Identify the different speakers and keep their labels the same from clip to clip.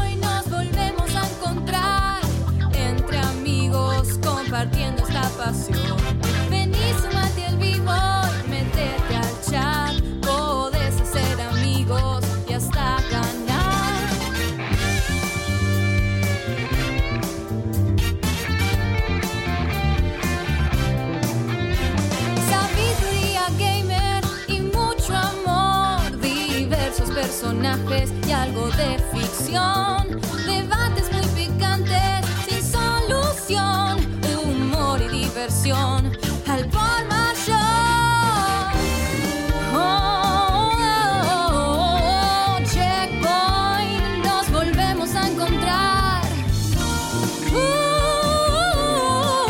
Speaker 1: Hoy nos volvemos a encontrar entre amigos compartiendo esta pasión. Vení, sumate al vivo y metete al chat. Podés hacer amigos y hasta ganar. Sabiduría gamer y mucho amor, diversos personajes y algo de ficción, debates muy picantes sin solución, humor y diversión al por mayor. Oh, oh, oh, oh, checkpoint, nos volvemos a encontrar. Uh,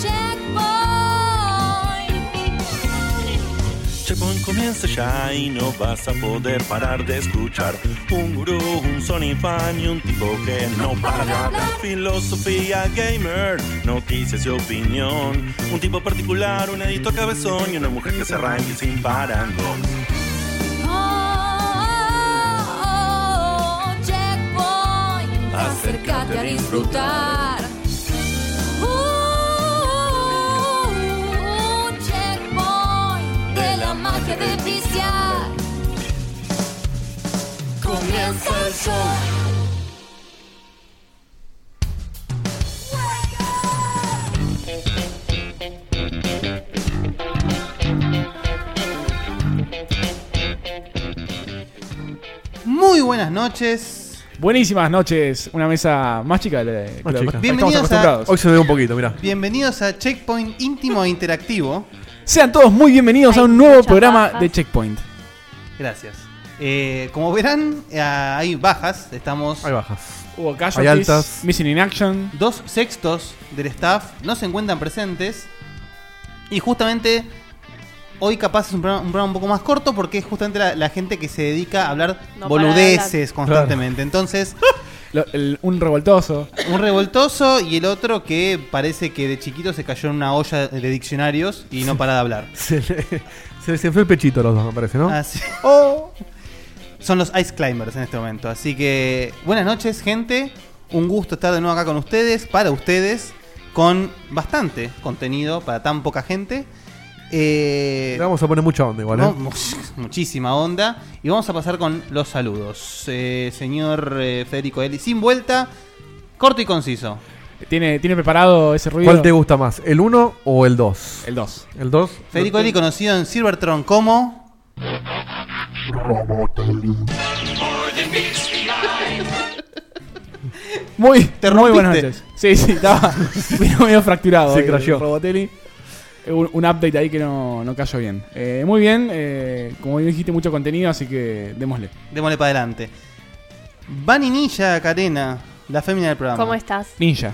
Speaker 1: checkpoint.
Speaker 2: Checkpoint comienza ya y no vas a poder parar de escuchar Un gurú, un Sony fan y un tipo que no para de hablar Filosofía gamer, noticias y opinión Un tipo particular, un editor cabezón y una mujer que se arranque sin parangón
Speaker 1: Oh, oh, oh, oh, checkpoint. Acércate a disfrutar. Uh, uh, uh, checkpoint de la magia de viciar. Comienza el show.
Speaker 3: Muy buenas noches.
Speaker 4: Buenísimas noches, una mesa más chica de la que
Speaker 5: Más
Speaker 4: la-
Speaker 5: chica.
Speaker 4: estamos
Speaker 3: Bienvenidos a-
Speaker 4: acostumbrados.
Speaker 5: Hoy se ve un poquito, mirá.
Speaker 3: Bienvenidos a Checkpoint íntimo e interactivo.
Speaker 4: Sean todos muy bienvenidos
Speaker 6: Hay
Speaker 4: a un nuevo
Speaker 6: muchas
Speaker 4: programa
Speaker 6: bajas.
Speaker 4: de Checkpoint.
Speaker 3: Gracias. Eh, como verán, eh, hay bajas. Estamos
Speaker 5: Hay bajas.
Speaker 4: Hubo casualties,
Speaker 5: Hay altas.
Speaker 4: Missing in Action.
Speaker 3: dos sextos del staff no se encuentran presentes. Y justamente hoy capaz es un programa, un programa un poco más corto porque es justamente la, la gente que se dedica a hablar
Speaker 6: No para de
Speaker 3: boludeces constantemente. Entonces,
Speaker 4: lo- el- un revoltoso.
Speaker 3: un revoltoso y el otro que parece que de chiquito se cayó en una olla de diccionarios y no para de hablar.
Speaker 5: Se, le- se les enfrió el pechito a los dos, me parece, ¿no?
Speaker 3: Así-
Speaker 5: Oh.
Speaker 3: son los Ice Climbers en este momento. Así que buenas noches, gente. Un gusto estar de nuevo acá con ustedes, para ustedes, con bastante contenido para tan poca gente. Eh,
Speaker 5: Le vamos a poner mucha onda igual, ¿eh?
Speaker 3: no, much- muchísima onda. Y vamos a pasar con los saludos. Eh, señor eh, Federico Eli, sin vuelta, corto y conciso.
Speaker 4: ¿Tiene, ¿Tiene preparado ese ruido?
Speaker 5: ¿Cuál te gusta más, el 1 o el 2?
Speaker 4: El 2.
Speaker 5: El 2.
Speaker 3: Federico Eli, conocido en Silvertron como.
Speaker 4: Muy,
Speaker 3: Te
Speaker 4: muy buenas
Speaker 3: rompiste.
Speaker 4: noches. Sí, sí, estaba vino medio fracturado.
Speaker 5: Se
Speaker 4: el
Speaker 5: crasheó.
Speaker 4: Robotelli. Eh, Un, un update ahí que no, no cayó bien. Eh, muy bien, eh, como bien dijiste, mucho contenido, así que démosle.
Speaker 3: Démosle para adelante. Vaninilla Carena, la fémina del programa.
Speaker 6: ¿Cómo estás?
Speaker 4: Ninja,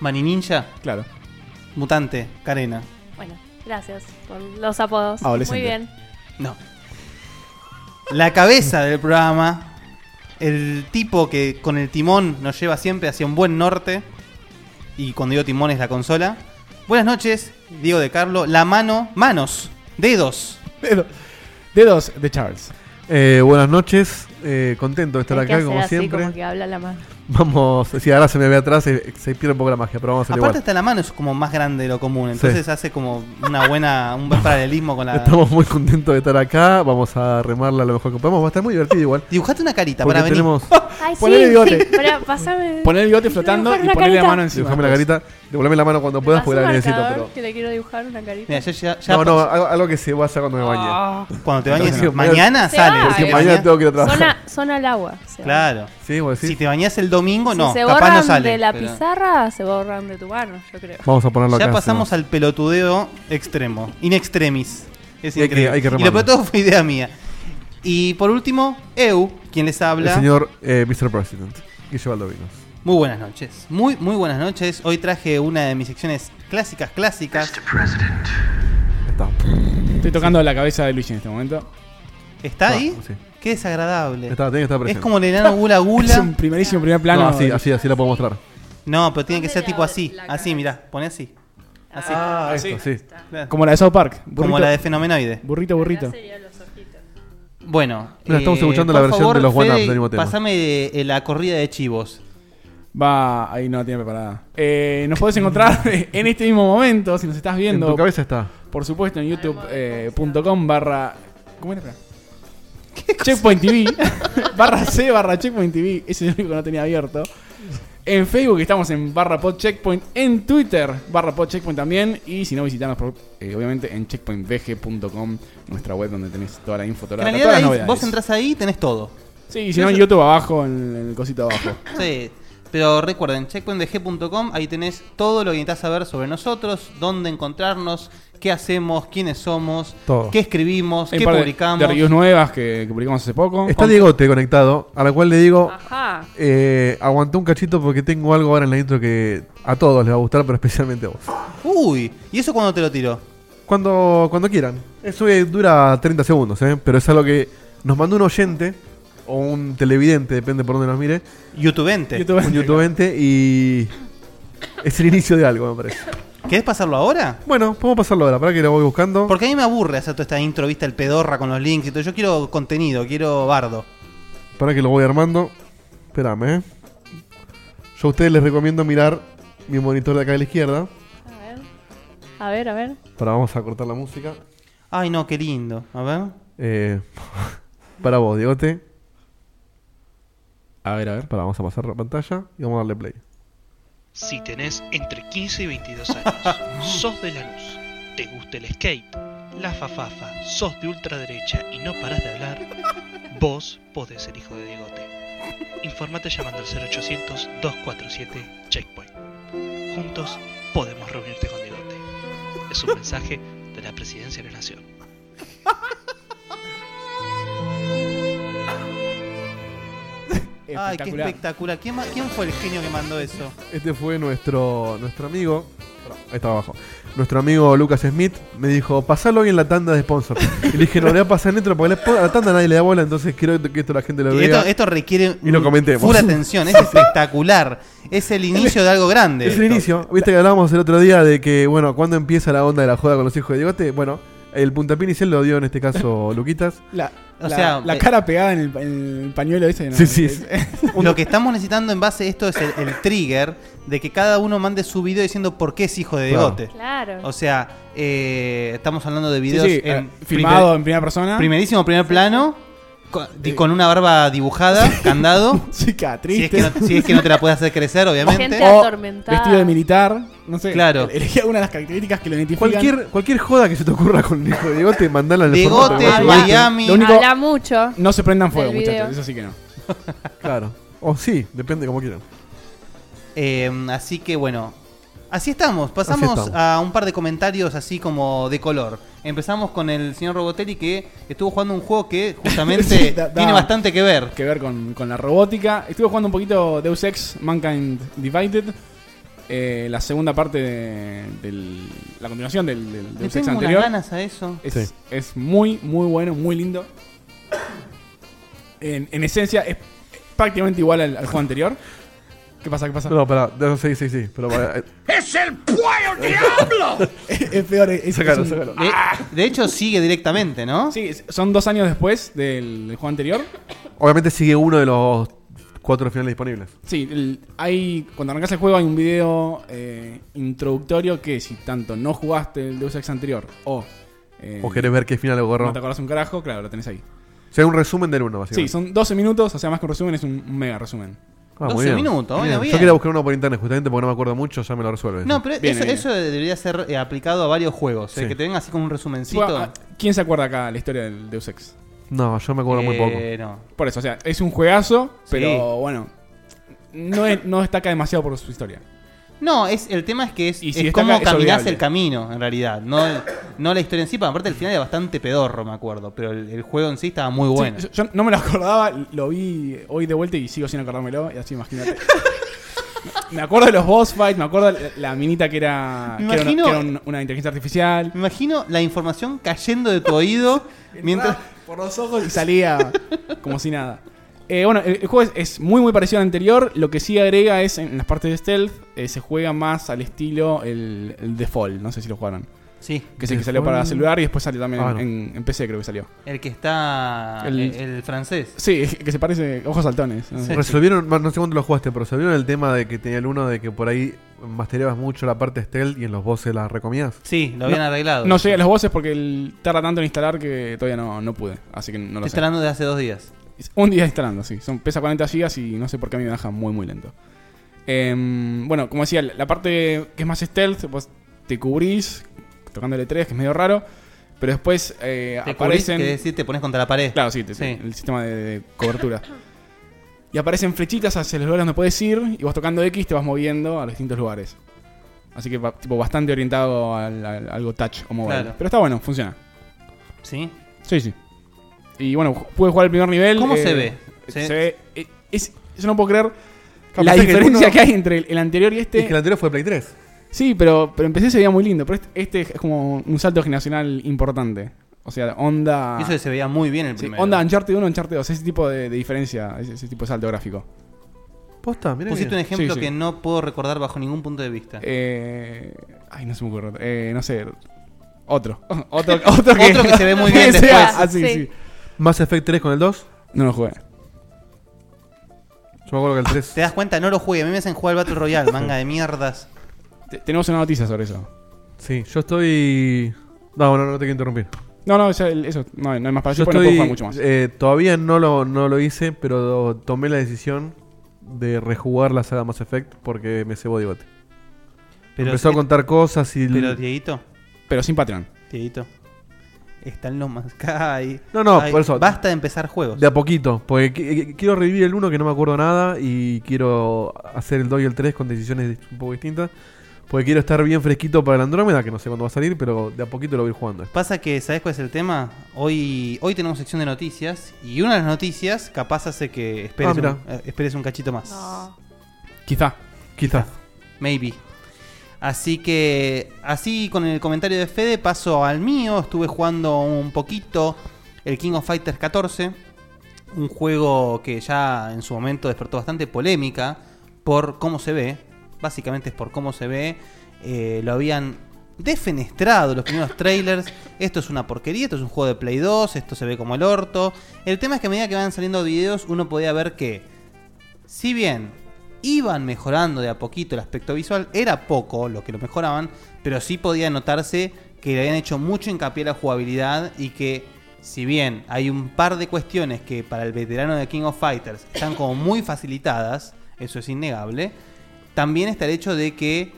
Speaker 3: Vaninilla,
Speaker 4: claro.
Speaker 3: mutante, Carena.
Speaker 6: Bueno, gracias por los apodos.
Speaker 3: Ah,
Speaker 4: Adolescente.
Speaker 6: Muy bien.
Speaker 3: No. La cabeza del programa. El tipo que con el timón nos lleva siempre hacia un buen norte. Y cuando digo timón es la consola. Buenas noches, Diego de Carlo. La mano, manos, dedos.
Speaker 4: Dedo- Dedos de Charles.
Speaker 5: Eh, buenas noches, eh, contento de estar
Speaker 6: Hay que
Speaker 5: acá
Speaker 6: hacer
Speaker 5: como
Speaker 6: así,
Speaker 5: siempre.
Speaker 6: como que habla la mano.
Speaker 5: Vamos, si ahora se me ve atrás, eh, se pierde un poco la magia, pero vamos a hacer
Speaker 3: Aparte
Speaker 5: igual.
Speaker 3: hasta la mano es como más grande de lo común. Entonces hace como una buena, un buen paralelismo con la...
Speaker 5: Estamos muy contentos de estar acá, vamos a remarla lo mejor que podamos, va a estar muy divertido igual.
Speaker 3: Dibujate una carita
Speaker 5: Porque
Speaker 3: para venir.
Speaker 5: tenemos,
Speaker 6: Ay,
Speaker 4: Ponele
Speaker 6: sí,
Speaker 4: bigote.
Speaker 6: sí. Pará, pasame.
Speaker 4: Poner el bigote flotando
Speaker 6: Dibujar
Speaker 4: y
Speaker 6: una
Speaker 4: ponerle la
Speaker 6: carita.
Speaker 4: mano encima. pues.
Speaker 5: dibujame la carita, devolveme la mano cuando puedas porque la
Speaker 6: Pasame
Speaker 5: necesito,
Speaker 6: marcador,
Speaker 5: pero...
Speaker 6: Que le quiero dibujar una carita.
Speaker 3: Mira, ya, ya- ya pues. Ah.
Speaker 5: No, no, algo, algo que se vaya cuando me bañe.
Speaker 3: cuando te bañes
Speaker 5: Entonces,
Speaker 3: mañana
Speaker 6: se
Speaker 3: sale.
Speaker 6: va,
Speaker 3: Si
Speaker 5: porque
Speaker 3: te
Speaker 6: eh.
Speaker 5: mañana
Speaker 3: bañás-
Speaker 5: tengo que ir a trabajar.
Speaker 6: Zona, zona al agua. se va.
Speaker 3: Claro.
Speaker 5: Sí, vos decís.
Speaker 3: Si te bañas el domingo,
Speaker 6: Si
Speaker 3: no,
Speaker 6: se
Speaker 3: capaz
Speaker 6: borran
Speaker 3: no sale.
Speaker 6: de la
Speaker 3: pero-
Speaker 6: pizarra, se borran de tu mano, yo creo.
Speaker 5: Vamos a ponerlo acá.
Speaker 3: Ya pasamos al pelotudeo extremo. In extremis. Es
Speaker 5: Y hay que-
Speaker 3: increíble.
Speaker 5: hay que
Speaker 3: y lo
Speaker 5: remarlo.
Speaker 3: peor de todo fue idea mía. Y por último, Eu, quien les
Speaker 5: El
Speaker 3: habla.
Speaker 5: señor eh, Mr. President, Guillermo Baldovinos.
Speaker 3: Muy buenas noches. Muy, muy buenas noches. Hoy traje una de mis secciones clásicas, clásicas.
Speaker 5: Está.
Speaker 4: Estoy tocando la cabeza de Luigi en este momento.
Speaker 3: ¿Está
Speaker 5: Ah,
Speaker 3: ahí?
Speaker 5: sí.
Speaker 3: Qué desagradable.
Speaker 5: Está, tiene que estar
Speaker 3: es
Speaker 5: presente.
Speaker 3: como el enano gula
Speaker 4: Es un
Speaker 3: gula.
Speaker 4: primerísimo primer
Speaker 5: No,
Speaker 4: plano.
Speaker 5: así, así, así la puedo mostrar.
Speaker 3: No, pero tiene que
Speaker 1: Ponle
Speaker 3: ser
Speaker 1: la-
Speaker 3: tipo así.
Speaker 1: la
Speaker 3: Así,
Speaker 1: cara.
Speaker 3: mirá, pone así. Así.
Speaker 5: Ah,
Speaker 4: Así.
Speaker 5: esto, sí.
Speaker 3: Claro.
Speaker 4: Como la de South Park. Burrito,
Speaker 3: Como la de Fenomenoide.
Speaker 4: burrito, burrito.
Speaker 6: los ojitos.
Speaker 3: Bueno, eh,
Speaker 5: Mira, estamos escuchando la
Speaker 3: por
Speaker 5: versión de los One Ups del mismo tema.
Speaker 3: Pasame eh, la corrida de chivos.
Speaker 4: Va, ahí no la tiene preparada. Eh, nos podés encontrar en este mismo momento, si nos estás
Speaker 5: En
Speaker 4: viendo,
Speaker 5: tu cabeza está.
Speaker 4: por supuesto, en youtube.com barra... ¿Cómo era? Espera. Checkpoint TV. barra C barra Checkpoint TV. Ese es el único que no tenía abierto. En Facebook estamos en barra pod Checkpoint. En Twitter, barra pod Checkpoint también. Y si no, visitanos, por- eh, obviamente, en checkpointvg.com, nuestra web donde tenés toda la info, toda la todas
Speaker 3: En realidad,
Speaker 4: las
Speaker 3: ahí,
Speaker 4: novedades.
Speaker 3: vos entras ahí y tenés todo.
Speaker 4: Sí, y si no, en YouTube abajo, en, en el cosito abajo.
Speaker 3: Sí. Pero recuerden, checkpointdg.com, ahí tenés todo lo que necesitas saber sobre nosotros, dónde encontrarnos, qué hacemos, quiénes somos,
Speaker 5: Todo.
Speaker 3: qué escribimos,
Speaker 4: Hay un
Speaker 3: qué
Speaker 4: par de-
Speaker 3: publicamos.
Speaker 4: De reviews nuevas que, que publicamos hace poco.
Speaker 5: Está Diegote conectado, a la cual le digo,
Speaker 6: Ajá.
Speaker 5: eh, aguantó un cachito porque tengo algo ahora en la intro que a todos les va a gustar, pero especialmente a vos.
Speaker 3: Uy, ¿y eso cuando te lo tiró?
Speaker 5: Cuando, cuando quieran. Eso eh, dura 30 segundos, ¿eh? pero es algo que nos mandó un oyente o un televidente, depende por dónde nos mire,
Speaker 3: Youtubente.
Speaker 4: YouTube.
Speaker 5: un youtubente y es el inicio de algo, me parece.
Speaker 3: ¿Querés pasarlo ahora?
Speaker 5: Bueno, podemos pasarlo ahora, para que lo voy buscando.
Speaker 3: Porque a mí me aburre hacer toda esta intro, viste, el pedorra con los links y todo. Yo quiero contenido, quiero bardo.
Speaker 5: Para que lo voy armando. Espérame, ¿eh? Yo a ustedes les recomiendo mirar mi monitor de acá a la izquierda.
Speaker 6: A ver. A ver, a ver.
Speaker 5: Para, vamos a cortar la música.
Speaker 3: Ay, no, qué lindo. A ver.
Speaker 5: Eh, para vos, Diegote.
Speaker 4: A ver, a ver.
Speaker 5: Para, vamos a pasar la pantalla y vamos a darle play.
Speaker 7: Si tenés entre 15 y 22 años, sos de la luz, te gusta el skate, la fafafa, sos de ultraderecha y no paras de hablar, vos podés ser hijo de Diegote. Informate llamando al 0800-247 Checkpoint. Juntos podemos reunirte con Diegote. Es un mensaje de la Presidencia de la Nación.
Speaker 3: Ay, qué
Speaker 4: Espectacular.
Speaker 3: espectacular. ¿Quién, ma- quién fue el genio que mandó eso?
Speaker 5: Este fue nuestro, nuestro amigo. Pará, Ahí está abajo. Nuestro amigo Lucas Smith me dijo: Pasalo hoy en la tanda de sponsor. Y le dije: No le voy a pasar dentro porque la- a la tanda nadie le da bola. Entonces quiero que esto la gente lo
Speaker 3: Y
Speaker 5: vea.
Speaker 3: esto, esto requiere
Speaker 5: Y lo comentemos.
Speaker 3: pura atención, es espectacular. Es el inicio de algo grande.
Speaker 5: Es el
Speaker 3: esto.
Speaker 5: inicio. Viste que hablábamos el otro día de que, bueno, cuando empieza la onda de la joda con los hijos de Diegote? Bueno, el puntapié inicial lo dio en este caso Luquitas.
Speaker 4: La,
Speaker 3: O
Speaker 4: la-
Speaker 3: sea,
Speaker 4: la
Speaker 3: eh,
Speaker 4: cara pegada en el, pa- en el pañuelo ese. ¿no?
Speaker 5: Sí, sí.
Speaker 4: Es-
Speaker 3: Lo que estamos necesitando en base a esto es el, el trigger de que cada uno mande su video diciendo por qué es hijo de
Speaker 5: Claro.
Speaker 3: Diegote.
Speaker 6: Claro.
Speaker 3: O sea, eh, estamos hablando de
Speaker 4: sí,
Speaker 3: videos
Speaker 4: sí,
Speaker 3: en
Speaker 4: eh, filmado
Speaker 3: primer-
Speaker 4: en primera persona.
Speaker 3: primerísimo primer plano, con, di- con una barba dibujada, candado.
Speaker 4: Chica,
Speaker 3: Si
Speaker 4: triste.
Speaker 3: es, que no, si es que no te la puedes hacer crecer, obviamente.
Speaker 6: Gente- atormentada.
Speaker 4: Vestido de militar. No sé.
Speaker 3: Claro.
Speaker 4: Elegí alguna de las características que lo identifican.
Speaker 5: Cualquier, cualquier joda que se te ocurra con el hijo de Diegote, mandala en el formato que
Speaker 3: Diegote,
Speaker 5: vos
Speaker 6: Lo
Speaker 5: llevaste.
Speaker 3: Miami.
Speaker 4: único-
Speaker 6: Habla mucho.
Speaker 4: No se prendan fuego,
Speaker 6: Del video.
Speaker 4: muchachos. Eso sí que no.
Speaker 5: Claro. O sí, depende como quieran.
Speaker 3: Eh, así que bueno, así estamos. Pasamos
Speaker 5: Así estamos.
Speaker 3: a un par de comentarios así como de color. Empezamos con el señor Robotelli que estuvo jugando un juego que justamente
Speaker 4: Sí, da- da.
Speaker 3: tiene bastante que ver.
Speaker 4: Que ver con, con la robótica. Estuve jugando un poquito Deus Ex Mankind Divided. eh, la segunda parte de del- la continuación del, del
Speaker 3: Le
Speaker 4: Deus Ex
Speaker 3: tengo unas
Speaker 4: anterior.
Speaker 3: ganas a eso.
Speaker 4: Es,
Speaker 5: Sí.
Speaker 4: es muy, muy bueno, muy lindo. En, en esencia, es prácticamente igual al, al juego anterior. ¿Qué pasa? ¿Qué pasa?
Speaker 5: No, pará, no, sí, sí, sí. Pero pará, eh,
Speaker 4: es peor. es- es
Speaker 5: Sácalo,
Speaker 4: un-
Speaker 5: sácalo.
Speaker 3: De, de hecho sigue directamente, ¿no?
Speaker 4: Sí, es- son dos años después del, del juego anterior.
Speaker 5: obviamente sigue uno de los cuatro finales disponibles.
Speaker 4: Sí, el- hay, cuando arrancas el juego hay un video eh, introductorio que si tanto no jugaste el Deus Ex anterior o... eh,
Speaker 5: ¿O querés ver qué final
Speaker 4: No
Speaker 5: agarró?
Speaker 4: te acordás un carajo, claro, lo tenés ahí.
Speaker 5: O sea, un resumen del uno,
Speaker 4: Sí,
Speaker 5: básicamente.
Speaker 4: son 12 minutos, o sea, más que un resumen, es un un mega resumen.
Speaker 5: Ah, muy
Speaker 3: 12
Speaker 5: bien.
Speaker 3: minutos, bueno, bien.
Speaker 5: Yo quería buscar uno por internet justamente porque no me acuerdo mucho, ya me lo resuelve.
Speaker 3: No, pero
Speaker 4: Viene,
Speaker 3: eso,
Speaker 4: viene.
Speaker 3: eso debería ser eh, aplicado a varios juegos. eh,
Speaker 5: Sí.
Speaker 3: que te venga así como un resumencito.
Speaker 4: Bueno, ah, ¿Quién se acuerda acá la historia del Deus Ex?
Speaker 5: No, yo me acuerdo muy poco.
Speaker 3: Eh, no.
Speaker 4: Por eso, o sea, es un juegazo,
Speaker 3: Sí.
Speaker 4: pero bueno, no, es- no destaca demasiado por su historia.
Speaker 3: No, es, el tema es que es,
Speaker 4: Y
Speaker 3: es
Speaker 4: si destaca,
Speaker 3: cómo
Speaker 4: es
Speaker 3: caminás
Speaker 4: olvidable.
Speaker 3: el camino, en realidad. No, no la historia en sí, porque aparte el final era bastante pedorro, me acuerdo. Pero el, el juego en sí estaba muy bueno.
Speaker 4: Sí, yo, yo no me lo acordaba, lo vi hoy de vuelta y sigo sin acordármelo, y así imagínate. me acuerdo de los boss fights, me acuerdo de la minita que era,
Speaker 3: Me
Speaker 4: que era una-
Speaker 3: imagino-
Speaker 4: que era un- una inteligencia artificial.
Speaker 3: Me imagino la información cayendo de tu oído mientras...
Speaker 4: Por los ojos y salía como si nada. Eh, bueno, el, el juego es, es muy muy parecido al anterior. Lo que sí agrega es en, las partes de stealth eh, se juega más al estilo el, el The Fall. No sé si lo jugaron.
Speaker 3: Sí.
Speaker 4: Que es el
Speaker 5: The
Speaker 4: que salió para
Speaker 5: Fall.
Speaker 4: celular y después salió también
Speaker 5: Ah,
Speaker 4: en-
Speaker 5: no.
Speaker 4: en, en PC, creo que salió.
Speaker 3: El que está.
Speaker 4: El-
Speaker 3: El, el francés.
Speaker 4: Sí, que se parece ojos saltones. ¿no?
Speaker 3: Sí.
Speaker 5: Resolvieron, no sé cuánto lo jugaste, pero resolvieron el tema de que tenía el uno de que por ahí mastereabas mucho la parte stealth y en los bosses la recomías.
Speaker 3: Sí, lo habían arreglado.
Speaker 4: No llegué a los voces porque el- tarda tanto en instalar que todavía no, no pude. Así que no lo
Speaker 3: Te
Speaker 4: sé.
Speaker 3: está hablando de hace dos días.
Speaker 4: Un día instalando, sí. Son, pesa 40 gigas y no sé por qué a mí me baja muy, muy lento. Em, bueno, como decía, la parte que es más stealth, vos te cubrís tocándole 3, que es medio raro. Pero después eh,
Speaker 3: Te cubrís,
Speaker 4: aparecen.
Speaker 3: que decir, te pones contra la pared.
Speaker 4: Claro, sí, te-
Speaker 3: Sí.
Speaker 4: el sistema de, de cobertura. Y aparecen flechitas hacia los lugares donde puedes ir y vas tocando X te vas moviendo a los distintos lugares. Así que va- tipo, bastante orientado al, al- algo touch o mobile.
Speaker 3: Claro.
Speaker 4: Pero está bueno, funciona.
Speaker 3: ¿Sí?
Speaker 4: Sí, sí. Y bueno, ju- pude jugar el primer nivel.
Speaker 3: ¿Cómo
Speaker 4: eh,
Speaker 3: se ve?
Speaker 4: Se,
Speaker 3: Se-
Speaker 4: ve- eh, es, yo no puedo creer
Speaker 5: Capaz
Speaker 4: la
Speaker 5: que el
Speaker 4: diferencia
Speaker 5: uno-
Speaker 4: que, hay entre el, el anterior y este.
Speaker 5: Es que el anterior fue Play 3.
Speaker 4: Sí, pero, pero empecé se veía muy lindo. Pero este, este es como un salto generacional importante. O sea, onda.
Speaker 3: Eso que se veía muy bien el
Speaker 4: Sí,
Speaker 3: primero.
Speaker 4: onda Uncharted 1, Uncharted 2, ese tipo de, de diferencia, ese, ese tipo de salto gráfico.
Speaker 5: Posta, mira.
Speaker 3: Pusiste un ejemplo
Speaker 4: Sí, sí.
Speaker 3: que no puedo recordar bajo ningún punto de vista.
Speaker 4: Eh, ay, no se me ocurre. otro. Eh, no sé. Otro. Otro, otro, que,
Speaker 3: Otro que se ve muy
Speaker 4: que
Speaker 3: bien
Speaker 4: sea
Speaker 3: después.
Speaker 4: así,
Speaker 6: Sí.
Speaker 4: sí.
Speaker 5: Mass Effect 3 con el 2.
Speaker 4: No lo jugué.
Speaker 5: Yo me acuerdo que el 3.
Speaker 3: ¿Te das cuenta? No lo juegue. A mí me hacen jugar el Battle Royale, manga de mierdas.
Speaker 4: Te- tenemos una noticia sobre eso.
Speaker 5: Sí, yo estoy. No, no, no te quiero interrumpir.
Speaker 4: No, no, ya el- eso. No, no hay más para decir
Speaker 5: Yo
Speaker 4: porque no puedo
Speaker 5: estoy,
Speaker 4: jugar mucho más.
Speaker 5: eh, todavía no lo, no lo hice, pero tomé la decisión de rejugar la saga Mass Effect porque me cebó Digote.
Speaker 3: Pero,
Speaker 5: Empezó a contar cosas y.
Speaker 3: pero Dieguito,
Speaker 4: Pero sin Patreon.
Speaker 3: Dieguito. Están los más Ay.
Speaker 5: No, no,
Speaker 3: Ay,
Speaker 5: por eso.
Speaker 3: Basta de empezar juegos.
Speaker 5: De a poquito, porque qui- qui- quiero revivir el 1 que no me acuerdo nada y quiero hacer el 2 y el 3 con decisiones un poco distintas. Porque quiero estar bien fresquito para el Andrómeda, que no sé cuándo va a salir, pero de a poquito lo voy a ir jugando.
Speaker 3: Pasa que, ¿sabes cuál es el tema? Hoy, hoy tenemos sección de noticias y una de las noticias capaz hace que
Speaker 5: Ah,
Speaker 3: esperes,
Speaker 5: mira.
Speaker 3: un, eh, esperes un cachito más.
Speaker 6: No.
Speaker 4: Quizá.
Speaker 5: Quizás.
Speaker 3: Maybe. Así que, así con el comentario de Fede, paso al mío. Estuve jugando un poquito el King of Fighters 14. Un juego que ya en su momento despertó bastante polémica por cómo se ve. Básicamente es por cómo se ve. Eh, lo habían defenestrado los primeros trailers. Esto es una porquería, esto es un juego de Play 2, esto se ve como el orto. El tema es que a medida que van saliendo videos, uno podía ver que si bien iban mejorando de a poquito el aspecto visual, era poco lo que lo mejoraban, pero sí podía notarse que le habían hecho mucho hincapié a la jugabilidad y que si bien hay un par de cuestiones que para el veterano de King of Fighters están como muy facilitadas, eso es innegable, también está el hecho de que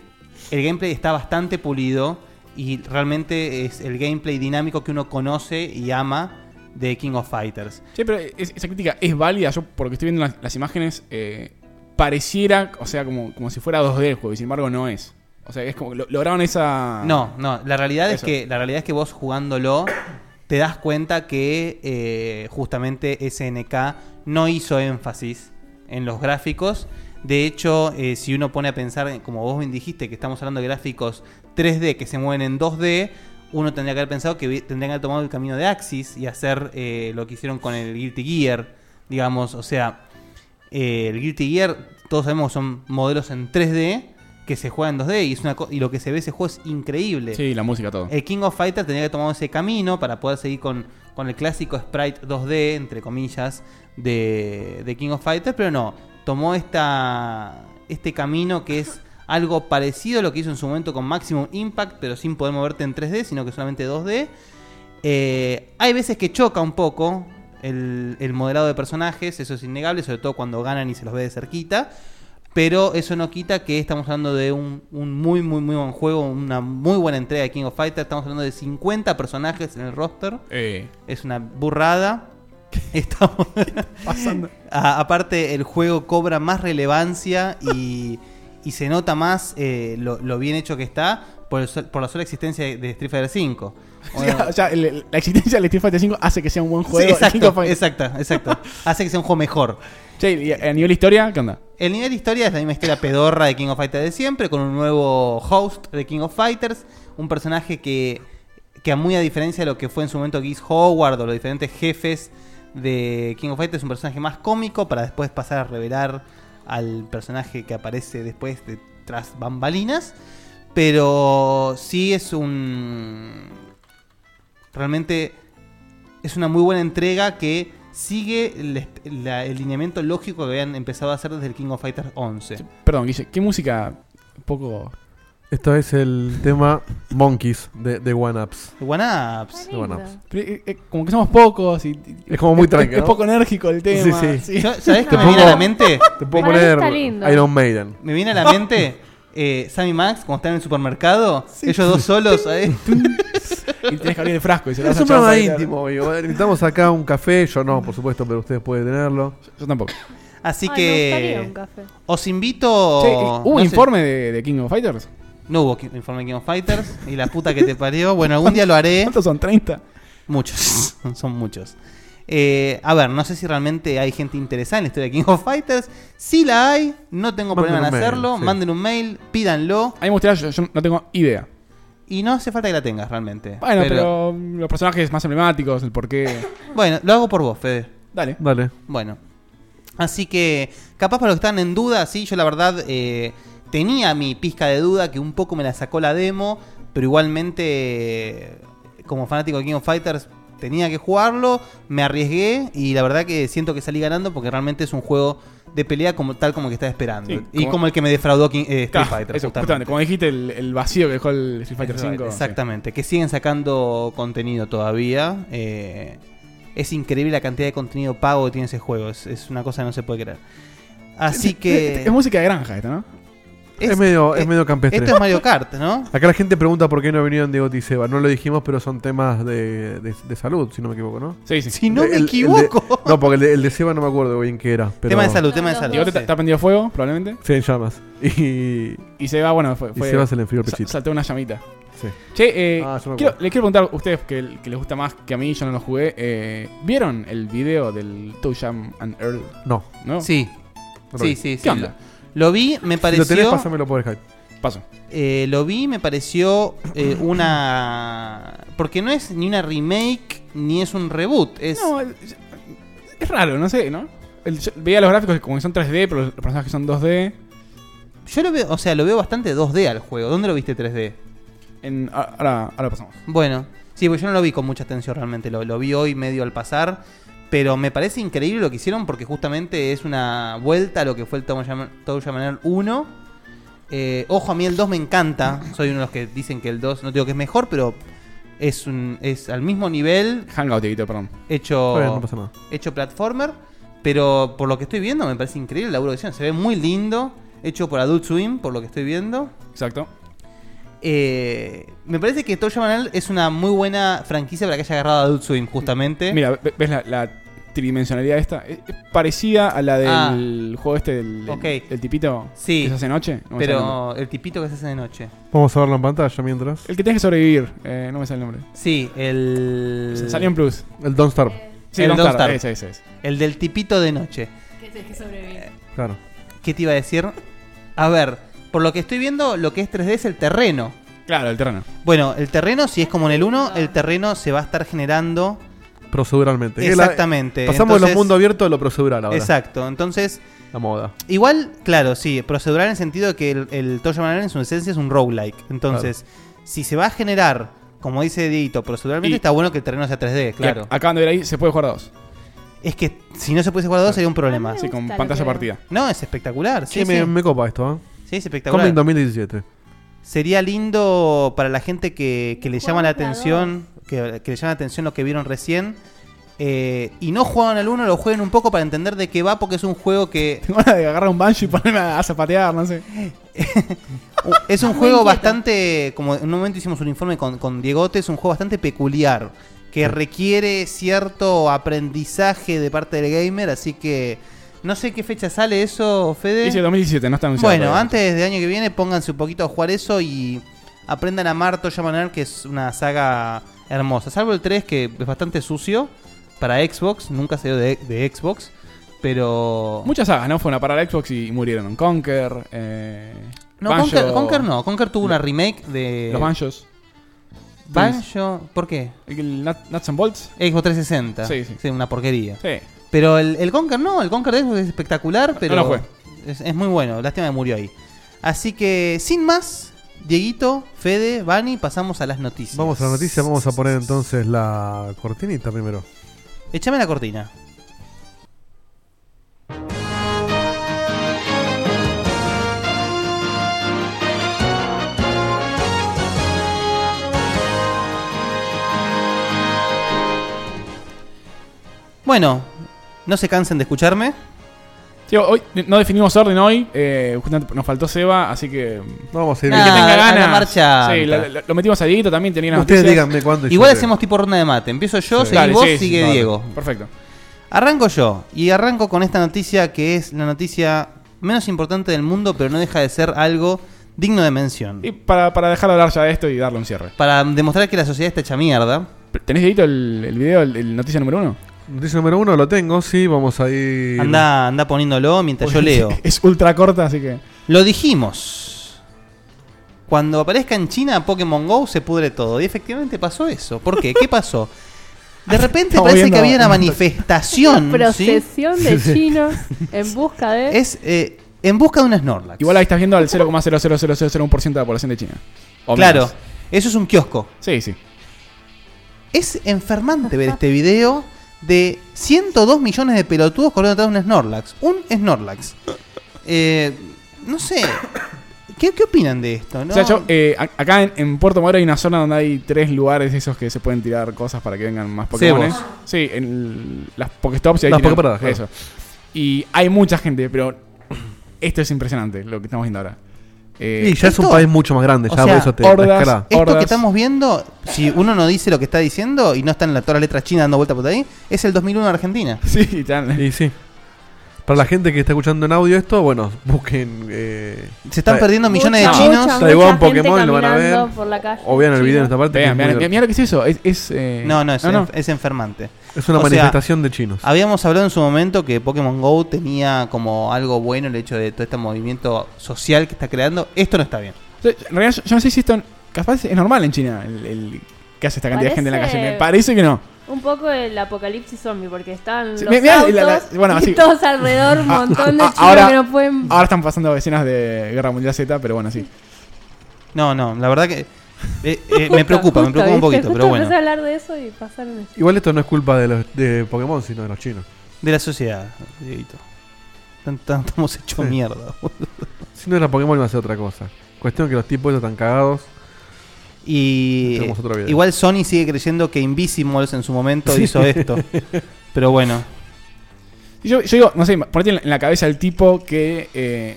Speaker 3: el gameplay está bastante pulido y realmente es el gameplay dinámico que uno conoce y ama de King of Fighters.
Speaker 4: Che, pero es- esa crítica es válida. Yo, porque estoy viendo las, las imágenes, eh, pareciera, o sea, como, como si fuera 2D el juego, y sin embargo no es. O sea, es como que lo- lograron esa.
Speaker 3: No, no, la realidad
Speaker 4: Ah. Eso.
Speaker 3: es que la realidad es que vos jugándolo te das cuenta que eh, justamente SNK no hizo énfasis en los gráficos. De hecho, eh, si uno pone a pensar, en- como vos bien dijiste, que estamos hablando de gráficos 3D que se mueven en 2D, uno tendría que haber pensado que vi- tendrían que haber tomado el camino de Axis y hacer eh, lo que hicieron con el Guilty Gear, digamos, o sea, eh, el Guilty Gear, todos sabemos que son modelos en 3D que se juegan en 2D y, es una co- y lo que se ve ese juego es increíble.
Speaker 4: Sí, la música, todo.
Speaker 3: El King of Fighters tenía que tomar ese camino para poder seguir con, con el clásico sprite 2D, entre comillas, de, de King of Fighters, pero no, tomó esta, este camino que es algo parecido a lo que hizo en su momento con Maximum Impact, pero sin poder moverte en 3D, sino que solamente 2D. Eh, hay veces que choca un poco el, el modelado de personajes, eso es innegable, sobre todo cuando ganan y se los ve de cerquita. Pero eso no quita que estamos hablando de un, un muy, muy, muy buen juego, una muy buena entrega de King of Fighters. Estamos hablando de 50 personajes en el roster.
Speaker 4: Eh,
Speaker 3: Es una burrada. Estamos. A- aparte, el juego cobra más relevancia y, y se nota más eh, lo, lo bien hecho que está por, el sol- por la sola existencia de, de Street Fighter 5.
Speaker 4: o sea, o sea, el- el- la existencia del Street Fighter 5 hace que sea un buen
Speaker 3: Sí,
Speaker 4: juego. King of
Speaker 3: exacto,
Speaker 4: Fighters.
Speaker 3: exacto, exacto. Hace que sea un juego mejor.
Speaker 4: Che, y a a nivel historia, ¿qué onda?
Speaker 3: El nivel de historia es la misma historia pedorra de King of Fighters de siempre, con un nuevo host de King of Fighters, un personaje que, que a muy a diferencia de lo que fue en su momento Geese Howard o los diferentes jefes de King of Fighters es un personaje más cómico para después pasar a revelar al personaje que aparece después de tras bambalinas. Pero sí es un. Realmente es una muy buena entrega que sigue el, esp- la- el lineamiento lógico que habían empezado a hacer desde el King of Fighters 11.
Speaker 4: Perdón, Guille, ¿qué música un poco
Speaker 5: Esto es el tema Monkeys de, de One Ups.
Speaker 3: One Ups.
Speaker 5: De One Ups.
Speaker 4: Pero, eh, eh, como que somos pocos y, y-
Speaker 5: Es como muy tranquilo.
Speaker 4: es poco enérgico el tema.
Speaker 5: Sí, sí.
Speaker 4: sí.
Speaker 3: Yo- ¿Sabes qué me
Speaker 5: Te
Speaker 3: viene a la
Speaker 5: pongo-
Speaker 3: mente?
Speaker 5: Te puedo
Speaker 6: Para mí
Speaker 5: poner
Speaker 6: está lindo.
Speaker 5: Iron Maiden.
Speaker 3: Me viene a la mente eh, Sam y Max cuando están en el supermercado. Ellos dos solos. ahí.
Speaker 4: Y tenés que abrir el frasco y se lo vas
Speaker 5: Es
Speaker 4: a
Speaker 5: un
Speaker 4: echar a
Speaker 5: programa
Speaker 4: bailar.
Speaker 5: íntimo, amigo. Invitamos acá un café. Yo no, por supuesto, pero ustedes pueden tenerlo.
Speaker 4: Yo tampoco.
Speaker 3: Así
Speaker 6: Ay, me gustaría un
Speaker 3: que
Speaker 6: café.
Speaker 3: os invito.
Speaker 4: Che, ¿Hubo
Speaker 3: no sé,
Speaker 4: informe de, de King of Fighters?
Speaker 3: No hubo qui- informe de King of Fighters. Y la puta que te parió. Bueno, algún día lo haré.
Speaker 4: ¿Cuántos son? ¿30?
Speaker 3: Muchos, son muchos. Eh, a ver, no sé si realmente hay gente interesada en la historia de King of Fighters. Si la hay, no tengo
Speaker 5: Manden
Speaker 3: problema en
Speaker 5: un mail,
Speaker 3: hacerlo.
Speaker 5: sí.
Speaker 3: Manden un mail, pídanlo.
Speaker 4: A mí me gustaría, yo, yo no tengo idea.
Speaker 3: Y no hace falta que la tengas realmente.
Speaker 4: Bueno, pero, los personajes más emblemáticos, el porqué.
Speaker 3: Bueno, lo hago por vos, Fede.
Speaker 4: Dale.
Speaker 5: Dale.
Speaker 3: Bueno. Así que, capaz para los que están en duda, sí, yo la verdad eh, tenía mi pizca de duda que un poco me la sacó la demo, pero igualmente, eh, como fanático de King of Fighters, tenía que jugarlo, me arriesgué y la verdad que siento que salí ganando porque realmente es un juego de pelea como tal como el que estaba esperando.
Speaker 4: Sí,
Speaker 3: y
Speaker 4: como-
Speaker 3: como el que me defraudó King- eh, Street
Speaker 4: Claro,
Speaker 3: Fighter.
Speaker 4: eso,
Speaker 3: justamente.
Speaker 4: justamente. Como dijiste, el, el vacío que dejó el Street Fighter
Speaker 3: Eso,
Speaker 4: 5.
Speaker 3: Exactamente, que siguen sacando contenido todavía. eh, es increíble la cantidad de contenido pago que tiene ese juego. Es, es una cosa que no se puede creer. Así que.
Speaker 4: Es, música de granja esta, ¿no?
Speaker 5: Es,
Speaker 3: es-
Speaker 5: medio, es
Speaker 3: eh,
Speaker 5: medio campestre.
Speaker 3: Esto es Mario Kart, ¿no?
Speaker 5: Acá la gente pregunta por qué no vinieron Diego y Seba. No lo dijimos, pero son temas de, de- de salud, si no me equivoco, ¿no?
Speaker 4: Sí, sí.
Speaker 3: Si no
Speaker 5: El-
Speaker 3: me
Speaker 5: el de-
Speaker 3: equivoco.
Speaker 5: no, porque el de, el de Seba no me acuerdo bien qué era. Pero
Speaker 3: Tema de salud, tema de
Speaker 1: No,
Speaker 3: salud.
Speaker 4: Diego te,
Speaker 3: sí.
Speaker 4: te ha prendido fuego, probablemente.
Speaker 5: Sí, en llamas. Y, y
Speaker 4: Y se va, bueno, fue. fue
Speaker 5: Seba se le enfrió el
Speaker 4: sa-
Speaker 5: pechito.
Speaker 4: saltó una llamita.
Speaker 5: Sí.
Speaker 4: Che, eh,
Speaker 5: Ah, yo me
Speaker 4: quiero-
Speaker 5: acuerdo.
Speaker 4: les quiero preguntar a ustedes que, que les gusta más que a mí, yo no lo jugué. eh, ¿Vieron el video del Toe Jam and Earl?
Speaker 5: No.
Speaker 4: ¿No?
Speaker 3: Sí,
Speaker 5: no lo
Speaker 3: sí,
Speaker 5: vi.
Speaker 3: sí.
Speaker 4: ¿Qué
Speaker 3: sí.
Speaker 4: onda?
Speaker 3: Lo vi, me
Speaker 5: Si lo tenés,
Speaker 3: pareció.
Speaker 5: pásamelo por Skype.
Speaker 4: Paso.
Speaker 3: eh, lo vi, me pareció eh, una. Porque no es ni una remake ni es un reboot. Es.
Speaker 4: No, es, es raro, no sé, ¿no? El- yo veía los gráficos que como que son 3D, pero los personajes son 2D.
Speaker 3: Yo lo veo, o sea, lo veo bastante 2D al juego. ¿Dónde lo viste 3D?
Speaker 4: En- a- ahora, ahora pasamos.
Speaker 3: Bueno, sí, pues yo no lo vi con mucha atención realmente, lo, lo vi hoy medio al pasar, pero me parece increíble lo que hicieron porque justamente es una vuelta a lo que fue el Tower Manor 1. Eh, ojo, a mí el 2 me encanta, soy uno de los que dicen que el 2, no digo que es mejor, pero es, un, es al mismo nivel,
Speaker 4: Hangout, Dieguito, perdón.
Speaker 3: hecho,
Speaker 5: Está bien, no pasa nada.
Speaker 3: hecho platformer, pero por lo que estoy viendo me parece increíble el laburo que hicieron, se ve muy lindo, hecho por Adult Swim, por lo que estoy viendo.
Speaker 4: Exacto.
Speaker 3: Eh, me parece que Toya Manal es una muy buena franquicia para que haya agarrado a Adult Swim, justamente.
Speaker 4: Mira, ve- ¿ves la, la tridimensionalidad esta? Es es parecida a la del juego este del, del-
Speaker 3: Ah. Ok.
Speaker 4: del tipito
Speaker 3: Sí.
Speaker 4: que se hace noche. No me sale el nombre.
Speaker 3: pero el tipito que se hace de noche.
Speaker 5: Vamos a verlo en pantalla mientras.
Speaker 4: El que tienes que sobrevivir, eh, no me sale el nombre.
Speaker 3: Sí, el.
Speaker 4: Se Eh, Salió en Plus.
Speaker 5: El Don't Starve.
Speaker 4: Sí,
Speaker 3: El
Speaker 4: Don't
Speaker 3: Don't
Speaker 4: Starve,
Speaker 3: Starve.
Speaker 4: Ese, ese, ese.
Speaker 3: El del tipito de noche.
Speaker 1: Que te que sobrevivir.
Speaker 5: Claro.
Speaker 3: ¿Qué te iba a decir? A ver, por lo que estoy viendo, lo que es 3D es el terreno.
Speaker 4: Claro, el terreno.
Speaker 3: Bueno, el terreno, si es como en el 1, el terreno se va a estar generando.
Speaker 5: Proceduralmente. Que la-
Speaker 3: Exactamente.
Speaker 5: pasamos de los
Speaker 3: Entonces-
Speaker 5: mundos abiertos a lo procedural ahora.
Speaker 3: Exacto. Entonces,
Speaker 5: La moda.
Speaker 3: Igual, claro, sí, procedural en el sentido de que el, el Toyo Manhattan en su esencia es un roguelike. Entonces, si se va a generar, como dice Dieguito, proceduralmente
Speaker 4: Y-
Speaker 3: está bueno que el terreno sea 3D,
Speaker 4: Y
Speaker 3: claro.
Speaker 4: ac- acaban de ver ahí, se puede jugar a dos.
Speaker 3: Es que si no se pudiese jugar a dos sería un problema.
Speaker 6: Me
Speaker 4: Sí, con
Speaker 6: gusta lo
Speaker 4: pantalla
Speaker 6: que veo.
Speaker 4: partida.
Speaker 3: No, es espectacular. Sí,
Speaker 5: Sí, me,
Speaker 3: sí.
Speaker 5: me copa esto, ¿eh?
Speaker 3: Sí, es
Speaker 5: Comic
Speaker 3: espectacular.
Speaker 5: 2017.
Speaker 3: Sería lindo para la gente que, que le llama la
Speaker 6: Juegos
Speaker 3: atención, que, que le llama la atención lo que vieron recién. eh, y no jugaban al uno, lo jueguen un poco para entender de qué va, porque es un juego que
Speaker 4: Tengo ganas de agarrar un banjo y ponerme a zapatear, no sé.
Speaker 3: Uh, es
Speaker 4: Ah,
Speaker 3: un juego bastante, como en un momento hicimos un informe con, con Diegote, es un juego bastante peculiar, que requiere cierto aprendizaje de parte del gamer, así que no sé qué fecha sale eso, Fede.
Speaker 4: Dice 2017, no está anunciado.
Speaker 3: Bueno,
Speaker 4: todavía.
Speaker 3: antes del año que viene pónganse un poquito a jugar eso y aprendan a amar Toya Manor, que es una saga hermosa, salvo el 3 que es bastante sucio para Xbox, nunca salió de, de Xbox, pero...
Speaker 4: Muchas sagas, ¿no? Fueron a parar a Xbox y murieron. Conker, eh,
Speaker 3: no,
Speaker 4: Banjo,
Speaker 3: Conker, Conker no, Conker tuvo una remake de...
Speaker 4: Los Banjos.
Speaker 3: Banjo, ¿por qué?
Speaker 4: El nut- Nuts and Bolts.
Speaker 3: Xbox 360.
Speaker 4: Sí, sí.
Speaker 3: una porquería.
Speaker 4: Sí.
Speaker 3: Pero el, el Conker no, el Conker de Xbox es espectacular, pero
Speaker 4: no lo jugué.
Speaker 3: Es, es muy bueno, lástima que murió ahí. Así que, sin más, Dieguito, Fede, Vani, pasamos a las noticias.
Speaker 5: Vamos a la noticia, vamos a poner entonces la cortinita primero.
Speaker 3: Échame la cortina. Bueno, no se cansen de escucharme.
Speaker 4: Tío, hoy no definimos orden hoy. eh, justamente nos faltó Seba, así que. mm,
Speaker 5: No vamos a ir
Speaker 3: Ah,
Speaker 4: que
Speaker 5: bien.
Speaker 4: tenga
Speaker 3: a la
Speaker 4: ganas.
Speaker 3: marcha
Speaker 4: Sí,
Speaker 3: alta.
Speaker 4: la- la- lo metimos a Dieguito también, tenía una
Speaker 5: Ustedes díganme cuándo. y
Speaker 3: Igual
Speaker 5: yo te-
Speaker 3: hacemos tipo ronda de mate. Empiezo yo,
Speaker 5: Sí.
Speaker 3: seguís vos, sigue Diego.
Speaker 4: Perfecto.
Speaker 3: Arranco yo. Y arranco con esta noticia que es la noticia menos importante del mundo, pero no deja de ser algo digno de mención.
Speaker 4: Y para, para dejar de hablar ya de esto y darle un cierre.
Speaker 3: Para demostrar que la sociedad está hecha mierda.
Speaker 4: ¿Tenés Dieguito el, el video, el, el noticia número uno?
Speaker 5: Noticia número uno lo tengo, sí, vamos a ir.
Speaker 3: Anda, anda poniéndolo mientras yo leo.
Speaker 4: es ultra corta, así que.
Speaker 3: Lo dijimos. Cuando aparezca en China Pokémon Go se pudre todo. Y efectivamente pasó eso. ¿Por qué? ¿Qué pasó? De repente
Speaker 4: Estamos
Speaker 3: parece
Speaker 4: viendo-
Speaker 3: que había una manifestación. ¿sí?
Speaker 6: Procesión de chinos en busca de.
Speaker 3: Es eh, en busca de un Snorlax.
Speaker 4: Igual ahí estás viendo al 0,00001% de la población de China. O
Speaker 3: claro,
Speaker 4: menos.
Speaker 3: eso es un kiosco.
Speaker 4: Sí, sí.
Speaker 3: Es enfermante ver este video de 102 millones de pelotudos corriendo atrás de un Snorlax. Un Snorlax. Eh, no sé. ¿Qué, qué opinan de esto? No?
Speaker 4: O sea, yo, eh, a- acá en, en Puerto Madero hay una zona donde hay tres lugares esos que se pueden tirar cosas para que vengan más Pokémon.
Speaker 3: Cebos.
Speaker 4: Sí, en el- las Pokéstops y ahí
Speaker 5: Las
Speaker 4: tiran-
Speaker 5: Poképaradas, claro.
Speaker 4: Eso. Y hay mucha gente, pero esto es impresionante lo que estamos viendo ahora. Eh,
Speaker 5: Y ya es un
Speaker 3: Esto-
Speaker 5: país mucho más grande,
Speaker 3: o
Speaker 5: ya
Speaker 3: sea,
Speaker 5: por eso te
Speaker 4: hordas-
Speaker 5: la escala.
Speaker 3: Esto
Speaker 4: Hordas.
Speaker 3: que estamos viendo, si uno no dice lo que está diciendo y no está en la, todas las letras chinas dando vuelta por ahí, es el 2001 en Argentina.
Speaker 4: Sí, tan-
Speaker 5: Y sí. Para la gente que está escuchando en audio esto, bueno, busquen. eh,
Speaker 3: Se están
Speaker 5: Ta-
Speaker 3: perdiendo millones
Speaker 6: Mucha,
Speaker 3: de chinos.
Speaker 6: mucha,
Speaker 5: Taiwán,
Speaker 6: mucha gente
Speaker 5: Pokémon, lo van a
Speaker 6: caminando
Speaker 5: ver.
Speaker 6: Por la calle
Speaker 5: O vean el video en esta parte. que
Speaker 4: Vean, vean,
Speaker 5: es muy
Speaker 4: mira
Speaker 5: grande.
Speaker 4: lo que es eso. Es, es, eh,
Speaker 3: No, no, es, enf- es enfermante.
Speaker 5: Es una
Speaker 3: o sea,
Speaker 5: manifestación de chinos.
Speaker 3: Habíamos hablado en su momento que Pokémon Go tenía como algo bueno el hecho de todo este movimiento social que está creando. Esto no está bien.
Speaker 4: Yo- En realidad, yo, yo no sé si esto. Capaz es normal en China el, el- que hace esta cantidad de gente en la
Speaker 6: Parece-
Speaker 4: calle. Me parece que no.
Speaker 6: Un poco el apocalipsis zombie, porque están
Speaker 4: Sí,
Speaker 6: los
Speaker 4: me- mirá,
Speaker 6: autos
Speaker 4: la- la- bueno,
Speaker 6: y
Speaker 4: así-
Speaker 6: todos alrededor, un montón de
Speaker 4: Ah,
Speaker 6: chinos
Speaker 4: ah, ahora-
Speaker 6: que no pueden...
Speaker 4: Ahora están pasando escenas de Guerra Mundial Z, pero bueno, sí.
Speaker 3: No, no, la verdad que eh, eh, me
Speaker 6: Justo,
Speaker 3: preocupa, me
Speaker 6: justo,
Speaker 3: preocupa un
Speaker 6: ¿viste?
Speaker 3: poquito,
Speaker 6: Justo
Speaker 3: pero bueno.
Speaker 6: empecé a hablar de eso y pasaron eso.
Speaker 5: Igual esto no es culpa de los de Pokémon, sino de los chinos.
Speaker 3: De la sociedad, Dieguito. Tan- tan- Estamos hechos
Speaker 5: Sí.
Speaker 3: mierda. boludo.
Speaker 5: Si no era Pokémon, iba a ser otra cosa. Cuestión que los tipos esos están cagados.
Speaker 3: Y
Speaker 5: Tenemos otro video.
Speaker 3: igual Sony sigue creyendo que Invisimals en su momento hizo esto. Pero bueno,
Speaker 4: Y yo, yo digo, no sé, ponete en la- en la cabeza el tipo que eh,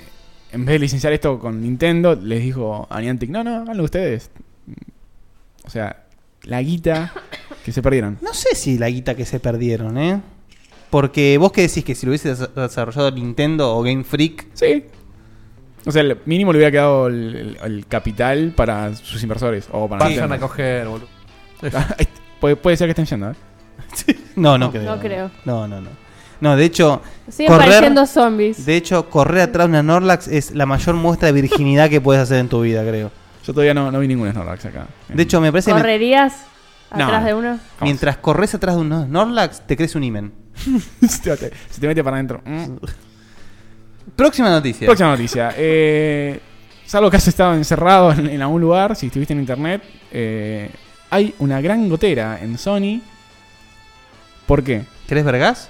Speaker 4: en vez de licenciar esto con Nintendo, les dijo a Niantic, no, no, háganlo ustedes. O sea, la guita que se perdieron.
Speaker 3: no sé si la guita que se perdieron, ¿eh? Porque vos que decís que si lo hubiese des- desarrollado Nintendo o Game Freak,
Speaker 4: Sí. O sea, el mínimo le hubiera quedado el, el- el capital para sus inversores. O para Nintendo.
Speaker 5: coger, boludo.
Speaker 4: puede, puede ser que estén yendo, ¿eh?
Speaker 3: no, no,
Speaker 6: No,
Speaker 3: creo.
Speaker 6: no creo.
Speaker 3: No, no, no. No, de hecho,
Speaker 6: Siguen
Speaker 3: Correr-
Speaker 6: apareciendo zombies.
Speaker 3: de hecho, correr atrás de una Norlax es la mayor muestra de virginidad que puedes hacer en tu vida, creo.
Speaker 4: Yo todavía no, no vi ningún Snorlax acá.
Speaker 3: De hecho, me parece que mi-
Speaker 6: ¿Correrías
Speaker 4: No.
Speaker 6: atrás de uno?
Speaker 4: Jamás.
Speaker 3: mientras corres atrás de un Norlax, te crees un imen.
Speaker 4: se, te, mete- se te mete para adentro. Mm.
Speaker 3: Próxima noticia.
Speaker 4: Próxima noticia. Eh, salvo que has estado encerrado en, en algún lugar, si estuviste en internet, eh, hay una gran gotera en Sony. ¿Por qué?
Speaker 3: ¿Querés vergas?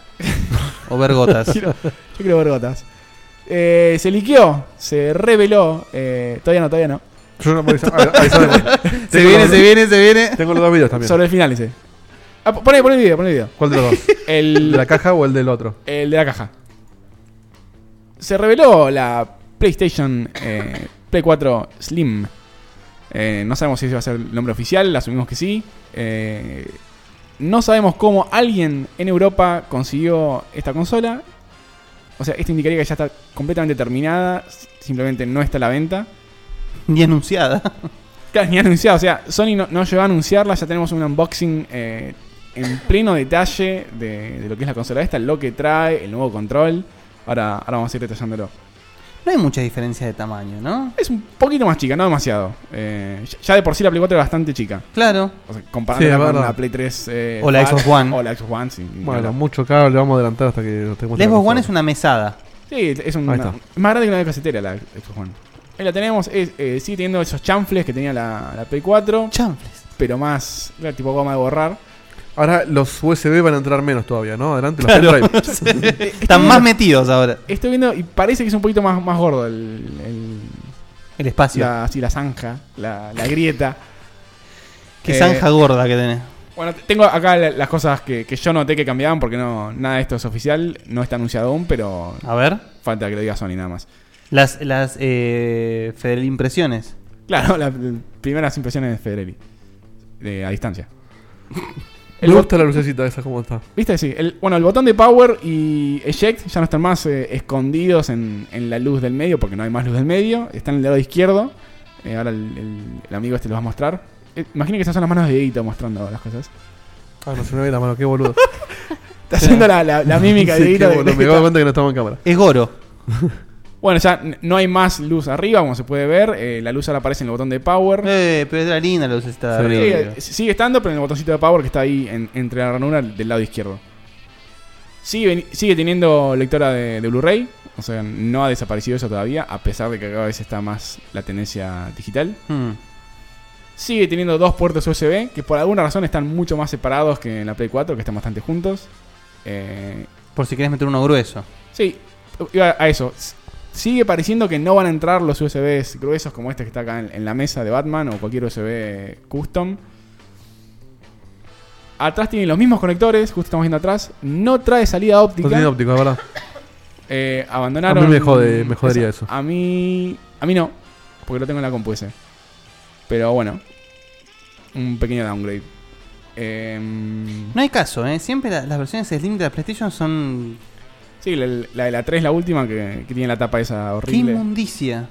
Speaker 3: ¿O vergotas?
Speaker 4: Quiero- yo quiero ver gotas. Eh, se liqueó, se reveló. eh, todavía no, todavía no.
Speaker 5: Yo no puedo avisar- ah, avisarme, boludo.
Speaker 3: se viene, se viene, se viene.
Speaker 5: Tengo los dos videos también.
Speaker 4: Sobre el final ese. Ah, po- poné, poné el video, poné el video.
Speaker 5: ¿Cuál de los dos? ¿El
Speaker 4: El,
Speaker 5: de la caja o el del otro?
Speaker 4: el de la caja. Se reveló la PlayStation eh, Play 4 Slim. Eh, no sabemos si ese va a ser el nombre oficial, asumimos que sí. Eh, no sabemos cómo alguien en Europa consiguió esta consola. O sea, esto indicaría que ya está completamente terminada, s- simplemente no está a la venta.
Speaker 3: Ni anunciada.
Speaker 4: Claro, ni anunciada, o sea, Sony no, no llegó a anunciarla, ya tenemos un unboxing eh, en pleno detalle de, de lo que es la consola esta, lo que trae, el nuevo control. Ahora, ahora vamos a ir detallándolo.
Speaker 3: No hay mucha diferencia de tamaño, ¿no?
Speaker 4: Es un poquito más chica, no demasiado. Eh, ya- ya de por sí la Play 4 es bastante chica.
Speaker 3: Claro.
Speaker 4: O sea, comparándola
Speaker 5: Sí, es
Speaker 4: con
Speaker 5: verdad.
Speaker 4: la Play 3 eh,
Speaker 3: O la
Speaker 4: Fat,
Speaker 3: Xbox One.
Speaker 4: O la Xbox One, sí. ni
Speaker 5: Bueno,
Speaker 4: hablar.
Speaker 5: mucho cable, vamos a adelantar hasta que nos
Speaker 3: La Xbox One es una mesada.
Speaker 4: Sí, es un-
Speaker 5: Ahí está.
Speaker 4: es más grande que una casetera la Xbox One. Ahí la tenemos, es, eh, sigue teniendo esos chanfles que tenía la, la Play 4,
Speaker 3: Chanfles.
Speaker 4: pero más, era tipo goma de borrar.
Speaker 5: Ahora los USB van a entrar menos todavía, ¿no? Adelante los
Speaker 3: Claro.
Speaker 5: pendrive.
Speaker 3: Están más metidos ahora.
Speaker 4: Estoy viendo y parece que es un poquito más, más gordo el, el-
Speaker 3: El espacio.
Speaker 4: la, sí, la zanja, la, la grieta.
Speaker 3: Qué
Speaker 4: Eh,
Speaker 3: zanja gorda que tenés.
Speaker 4: Bueno, te- tengo acá la- las cosas que, que yo noté que cambiaban porque no nada de esto es oficial, no está anunciado aún, pero
Speaker 3: A ver.
Speaker 4: falta que lo diga Sony nada más.
Speaker 3: Las, las eh, Federal Impresiones.
Speaker 4: Claro, las primeras impresiones de Federelli. De- a distancia.
Speaker 5: Me gusta la lucecita esa como está.
Speaker 4: ¿Viste? Sí. El, bueno, el botón de power y eject ya no están más eh, escondidos en, en la luz del medio, porque no hay más luz del medio. Está en el lado izquierdo. Eh, ahora el, el- el amigo este lo va a mostrar. Eh, imagina que esas son las manos de Edito mostrando las cosas.
Speaker 5: Ah, no se me ve la mano, qué boludo.
Speaker 4: Está haciendo la, la- la mímica
Speaker 5: Sí,
Speaker 4: de
Speaker 5: qué
Speaker 4: Edito. de-
Speaker 5: boludo, Me
Speaker 4: de-
Speaker 5: acabo de cuenta que no estamos en cámara.
Speaker 3: Es Goro.
Speaker 4: Bueno, ya n- no hay más luz arriba, como se puede ver. Eh, la luz ahora aparece en el botón de power.
Speaker 3: Eh, pero era linda la luz esta de
Speaker 5: Sí.
Speaker 3: arriba,
Speaker 4: Sigue,
Speaker 3: arriba.
Speaker 4: sigue estando, pero en el botoncito de power que está ahí en- entre la ranura del lado izquierdo. Sigue, veni- sigue teniendo lectora de, de Blu-ray, o sea, no ha desaparecido eso todavía, a pesar de que cada vez está más la tendencia digital.
Speaker 3: Hmm.
Speaker 4: Sigue teniendo dos puertos USB, que por alguna razón están mucho más separados que en la Play 4, que están bastante juntos. Eh,
Speaker 3: Por si querés meter uno grueso.
Speaker 4: sí, iba a eso. S- Sigue pareciendo que no van a entrar los USBs gruesos como este que está acá en, en la mesa de Batman o cualquier USB custom. Atrás tiene los mismos conectores, justo estamos viendo atrás. No trae salida óptica.
Speaker 5: No tiene óptico, es verdad.
Speaker 4: Eh, abandonaron.
Speaker 5: A mí me jode- me jodería eso.
Speaker 4: A mí. A mí no, porque lo tengo en la compu ese. Pero bueno, un pequeño downgrade. Em,
Speaker 3: No hay caso, ¿eh? Siempre la- las versiones Slim de la PlayStation son.
Speaker 4: sí, la, la de la 3, la última, que, que tiene la tapa esa
Speaker 3: ¡Qué
Speaker 4: horrible.
Speaker 3: inmundicia!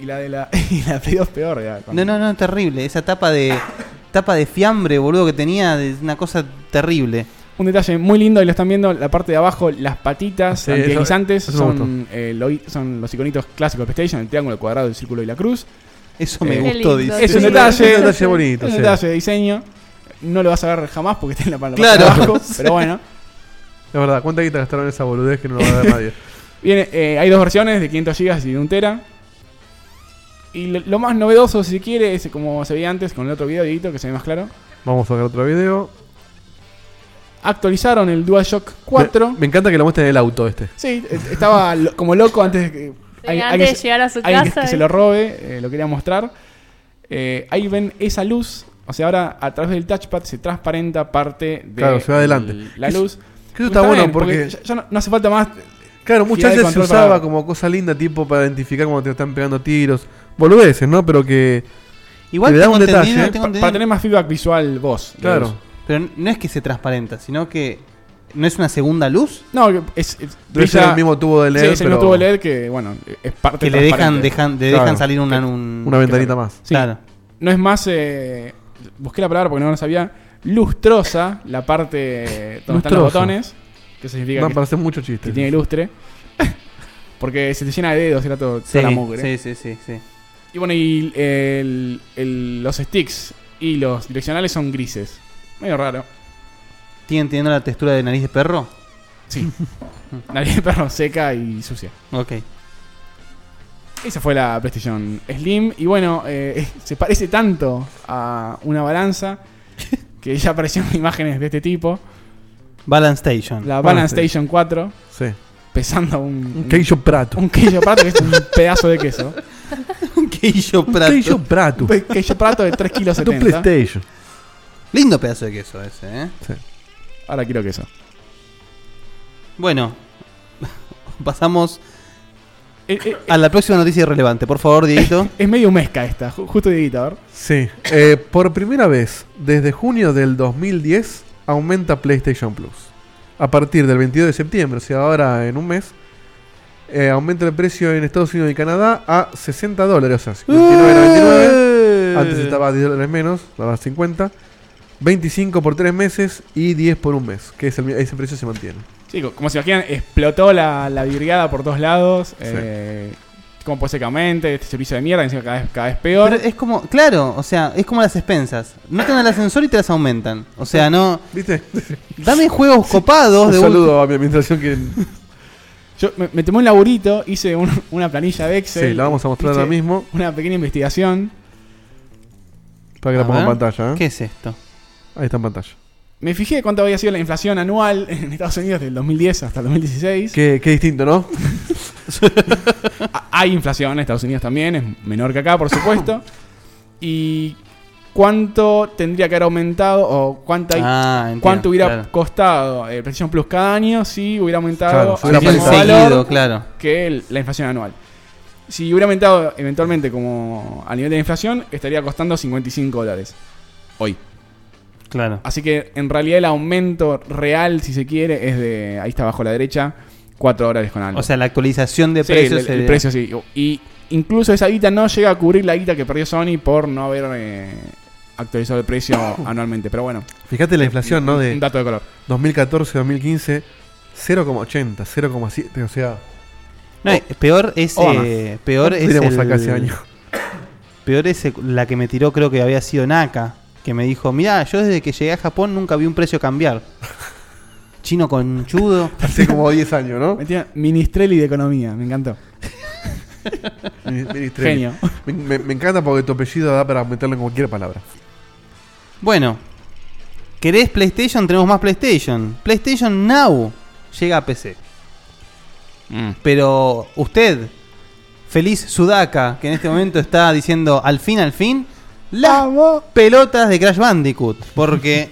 Speaker 4: Y la de la, y la Play 2 peor, ya.
Speaker 3: No, no, no, terrible. Esa tapa de. Tapa de fiambre, boludo, que tenía. de- una cosa terrible.
Speaker 4: Un detalle muy lindo, y lo están viendo, la parte de abajo, las patitas
Speaker 5: Sí, eso-
Speaker 4: antideslizantes
Speaker 5: eso me
Speaker 4: son, eh, lo- son los iconitos clásicos de PlayStation, el triángulo, el cuadrado, el círculo y la cruz.
Speaker 3: Eso me
Speaker 4: Eh,
Speaker 6: Qué
Speaker 3: gustó,
Speaker 6: lindo,
Speaker 3: dice.
Speaker 4: Es un
Speaker 5: Sí,
Speaker 4: detalle.
Speaker 5: Es un detalle bonito.
Speaker 4: un
Speaker 5: sí.
Speaker 4: detalle de diseño. No lo vas a ver jamás porque está en la parte
Speaker 3: Claro.
Speaker 4: de abajo, pero bueno.
Speaker 5: Es verdad, ¿cuánta guita gastaron en esa boludez que no la va a ver nadie?
Speaker 4: Viene, eh, hay dos versiones de 500 GB y de 1 tera. Y lo, lo más novedoso, si se quiere, es como se veía antes con el otro video, Dieguito, que se ve más claro.
Speaker 5: Vamos a ver otro video.
Speaker 4: Actualizaron el DualShock 4.
Speaker 5: Me, me encanta que lo muestren en el auto este.
Speaker 4: Sí, eh, estaba lo- como loco antes de que.
Speaker 6: Sí,
Speaker 4: alguien-
Speaker 6: antes
Speaker 4: alguien
Speaker 6: de
Speaker 4: se-
Speaker 6: llegar a su
Speaker 4: alguien que-
Speaker 6: casa.
Speaker 4: que se
Speaker 6: ¿eh?
Speaker 4: lo robe, eh, lo quería mostrar. Eh, ahí ven esa luz. O sea, ahora a través del touchpad se transparenta parte de
Speaker 5: Claro, se ve adelante.
Speaker 4: el- la
Speaker 5: Es-
Speaker 4: luz.
Speaker 5: Que eso está,
Speaker 4: bien,
Speaker 5: bueno porque,
Speaker 4: ya, ya no, no hace falta más. gira
Speaker 5: claro, muchas
Speaker 4: de
Speaker 5: veces se
Speaker 4: control
Speaker 5: usaba
Speaker 4: para-
Speaker 5: como cosa linda, tipo para identificar cuando te están pegando tiros. Boludeces, ¿no? Pero que.
Speaker 3: Igual
Speaker 5: le da
Speaker 3: tengo
Speaker 5: un
Speaker 3: entendido,
Speaker 5: detalle,
Speaker 4: pa-
Speaker 3: tengo entendido-
Speaker 4: para tener más feedback visual vos. de
Speaker 5: Claro.
Speaker 4: luz.
Speaker 3: Pero no es que se transparenta, sino que. ¿No es una segunda luz?
Speaker 4: No, que es, es-
Speaker 5: Debe ser
Speaker 4: brilla-
Speaker 5: el mismo tubo de
Speaker 4: sí,
Speaker 5: LED.
Speaker 4: es el mismo
Speaker 5: pero
Speaker 4: tubo LED que, bueno, es parte
Speaker 3: Que le dejan,
Speaker 4: transparente.
Speaker 3: dejan, le
Speaker 5: Claro.
Speaker 3: dejan salir una. un-
Speaker 5: Una ventanita más.
Speaker 4: Sí,
Speaker 3: Claro.
Speaker 4: No es más. eh, busqué la palabra porque no la sabía. Lustrosa, la parte donde están
Speaker 5: Lustroso.
Speaker 4: los botones. Que significa
Speaker 5: No,
Speaker 4: que,
Speaker 5: para hacer mucho
Speaker 4: que
Speaker 5: chiste.
Speaker 4: tiene lustre. Porque se te llena de dedos, era todo toda la mugre.
Speaker 3: Sí, sí, sí, sí.
Speaker 4: Y bueno, y el- el- los sticks y los direccionales son grises. Medio raro.
Speaker 3: ¿Tienen teniendo la textura de nariz de perro?
Speaker 4: Sí. Nariz de perro seca y sucia.
Speaker 3: Ok.
Speaker 4: Esa fue la PlayStation Slim. Y bueno, eh, se parece tanto a una balanza que ya aparecieron imágenes de este tipo.
Speaker 3: Balance Station.
Speaker 4: La
Speaker 5: Bueno,
Speaker 4: Balance
Speaker 5: sí.
Speaker 4: Station 4,
Speaker 5: Sí.
Speaker 4: pesando un,
Speaker 5: Un queijo prato.
Speaker 4: un queijo prato, que es un pedazo de queso.
Speaker 3: Un queillo
Speaker 5: Un
Speaker 3: prato.
Speaker 5: queijo prato.
Speaker 4: Un pe- queijo prato de 3 kilos
Speaker 5: Tu PlayStation.
Speaker 3: Lindo pedazo de queso ese, ¿eh?
Speaker 4: Ahora quiero queso.
Speaker 3: Bueno, pasamos
Speaker 4: Eh, eh,
Speaker 3: a la próxima noticia irrelevante. Por favor, Dieguito.
Speaker 4: es medio mezca esta, ju- justo de a ver.
Speaker 5: Sí. Eh, por primera vez, desde junio del 2010, aumenta PlayStation Plus. A partir del 22 de septiembre, o sea, ahora en un mes, eh, aumenta el precio en Estados Unidos y Canadá a 60 dólares. O sea,
Speaker 4: ¡Eh!
Speaker 5: 59.99. Antes estaba a 10 dólares menos, ahora 50. 25 por 3 meses y 10 por un mes, que es el, mi- ese precio se mantiene.
Speaker 4: Sí, co- como se imaginan, explotó la, la virgada por todos lados. eh, como puede secamente, este servicio de mierda, encima cada vez, cada vez peor.
Speaker 3: Pero es como, claro, o sea, es como las expensas. No te dan el ascensor y te las aumentan. O sea, no.
Speaker 5: ¿Viste?
Speaker 3: Dame juegos copados
Speaker 5: Un
Speaker 3: de última.
Speaker 5: saludo a mi administración que.
Speaker 4: Yo me, me tomé un laburito, hice un- una planilla de Excel.
Speaker 5: Sí, la vamos a mostrar
Speaker 4: hice
Speaker 5: ahora mismo
Speaker 4: Una pequeña investigación.
Speaker 5: para que
Speaker 3: A
Speaker 5: la ponga en
Speaker 3: ver.
Speaker 5: pantalla. ¿eh?
Speaker 3: ¿Qué es esto?
Speaker 5: Ahí está en pantalla.
Speaker 4: Me fijé cuánto había sido la inflación anual en Estados Unidos del 2010 hasta el 2016.
Speaker 5: Qué, qué distinto, ¿no?
Speaker 4: A- Hay inflación en Estados Unidos también, es menor que acá, por supuesto. y cuánto tendría que haber aumentado o cuánta,
Speaker 3: Ah, entiendo,
Speaker 4: cuánto hubiera
Speaker 3: claro.
Speaker 4: costado el PlayStation Plus cada año si hubiera aumentado
Speaker 5: Claro, si hubiera
Speaker 4: al mismo
Speaker 5: aumentado.
Speaker 4: valor
Speaker 3: Seguido, claro.
Speaker 4: que el- la inflación anual. Si hubiera aumentado eventualmente como al nivel de la inflación, estaría costando 55 dólares hoy.
Speaker 3: Claro.
Speaker 4: Así que en realidad el aumento real, si se quiere, es de, ahí está abajo a la derecha, 4 dólares con algo.
Speaker 3: O sea, la actualización de
Speaker 4: Sí,
Speaker 3: precios.
Speaker 4: el, el
Speaker 3: eh,
Speaker 4: precio sí. Y incluso esa guita no llega a cubrir la guita que perdió Sony por no haber eh, actualizado el precio anualmente. Pero bueno,
Speaker 5: Fíjate la inflación, ¿no?
Speaker 4: un
Speaker 5: De
Speaker 4: dato de color.
Speaker 5: 2014-2015, 0,80, 0,7. O sea,
Speaker 3: No, eh, peor es.
Speaker 5: Oh,
Speaker 3: eh, peor es.
Speaker 5: tenemos
Speaker 3: el-
Speaker 5: acá ese año.
Speaker 3: Peor es el- la que me tiró, creo que había sido Naka. Que me dijo: Mirá, yo desde que llegué a Japón nunca vi un precio cambiar. Chino conchudo.
Speaker 5: Hace como 10 años, ¿no?
Speaker 4: Mentira, Ministrelli de Economía, me encantó.
Speaker 5: Ministrelli.
Speaker 4: Genio.
Speaker 5: Me, me- me encanta porque tu apellido da para meterlo en cualquier palabra.
Speaker 3: Bueno, ¿querés PlayStation? Tenemos más PlayStation. PlayStation Now llega a PC.
Speaker 4: Mm.
Speaker 3: Pero usted, feliz Sudaka, que en este momento está diciendo al fin, al fin, las pelotas de Crash Bandicoot. Porque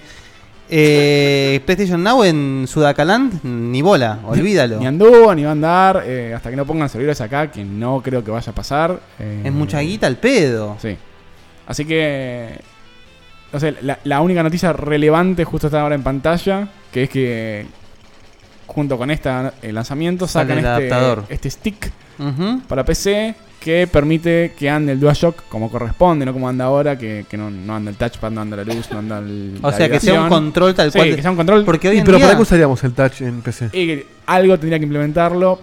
Speaker 3: eh, PlayStation Now en Sudakaland ni bola, olvídalo.
Speaker 4: Ni anduvo, ni va a andar, eh, hasta que no pongan servidores acá, que no creo que vaya a pasar. eh,
Speaker 3: Es mucha guita al pedo.
Speaker 4: Sí. Así que. No sé, la, la única noticia relevante justo está ahora en pantalla, que es que junto con este lanzamiento
Speaker 3: Sale
Speaker 4: sacan
Speaker 3: el
Speaker 4: este,
Speaker 3: adaptador.
Speaker 4: este stick
Speaker 3: Ujú.
Speaker 4: para PC que permite que ande el DualShock como corresponde, no como anda ahora, que, que no, no anda el touchpad, no anda la luz, no anda el.
Speaker 3: O
Speaker 4: la
Speaker 3: sea, que sea un
Speaker 4: vibración.
Speaker 3: control tal
Speaker 4: Sí,
Speaker 3: cual.
Speaker 4: que sea un control.
Speaker 3: Porque hoy
Speaker 5: Y,
Speaker 3: en
Speaker 5: pero
Speaker 3: día...
Speaker 5: ¿para qué usaríamos el touch en PC?
Speaker 4: Y que algo tendría que implementarlo.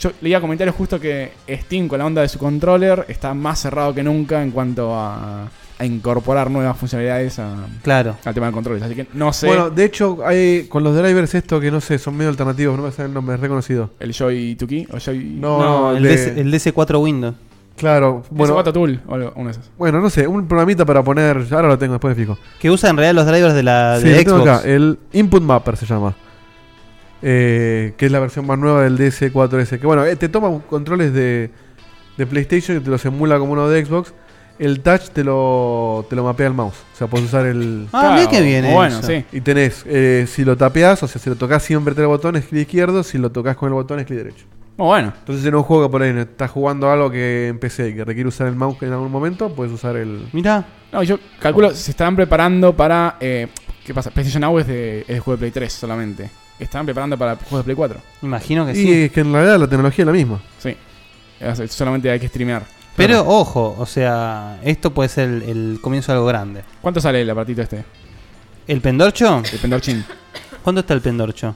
Speaker 4: Yo leía comentarios justo que Steam, con la onda de su controller, está más cerrado que nunca en cuanto a, a incorporar nuevas funcionalidades a-
Speaker 3: Claro.
Speaker 4: al tema de controles. Así que no sé.
Speaker 5: Bueno, de hecho, hay con los drivers esto que no sé, son medio alternativos, no me sale el nombre, es reconocido.
Speaker 4: el Joy Tuki o Joy.
Speaker 5: No,
Speaker 3: No, el,
Speaker 5: de-
Speaker 3: DC el DC4 Windows.
Speaker 5: Claro,
Speaker 4: Bueno,
Speaker 5: bueno,
Speaker 4: Tool o algo, uno de esos.
Speaker 5: bueno, no sé, un programita para poner, ahora lo tengo, después me fijo.
Speaker 3: Que usa en realidad los drivers de la
Speaker 5: Sí,
Speaker 3: de
Speaker 5: lo tengo
Speaker 3: Xbox.
Speaker 5: acá, el Input Mapper se llama. Eh, que es la versión más nueva del DS4S. Que bueno, eh, te toma controles de, de PlayStation y te los emula como uno de Xbox. El touch te lo, te lo mapea el mouse. O sea, puedes usar el.
Speaker 3: Ah, mira que
Speaker 4: o-
Speaker 3: bien
Speaker 4: o Bueno,
Speaker 3: eso.
Speaker 4: sí.
Speaker 5: Y tenés, eh, si lo tapeás, o sea, si lo tocas siempre el botón es clic izquierdo, si lo tocas con el botón es clic derecho.
Speaker 4: Muy Oh, bueno.
Speaker 5: Entonces en un juego que por ahí estás jugando algo que empecé, que requiere usar el mouse en algún momento, puedes usar el...
Speaker 3: Mirá,
Speaker 4: No, yo calculo, se están preparando para. eh, ¿Qué pasa? PlayStation Now es de, es de juego de Play 3 solamente. Están preparando para juegos de Play 4.
Speaker 3: imagino que
Speaker 5: Y
Speaker 3: sí.
Speaker 5: es que en realidad la tecnología es la misma.
Speaker 4: Sí. Es- Solamente hay que streamear.
Speaker 3: Pero ojo, o sea, esto puede ser el, el comienzo de algo grande.
Speaker 4: ¿Cuánto sale el apartito este?
Speaker 3: ¿El pendorcho?
Speaker 4: El Pendorchin.
Speaker 3: ¿Cuánto está el pendorcho?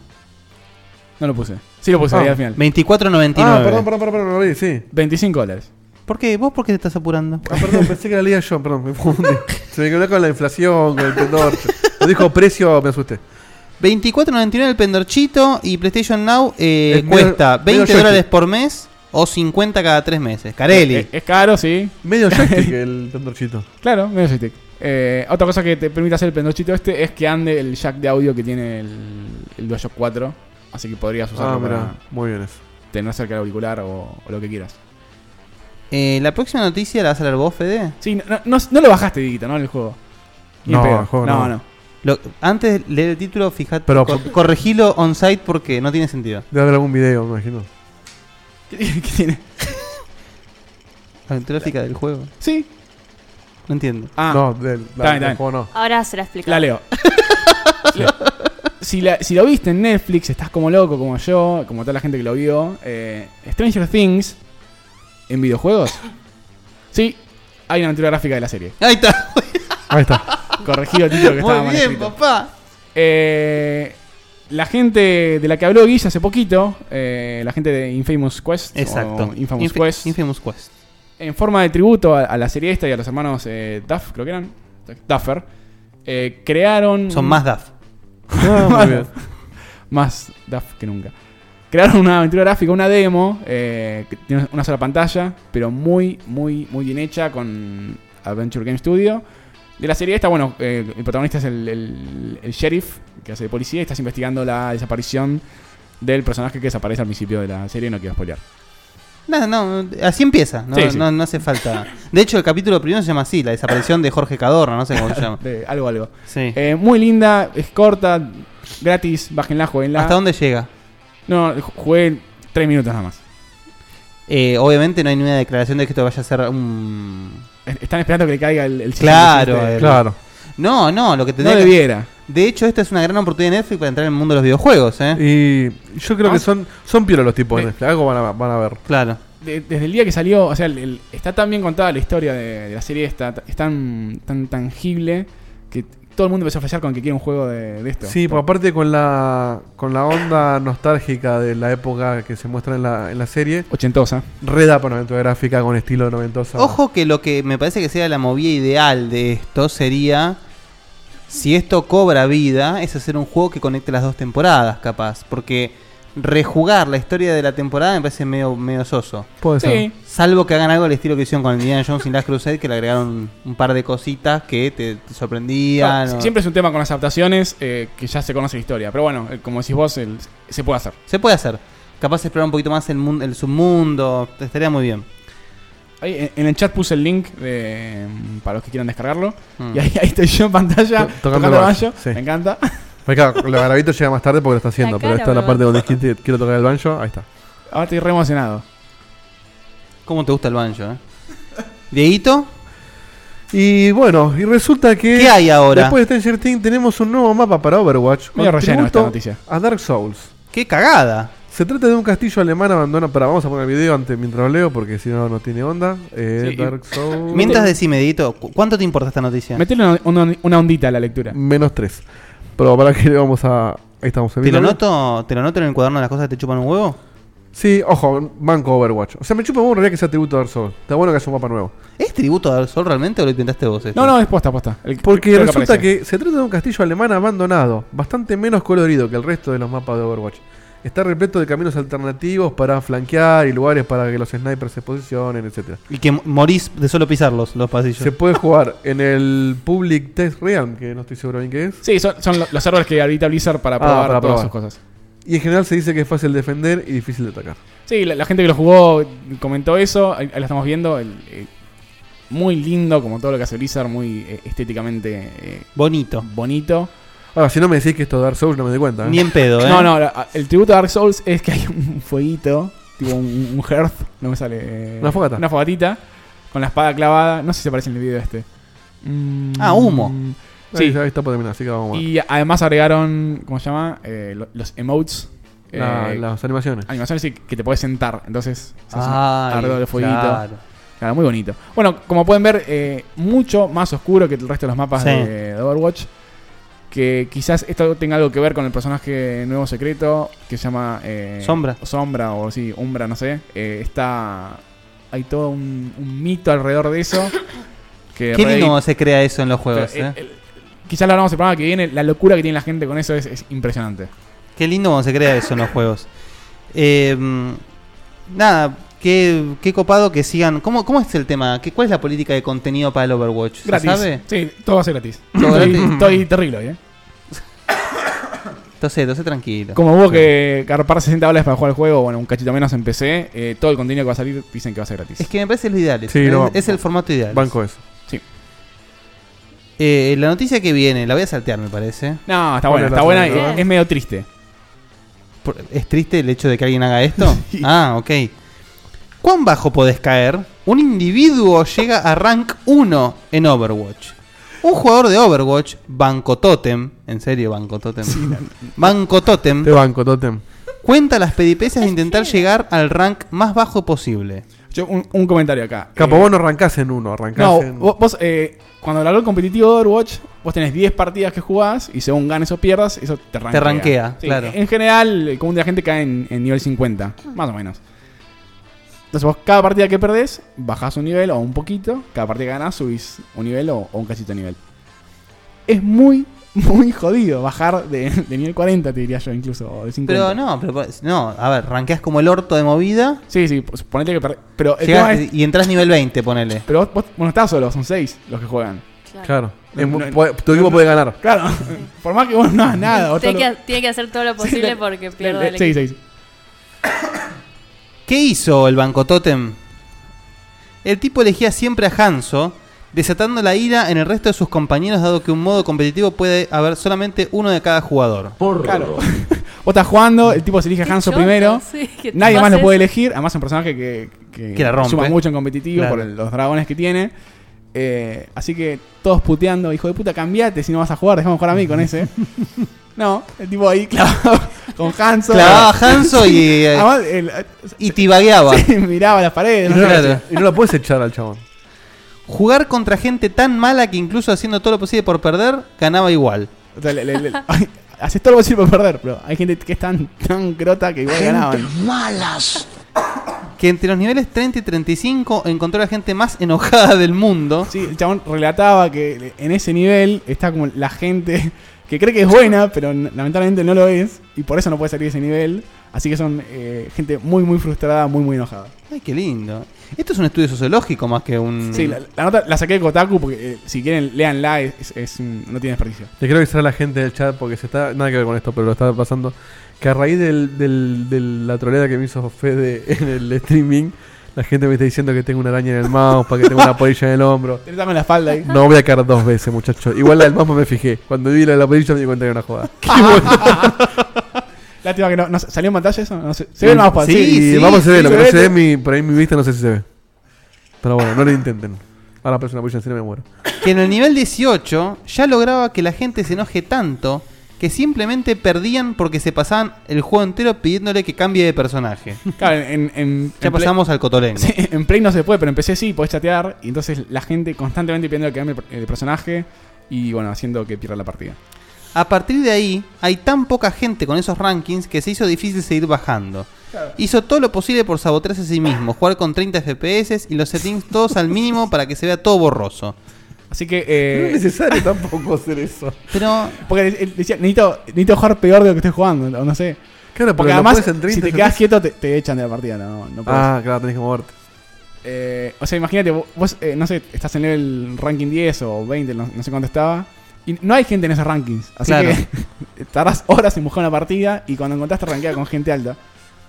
Speaker 4: No lo puse. Sí lo puse
Speaker 5: Ah.
Speaker 4: ahí al final.
Speaker 3: 24.99.
Speaker 5: Ah, perdón, perdón, perdón, perdón, lo vi, sí.
Speaker 4: 25 dólares.
Speaker 3: ¿Por qué? ¿Vos por qué te estás apurando?
Speaker 5: Ah, perdón, pensé que la leía yo, perdón, me confundí. Se me quedó con la inflación, con el pendor. Lo dijo precio, me asusté.
Speaker 3: 24.99 el pendorchito y PlayStation Now eh,
Speaker 5: Es medio-
Speaker 3: cuesta 20
Speaker 5: medio joystick.
Speaker 3: dólares por mes o 50 cada 3 meses. Carelli.
Speaker 4: Es, es caro, sí.
Speaker 5: Medio joystick el pendorchito.
Speaker 4: Claro, medio joystick. Eh, otra cosa que te permite hacer el pendorchito este es que ande el jack de audio que tiene el, el DualShock 4. Así que podrías
Speaker 5: Ah,
Speaker 4: usarlo
Speaker 5: mira,
Speaker 4: para
Speaker 5: muy bien eso.
Speaker 4: tener cerca el auricular o, o lo que quieras.
Speaker 3: Eh, la próxima noticia la vas a leer vos, Fede.
Speaker 4: Sí, no, no, no lo bajaste, Diguito, ¿no? El juego. Ni
Speaker 5: No,
Speaker 4: en pedo.
Speaker 5: el juego
Speaker 4: no,
Speaker 5: no.
Speaker 3: Lo- antes de leer el título, fijate,
Speaker 5: Pero-
Speaker 3: cor- corregilo on-site porque no tiene sentido.
Speaker 5: Debe haber algún video, me imagino.
Speaker 4: ¿Qué, tiene- qué tiene?
Speaker 3: La gráfica del juego.
Speaker 4: Sí.
Speaker 3: No entiendo.
Speaker 4: Ah,
Speaker 5: No, del,
Speaker 4: bien,
Speaker 5: la,
Speaker 4: está
Speaker 5: del
Speaker 4: bien.
Speaker 5: juego no.
Speaker 6: Ahora se la explico.
Speaker 4: La leo. si, la- si lo viste en Netflix, estás como loco, como yo, como toda la gente que lo vio. eh, Stranger Things en videojuegos. Sí, hay una aventura gráfica de la serie.
Speaker 3: Ahí está.
Speaker 5: Ahí está.
Speaker 4: Corregido el título que estaba
Speaker 3: Muy
Speaker 4: mal
Speaker 3: bien,
Speaker 4: escrito.
Speaker 3: papá.
Speaker 4: Eh, La gente de la que habló Guille hace poquito, eh, la gente de Infamous Quest, o
Speaker 3: Exacto.
Speaker 4: Infamous
Speaker 3: Infi-
Speaker 4: Quest,
Speaker 3: Infamous Quest.
Speaker 4: en forma de tributo a, a la serie esta y a los hermanos eh, Duff, creo que eran, Duffer, eh, crearon...
Speaker 3: Son más DAF.
Speaker 5: Ah, muy bien.
Speaker 4: más DAF que nunca. Crearon una aventura gráfica, una demo, eh, que tiene una sola pantalla, pero muy, muy, muy bien hecha con Adventure Game Studio. De la serie esta, bueno, eh, el protagonista es el, el- el sheriff que hace de policía y estás investigando la desaparición del personaje que desaparece al principio de la serie, no quiero spoilear.
Speaker 3: No, no, así empieza. No,
Speaker 4: Sí, sí.
Speaker 3: no- no hace falta. De hecho, el capítulo primero se llama así: La desaparición de Jorge Cadorna. No sé cómo se llama.
Speaker 4: Eh, algo, algo.
Speaker 3: Sí.
Speaker 4: Eh, muy linda, es corta, gratis, bájenla, jueguenla.
Speaker 3: ¿Hasta dónde llega?
Speaker 4: No, ju- jugué tres minutos nada más.
Speaker 3: Eh, obviamente no hay ninguna declaración de que esto vaya a ser un.
Speaker 4: Es- Están esperando que le caiga el, el
Speaker 3: Claro,
Speaker 4: este-
Speaker 3: el-
Speaker 5: Claro.
Speaker 3: No, no, lo que
Speaker 4: No
Speaker 3: tendría que-
Speaker 4: debiera.
Speaker 3: De hecho, esta es una gran oportunidad de Netflix para entrar en el mundo de los videojuegos, ¿eh?
Speaker 5: Y yo creo que son, son piola los tipos de
Speaker 4: Me-
Speaker 5: Netflix. Algo van a, van a ver.
Speaker 3: Claro.
Speaker 4: de- desde el día que salió, o sea, el- el- está tan bien contada la historia de, de la serie esta, t- es tan, tan tangible que todo el mundo empezó a fallar con que quiere un juego de, de esto.
Speaker 5: Sí, pues aparte con la, con la onda nostálgica de la época que se muestra en la, en la serie,
Speaker 4: Ochentosa.
Speaker 5: reda para aventura gráfica con estilo noventosa.
Speaker 3: Ojo que lo que me parece que sea la movida ideal de esto sería. Si esto cobra vida, es hacer un juego que conecte las dos temporadas, capaz. Porque rejugar la historia de la temporada me parece medio, medio soso.
Speaker 5: Puede ser.
Speaker 4: Sí.
Speaker 3: Salvo que hagan algo al estilo que hicieron con Indiana Jones y Last Crusade, que le agregaron un par de cositas que te, te
Speaker 4: No,
Speaker 3: sorprendían. o-
Speaker 4: si- Ah, Siempre es un tema con las adaptaciones eh, que ya se conoce la historia, pero bueno, eh, como decís vos, el- se puede hacer.
Speaker 3: Se puede hacer. Capaz de explorar un poquito más el, mun- el submundo. Estaría muy bien.
Speaker 4: Ahí, en- en el chat puse el link de, para los que quieran descargarlo.
Speaker 3: Mm.
Speaker 4: Y ahí, ahí estoy yo en pantalla,
Speaker 5: To-
Speaker 4: tocando, el banjo.
Speaker 5: sí.
Speaker 4: Me encanta.
Speaker 5: Pues claro, lo garabito llega más tarde porque lo está haciendo,
Speaker 6: La
Speaker 5: pero
Speaker 6: cara,
Speaker 5: esta es la
Speaker 6: boludo.
Speaker 5: parte donde qui- quiero tocar el banjo. Ahí está.
Speaker 4: Ahora estoy re emocionado.
Speaker 3: ¿Cómo te gusta el banjo, eh? Dieguito,
Speaker 5: Y bueno, y resulta que.
Speaker 3: ¿qué hay ahora?
Speaker 5: Después de Stranger Things tenemos un nuevo mapa para Overwatch. con
Speaker 4: Medio relleno
Speaker 5: tributo
Speaker 4: esta noticia.
Speaker 5: A Dark Souls.
Speaker 3: ¡Qué cagada!
Speaker 5: Se trata de un castillo alemán abandonado. Pero vamos a poner el video antes, mientras lo leo porque si no, no tiene onda. Eh,
Speaker 4: Sí, y-
Speaker 5: Dark Souls.
Speaker 3: Mientras decime, Dieguito, ¿cu- ¿cuánto te importa esta noticia?
Speaker 4: Metele una, una- una ondita a la lectura.
Speaker 5: Menos 3. Pero para que le vamos a. Ahí estamos en
Speaker 3: ¿Te lo,
Speaker 5: vivo.
Speaker 3: noto, ¿Te lo noto en el cuaderno de las cosas que te chupan un huevo?
Speaker 5: Sí, ojo, banco Overwatch. O sea, me chupa un realidad que sea tributo a Dark Souls. Está bueno que haya un mapa nuevo.
Speaker 3: ¿Es tributo al sol realmente o lo inventaste vos? esto?
Speaker 4: No, no, es posta, posta. El-
Speaker 5: Porque
Speaker 4: creo
Speaker 5: resulta
Speaker 4: aparece.
Speaker 5: que, se trata de un castillo alemán abandonado, bastante menos colorido que el resto de los mapas de Overwatch. Está repleto de caminos alternativos para flanquear y lugares para que los snipers se posicionen, etc.
Speaker 3: Y que mo- morís de solo pisarlos, los pasillos.
Speaker 5: Se puede jugar en el Public Test Realm, que no estoy seguro bien qué es.
Speaker 4: Sí, son, son lo- los servers que habilita Blizzard para
Speaker 5: Ah,
Speaker 4: probar
Speaker 5: para
Speaker 4: todas
Speaker 5: probar.
Speaker 4: sus cosas.
Speaker 5: Y en general se dice que es fácil defender y difícil de atacar.
Speaker 4: Sí, la, la gente que lo jugó comentó eso, ahí, ahí lo estamos viendo. el- eh, muy lindo, como todo lo que hace Blizzard, muy eh, estéticamente eh,
Speaker 3: Bonito.
Speaker 4: bonito.
Speaker 5: Ahora, si no me decís que esto es Dark Souls, no me doy cuenta. ¿eh?
Speaker 3: Ni en pedo, ¿eh?
Speaker 4: No, no, la- el tributo a Dark Souls es que hay un fueguito, tipo un, un hearth, no me sale. eh,
Speaker 5: Una fogata.
Speaker 4: Una fogatita, con la espada clavada. No sé si aparece en el video este. Mm,
Speaker 3: Ah, humo.
Speaker 5: Ahí
Speaker 4: Sí,
Speaker 5: ya está por terminar, así que vamos a
Speaker 4: y además agregaron, ¿cómo se llama? Eh, lo- los emotes.
Speaker 5: La-
Speaker 4: eh,
Speaker 5: las animaciones.
Speaker 4: animaciones y que te puedes sentar. Entonces, se hace un
Speaker 3: Ay,
Speaker 4: alrededor del fueguito.
Speaker 3: Ah, claro.
Speaker 4: Claro, muy bonito. Bueno, como pueden ver, eh, mucho más oscuro que el resto de los mapas
Speaker 3: Sí.
Speaker 4: de, de Overwatch. Que quizás esto tenga algo que ver con el personaje nuevo secreto que se llama. eh,
Speaker 3: Sombra.
Speaker 4: Sombra o sí, Umbra, no sé. Eh, está. Hay todo un, un mito alrededor de eso. que
Speaker 3: Qué
Speaker 4: Reddit-
Speaker 3: lindo cómo se crea eso en los juegos,
Speaker 4: pero,
Speaker 3: ¿eh?
Speaker 4: eh, el- Quizás lo hablamos el programa que viene. La locura que tiene la gente con eso es, es impresionante.
Speaker 3: Qué lindo cuando se crea eso en los juegos. Eh, nada, qué, qué copado que sigan. ¿Cómo, cómo es el tema? ¿Qué, ¿Cuál es la política de contenido para el Overwatch? ¿Se
Speaker 4: Gratis.
Speaker 3: sabe?
Speaker 4: Sí, todo va a ser gratis.
Speaker 3: ¿Todo
Speaker 4: estoy,
Speaker 3: gratis?
Speaker 4: estoy terrible hoy, ¿eh?
Speaker 3: Entonces, entonces tranquilo.
Speaker 4: Como hubo que carpar 60 dólares para jugar el juego, bueno, un cachito menos en PC, eh, todo el contenido que va a salir dicen que va a ser gratis.
Speaker 3: Es que me parece lo ideal. eso.
Speaker 5: Sí,
Speaker 3: es,
Speaker 5: no,
Speaker 3: es el formato ideal.
Speaker 5: Banco eso.
Speaker 3: Eh, la noticia que viene, la voy a saltear, me parece.
Speaker 4: No, está
Speaker 5: Bueno,
Speaker 4: buena,
Speaker 5: la
Speaker 4: está buena,
Speaker 5: segunda,
Speaker 4: eh,
Speaker 6: ¿no?
Speaker 4: es, medio triste.
Speaker 3: Por- ¿Es triste el hecho de que alguien haga esto? Ah, ok. ¿Cuán bajo podés caer? Un individuo llega a rank 1 en Overwatch. Un jugador de Overwatch, Banco Totem, en serio, Banco Totem. Banco Totem
Speaker 5: Te banco, Totem.
Speaker 3: cuenta las peripecias de intentar llegar al rank más bajo posible.
Speaker 4: Yo, un, un comentario acá.
Speaker 5: Capo,
Speaker 4: Eh,
Speaker 5: vos no arrancás en uno, arrancás
Speaker 4: No,
Speaker 5: en.
Speaker 4: vos, vos, eh, cuando habló el competitivo de Overwatch, vos tenés 10 partidas que jugás y según ganes o pierdas, eso te rankea.
Speaker 3: Te rankea, claro.
Speaker 4: En general, el común de la gente cae en, en nivel 50, más o menos. Entonces vos cada partida que perdés, bajás un nivel o un poquito. Cada partida que ganás, subís un nivel o, o un cachito de nivel. Es muy, muy jodido bajar de, de nivel 40, te diría yo, incluso, o de 50.
Speaker 3: Pero no, pero pues, no, a ver, ranqueas como el orto de movida
Speaker 4: Sí, sí, pues, ponete que perdés. Pero, el
Speaker 3: llegás-
Speaker 4: tema es-
Speaker 3: y entras nivel 20, ponele.
Speaker 4: pero vos, vos- vos no estás solo, son 6 los que juegan.
Speaker 5: Claro.
Speaker 4: No,
Speaker 5: En-
Speaker 4: no,
Speaker 5: puede- tu equipo puede ganar.
Speaker 4: Claro, por más que vos no hagas nada. vos
Speaker 6: Tiene
Speaker 4: todo lo-
Speaker 6: que, tiene que hacer todo lo posible
Speaker 4: le-
Speaker 6: porque
Speaker 4: Le-
Speaker 6: pierde
Speaker 4: le-
Speaker 6: el
Speaker 4: Sí,
Speaker 6: equipo.
Speaker 4: sí, sí.
Speaker 3: ¿Qué hizo el Banco Totem? El tipo elegía siempre a Hanzo, desatando la ira en el resto de sus compañeros, dado que un modo competitivo puede haber solamente uno de cada jugador.
Speaker 4: Claro. Vos estás jugando, el tipo se elige
Speaker 6: Qué
Speaker 4: a Hanzo
Speaker 6: choto,
Speaker 4: primero.
Speaker 6: sí, que te
Speaker 4: Nadie más lo
Speaker 6: pases.
Speaker 4: puede elegir. Además, es un personaje que, que,
Speaker 3: Que la rompe.
Speaker 4: suma mucho en competitivo
Speaker 3: Claro.
Speaker 4: por el- los dragones que tiene. Eh, así que todos puteando, hijo de puta, cambiate si no vas a jugar, dejame jugar a mí con ese. no, el tipo ahí clavado con Hanzo.
Speaker 3: Clavaba a Hanzo y, eh,
Speaker 4: Además, el-
Speaker 3: y tibagueaba.
Speaker 4: miraba las paredes.
Speaker 5: Y
Speaker 4: no
Speaker 5: no,
Speaker 4: sé.
Speaker 3: Claro.
Speaker 5: y no lo puedes echar al chabón.
Speaker 3: Jugar contra gente tan mala que incluso haciendo todo lo posible por perder, ganaba igual.
Speaker 4: O sea, le- le- le- ay, haces todo lo posible por perder, pero hay gente que es tan, tan grota que
Speaker 5: eh,
Speaker 4: igual ganaban.
Speaker 3: Que entre los niveles 30 y 35 encontró a la gente más enojada del mundo.
Speaker 4: Sí, el chabón relataba que en ese nivel está como la gente que cree que es buena, pero n- lamentablemente no lo es, y por eso no puede salir de ese nivel. Así que son eh, gente muy, muy frustrada, muy, muy enojada.
Speaker 3: Ay, qué lindo. Esto es un estudio sociológico más que un...
Speaker 4: Sí, la, la nota la saqué de Kotaku porque eh, si quieren, léanla, es, es- es un- no tiene desperdicio.
Speaker 5: Le quiero avisar a la gente del chat porque se está. Nada que ver con esto, pero lo está pasando. Que a raíz del- del- de la troleada que me hizo Fede en el streaming, la gente me está diciendo que tengo una araña en el mouse, para que tengo una polilla en el hombro.
Speaker 4: Te con la espalda ahí.
Speaker 5: No voy a caer dos veces, muchachos. Igual la del mouse me fijé. Cuando vi la de la polilla me di cuenta que era una joda.
Speaker 4: Lástima que no, no sé, ¿Salió en pantalla eso? No sé. Se ve el mouse
Speaker 3: Sí,
Speaker 4: sí.
Speaker 5: y
Speaker 3: sí,
Speaker 5: vamos a
Speaker 4: sí,
Speaker 5: ver, lo
Speaker 4: se
Speaker 5: que no
Speaker 4: ve,
Speaker 5: se ve,
Speaker 4: ¿no?
Speaker 5: mi, por ahí mi vista no sé si se ve. Pero bueno, no lo intenten. Ahora aparece una polilla encima y me muero.
Speaker 3: que en el nivel 18 ya lograba que la gente se enoje tanto que simplemente perdían porque se pasaban el juego entero pidiéndole que cambie de personaje.
Speaker 4: Claro, en, en- en-
Speaker 3: Ya
Speaker 4: en Play-
Speaker 3: pasamos al cotolengo.
Speaker 4: Sí, en Play no se puede, pero en PC sí, podés chatear. Y entonces la gente constantemente pidiendo que cambie el per- el personaje y bueno, haciendo que pierda la partida.
Speaker 3: A partir de ahí, hay tan poca gente con esos rankings que se hizo difícil seguir bajando. Hizo todo lo posible por sabotearse a sí mismo, jugar con 30 FPS y los settings todos al mínimo para que se vea todo borroso.
Speaker 4: Así que.
Speaker 5: No es
Speaker 4: Eh,
Speaker 5: necesario tampoco hacer eso.
Speaker 3: Pero
Speaker 4: porque él- él decía, necesito, necesito jugar peor de lo que estoy jugando, o no sé.
Speaker 5: Claro,
Speaker 4: Porque
Speaker 5: pero lo
Speaker 4: además,
Speaker 5: puedes en 30
Speaker 4: si te
Speaker 5: yo
Speaker 4: quedas
Speaker 5: qué
Speaker 4: quieto, te, te echan de la partida, no, no
Speaker 5: sé.
Speaker 4: podés.
Speaker 5: Ah, claro, tenés que moverte.
Speaker 4: Eh, o sea, imagínate, vo- vos, eh, no sé, estás en el ranking 10 o 20, no, no sé cuánto estaba. Y no hay gente en esos rankings. Así
Speaker 3: Claro.
Speaker 4: que tardás horas en buscar una partida y cuando encontrás te rankeas con gente alta.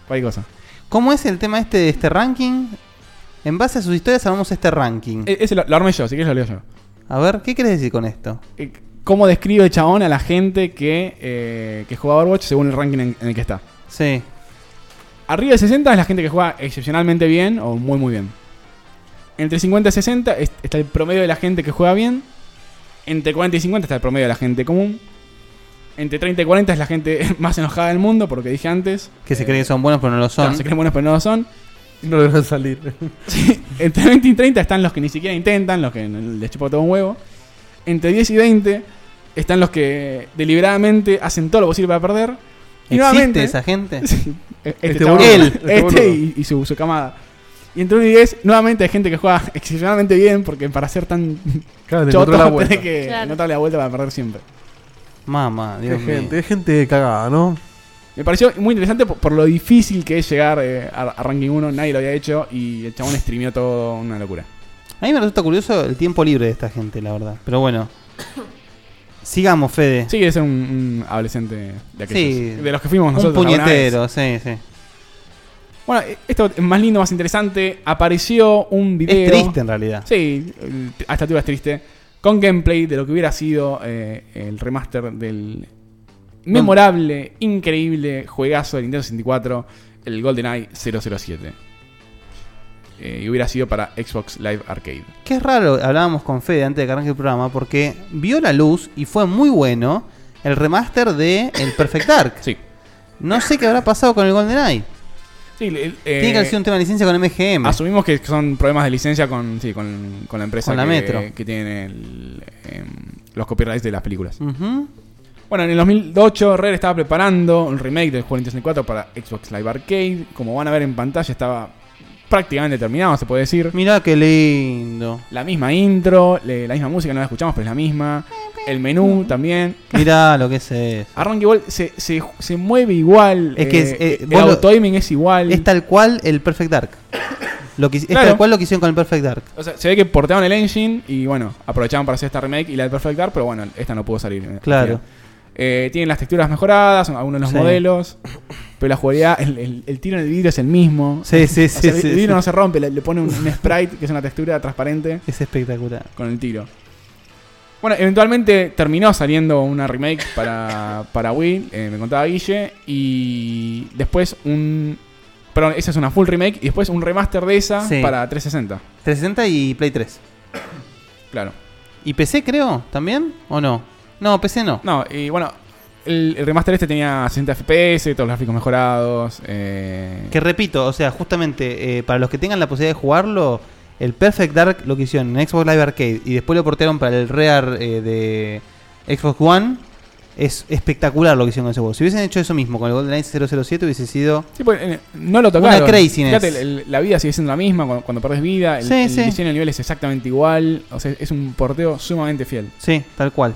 Speaker 4: Cualquier cosa.
Speaker 3: ¿Cómo es el tema este de este ranking? En base a sus historias armamos este ranking.
Speaker 4: E- ese lo, lo armé yo, si querés lo leo yo.
Speaker 3: A ver, ¿qué querés decir con esto?
Speaker 4: Eh, ¿Cómo describe el chabón a la gente que, eh, que juega Overwatch según el ranking en, en el que está?
Speaker 3: Sí.
Speaker 4: Arriba de 60 es la gente que juega excepcionalmente bien o muy muy bien. Entre 50 y 60 es- está el promedio de la gente que juega bien. Entre 40 y 50 está el promedio de la gente común. Entre 30 y 40 es la gente más enojada del mundo, porque dije antes. Eh,
Speaker 3: Que se cree que son buenos pero no lo son.
Speaker 4: claro, se creen buenos pero no lo son.
Speaker 5: Y no logran salir.
Speaker 4: Sí, entre 20 y 30 están los que ni siquiera intentan, los que n- les chupa todo un huevo. Entre 10 y 20 están los que deliberadamente hacen todo lo posible para perder. Y
Speaker 3: ¿Existe
Speaker 4: nuevamente-
Speaker 3: esa gente?
Speaker 4: Sí, e- Este,
Speaker 5: Este
Speaker 4: chabón.
Speaker 5: boludo.
Speaker 4: Él,
Speaker 5: Este
Speaker 4: este
Speaker 5: boludo.
Speaker 4: y, y su, su camada. Y entre 1 y 10, nuevamente hay gente que juega excepcionalmente bien porque para ser tan
Speaker 5: Claro, le encontró la
Speaker 4: choto
Speaker 5: vuelta.
Speaker 4: tenés que
Speaker 6: Claro.
Speaker 4: no darle la vuelta para perder siempre.
Speaker 3: Mamá,
Speaker 5: Qué
Speaker 3: Dios mío.
Speaker 5: gente, es gente cagada, ¿no?
Speaker 4: Me pareció muy interesante por, por lo difícil que es llegar eh, a, a ranking 1, nadie lo había hecho y el chabón streameó todo una locura.
Speaker 3: A mí me resulta curioso el tiempo libre de esta gente, la verdad. Pero bueno. Sigamos, Fede.
Speaker 4: Sí, es un, un adolescente de aquellos.
Speaker 3: Sí.
Speaker 4: De los que fuimos
Speaker 3: Un
Speaker 4: nosotros. alguna vez.
Speaker 3: puñetero, sí, sí.
Speaker 4: Bueno, eh, esto es más lindo, más interesante. Apareció un video.
Speaker 3: Es triste en realidad.
Speaker 4: Sí, el- a esta altura es triste. Con gameplay de lo que hubiera sido eh, el remaster del memorable, increíble juegazo de Nintendo 64, el GoldenEye 007. Eh, y hubiera sido para Xbox Live Arcade.
Speaker 3: Que es raro, hablábamos con Fede antes de que arranque el programa, porque vio la luz y fue muy bueno el remaster de El Perfect Dark.
Speaker 4: Sí.
Speaker 3: No sé qué habrá pasado con el GoldenEye.
Speaker 4: Sí, el- eh,
Speaker 3: Tiene que haber sido un tema de licencia con MGM.
Speaker 4: Asumimos que son problemas de licencia con, sí, con, con la empresa
Speaker 3: Con la
Speaker 4: que,
Speaker 3: Metro.
Speaker 4: que tiene el, em, los copyrights de las películas.
Speaker 3: Ujú.
Speaker 4: Bueno, en el 2008 Rare estaba preparando un remake del juego Nintendo 64 para Xbox Live Arcade. Como van a ver en pantalla, estaba prácticamente terminado, se puede decir.
Speaker 3: Mirá qué lindo.
Speaker 4: La misma intro, le- la misma música, no la escuchamos, pero es la misma. El menú también.
Speaker 3: Mm. Mirá lo que es eso.
Speaker 4: Arranca igual, se, se, se mueve igual.
Speaker 3: Es que es-
Speaker 4: eh,
Speaker 3: eh,
Speaker 4: el
Speaker 3: vos lo-
Speaker 4: auto-aiming es igual.
Speaker 3: Es tal cual el Perfect Dark. Lo que, es
Speaker 4: Claro.
Speaker 3: tal cual lo que hicieron con el Perfect Dark.
Speaker 4: O sea, se ve que porteaban el engine y bueno, aprovechaban para hacer esta remake y la de Perfect Dark, pero bueno, esta no pudo salir. eh,
Speaker 3: Claro.
Speaker 4: Eh, tienen las texturas mejoradas, son algunos de los
Speaker 3: Sí.
Speaker 4: modelos, pero la jugabilidad, el, el- el tiro en el vidrio es el mismo.
Speaker 3: Sí, sí,
Speaker 4: O
Speaker 3: sí.
Speaker 4: sea,
Speaker 3: sí,
Speaker 4: el vidrio
Speaker 3: sí.
Speaker 4: no se rompe, le, le pone un, un sprite que es una textura transparente
Speaker 3: Es espectacular.
Speaker 4: con el tiro. Bueno, eventualmente terminó saliendo una remake para, para Wii, eh, me contaba Guille, y después un... Perdón, esa es una full remake y después un remaster de esa
Speaker 3: Sí.
Speaker 4: para 360,
Speaker 3: 360 y Play 3.
Speaker 4: claro.
Speaker 3: ¿Y PC creo? ¿También? ¿O no? No, PC no.
Speaker 4: No, y bueno, el, el remaster este tenía 60 FPS, todos los gráficos mejorados. eh,
Speaker 3: Que repito, o sea, justamente eh, para los que tengan la posibilidad de jugarlo, el Perfect Dark lo que hicieron en Xbox Live Arcade y después lo portearon para el Rear eh, de Xbox One, es espectacular lo que hicieron con ese juego. Si hubiesen hecho eso mismo con el GoldenEye 007 hubiese sido...
Speaker 4: Sí, pues, eh, no lo tocaron.
Speaker 3: Una craziness.
Speaker 4: Fíjate, el- el- la vida sigue siendo la misma cuando, cuando perdés vida. El,
Speaker 3: Sí,
Speaker 4: el
Speaker 3: sí.
Speaker 4: diseño del nivel es exactamente igual. O sea, es un porteo sumamente fiel.
Speaker 3: Sí, tal cual.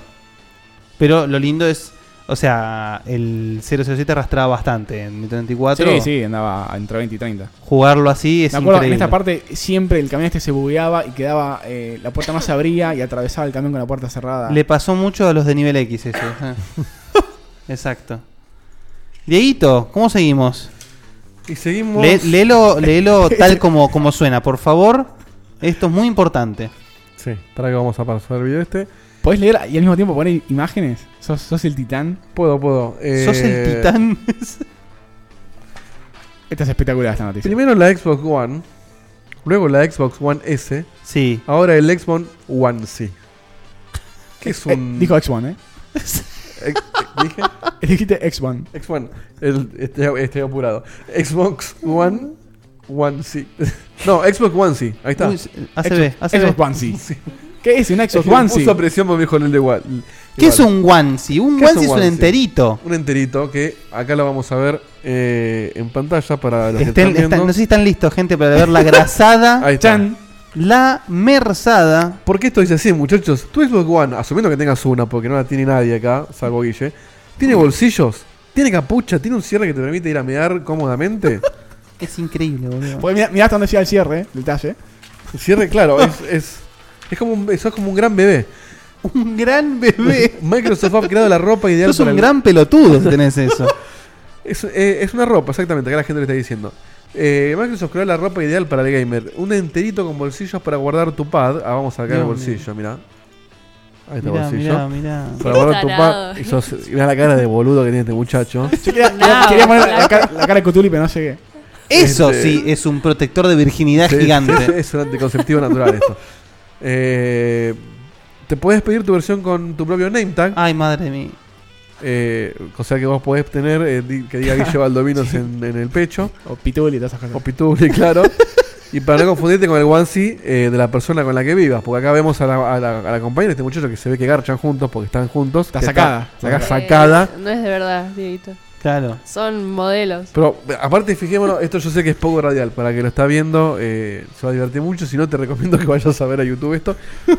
Speaker 3: Pero lo lindo es... O sea, el 007 arrastraba bastante en Nintendo 64.
Speaker 4: Sí, sí, andaba entre 20 y 30.
Speaker 3: Jugarlo así es
Speaker 4: Me acuerdo, en
Speaker 3: increíble.
Speaker 4: esta parte siempre el camión este se bugueaba y quedaba. eh, la puerta no se abría y atravesaba el camión con la puerta cerrada.
Speaker 3: Le pasó mucho a los de nivel X eso. eh. Exacto. Dieguito, ¿cómo seguimos?
Speaker 5: Y seguimos.
Speaker 3: Le- léelo, léelo tal como, como suena, por favor. Esto es muy importante.
Speaker 5: Sí, para que vamos a pasar el video este.
Speaker 4: ¿Podés leer y al mismo tiempo poner imágenes? ¿Sos, sos el titán?
Speaker 5: Puedo, puedo. eh,
Speaker 3: ¿Sos el titán?
Speaker 4: Esta es espectacular esta noticia.
Speaker 5: Primero la Xbox One, luego la Xbox One S,
Speaker 3: sí.
Speaker 5: ahora el Xbox One C. Que es
Speaker 4: Eh,
Speaker 5: un.
Speaker 4: dijo X1, ¿eh?
Speaker 5: eh, ¿Dije?
Speaker 4: Dijiste X1.
Speaker 5: Xbox One. El- estoy, estoy apurado. Xbox One. One C. No, Xbox One C. Ahí está.
Speaker 3: Uy, s- ACB, ACB.
Speaker 4: Xbox One sí. ¿Qué es un
Speaker 5: Es
Speaker 4: Xbox
Speaker 5: que me
Speaker 4: One sí?
Speaker 5: Puso presión por viejo en el de igual.
Speaker 3: ¿Qué es un onesie? Un
Speaker 5: ¿Qué es
Speaker 3: onesie es
Speaker 5: un
Speaker 3: un
Speaker 5: onesie?
Speaker 3: enterito.
Speaker 5: Un enterito que acá lo vamos a ver eh, en pantalla para los
Speaker 3: Estén-
Speaker 5: que están
Speaker 3: están-
Speaker 5: viendo.
Speaker 3: no sé si están listos, gente, para ver la grasada,
Speaker 5: Ahí está.
Speaker 4: Chan.
Speaker 3: la merzada.
Speaker 5: ¿Por qué esto dice así, muchachos? Tu Xbox One, asumiendo que tengas una, porque no la tiene nadie acá, salvo Guille, tiene bolsillos, tiene capucha, tiene un cierre que te permite ir a mear cómodamente.
Speaker 3: Es increíble, boludo.
Speaker 4: Porque mirá, mirá hasta dónde llega el cierre, eh, el detalle.
Speaker 5: El cierre, claro, es, es, es como un, sos como un gran bebé.
Speaker 3: Un gran bebé.
Speaker 5: Microsoft ha creado la ropa ideal
Speaker 3: Sos
Speaker 5: para
Speaker 3: un
Speaker 5: el-
Speaker 3: gran pelotudo si tenés eso.
Speaker 5: Es, eh, es una ropa, exactamente, acá la gente le está diciendo. Eh, Microsoft creó la ropa ideal para el gamer. Un enterito con bolsillos para guardar tu pad. Ah, vamos a sacar el
Speaker 3: Dios
Speaker 5: bolsillo, mirá. Ahí está el
Speaker 3: Mirá,
Speaker 5: bolsillo.
Speaker 3: mirá, mirá.
Speaker 5: Para guardar tu
Speaker 1: Tarado.
Speaker 5: pad. Y sos- y mirá la cara de boludo que tiene este muchacho.
Speaker 4: Yo quería,
Speaker 1: No.
Speaker 4: quería poner la cara, la cara de Cthulhu, pero no llegué.
Speaker 3: Eso
Speaker 5: Este-
Speaker 3: sí es un protector de virginidad
Speaker 5: Sí, sí, sí,
Speaker 3: gigante.
Speaker 5: es un anticonceptivo natural esto. Eh, te puedes pedir tu versión con tu propio name tag.
Speaker 3: Ay, madre mía.
Speaker 5: eh, o sea que vos podés tener eh, di- que diga Guille Baldovinos en, en el pecho.
Speaker 4: O Pitbull y todas esas
Speaker 5: O
Speaker 4: cosas.
Speaker 5: Pituli, claro. Y para no confundirte con el onesie eh, de la persona con la que vivas. Porque acá vemos a la, a la- a la compañera de este muchacho que se ve que garchan juntos porque están juntos.
Speaker 4: Está
Speaker 5: que
Speaker 4: sacada.
Speaker 5: Está, está
Speaker 6: Eh,
Speaker 5: sacada.
Speaker 6: no es de verdad, Dieguito.
Speaker 3: Claro.
Speaker 6: Son modelos.
Speaker 5: Pero eh, aparte, fijémonos, esto yo sé que es poco radial. Para que lo está viendo, eh, se va a divertir mucho. Si no, te recomiendo que vayas a ver a YouTube esto.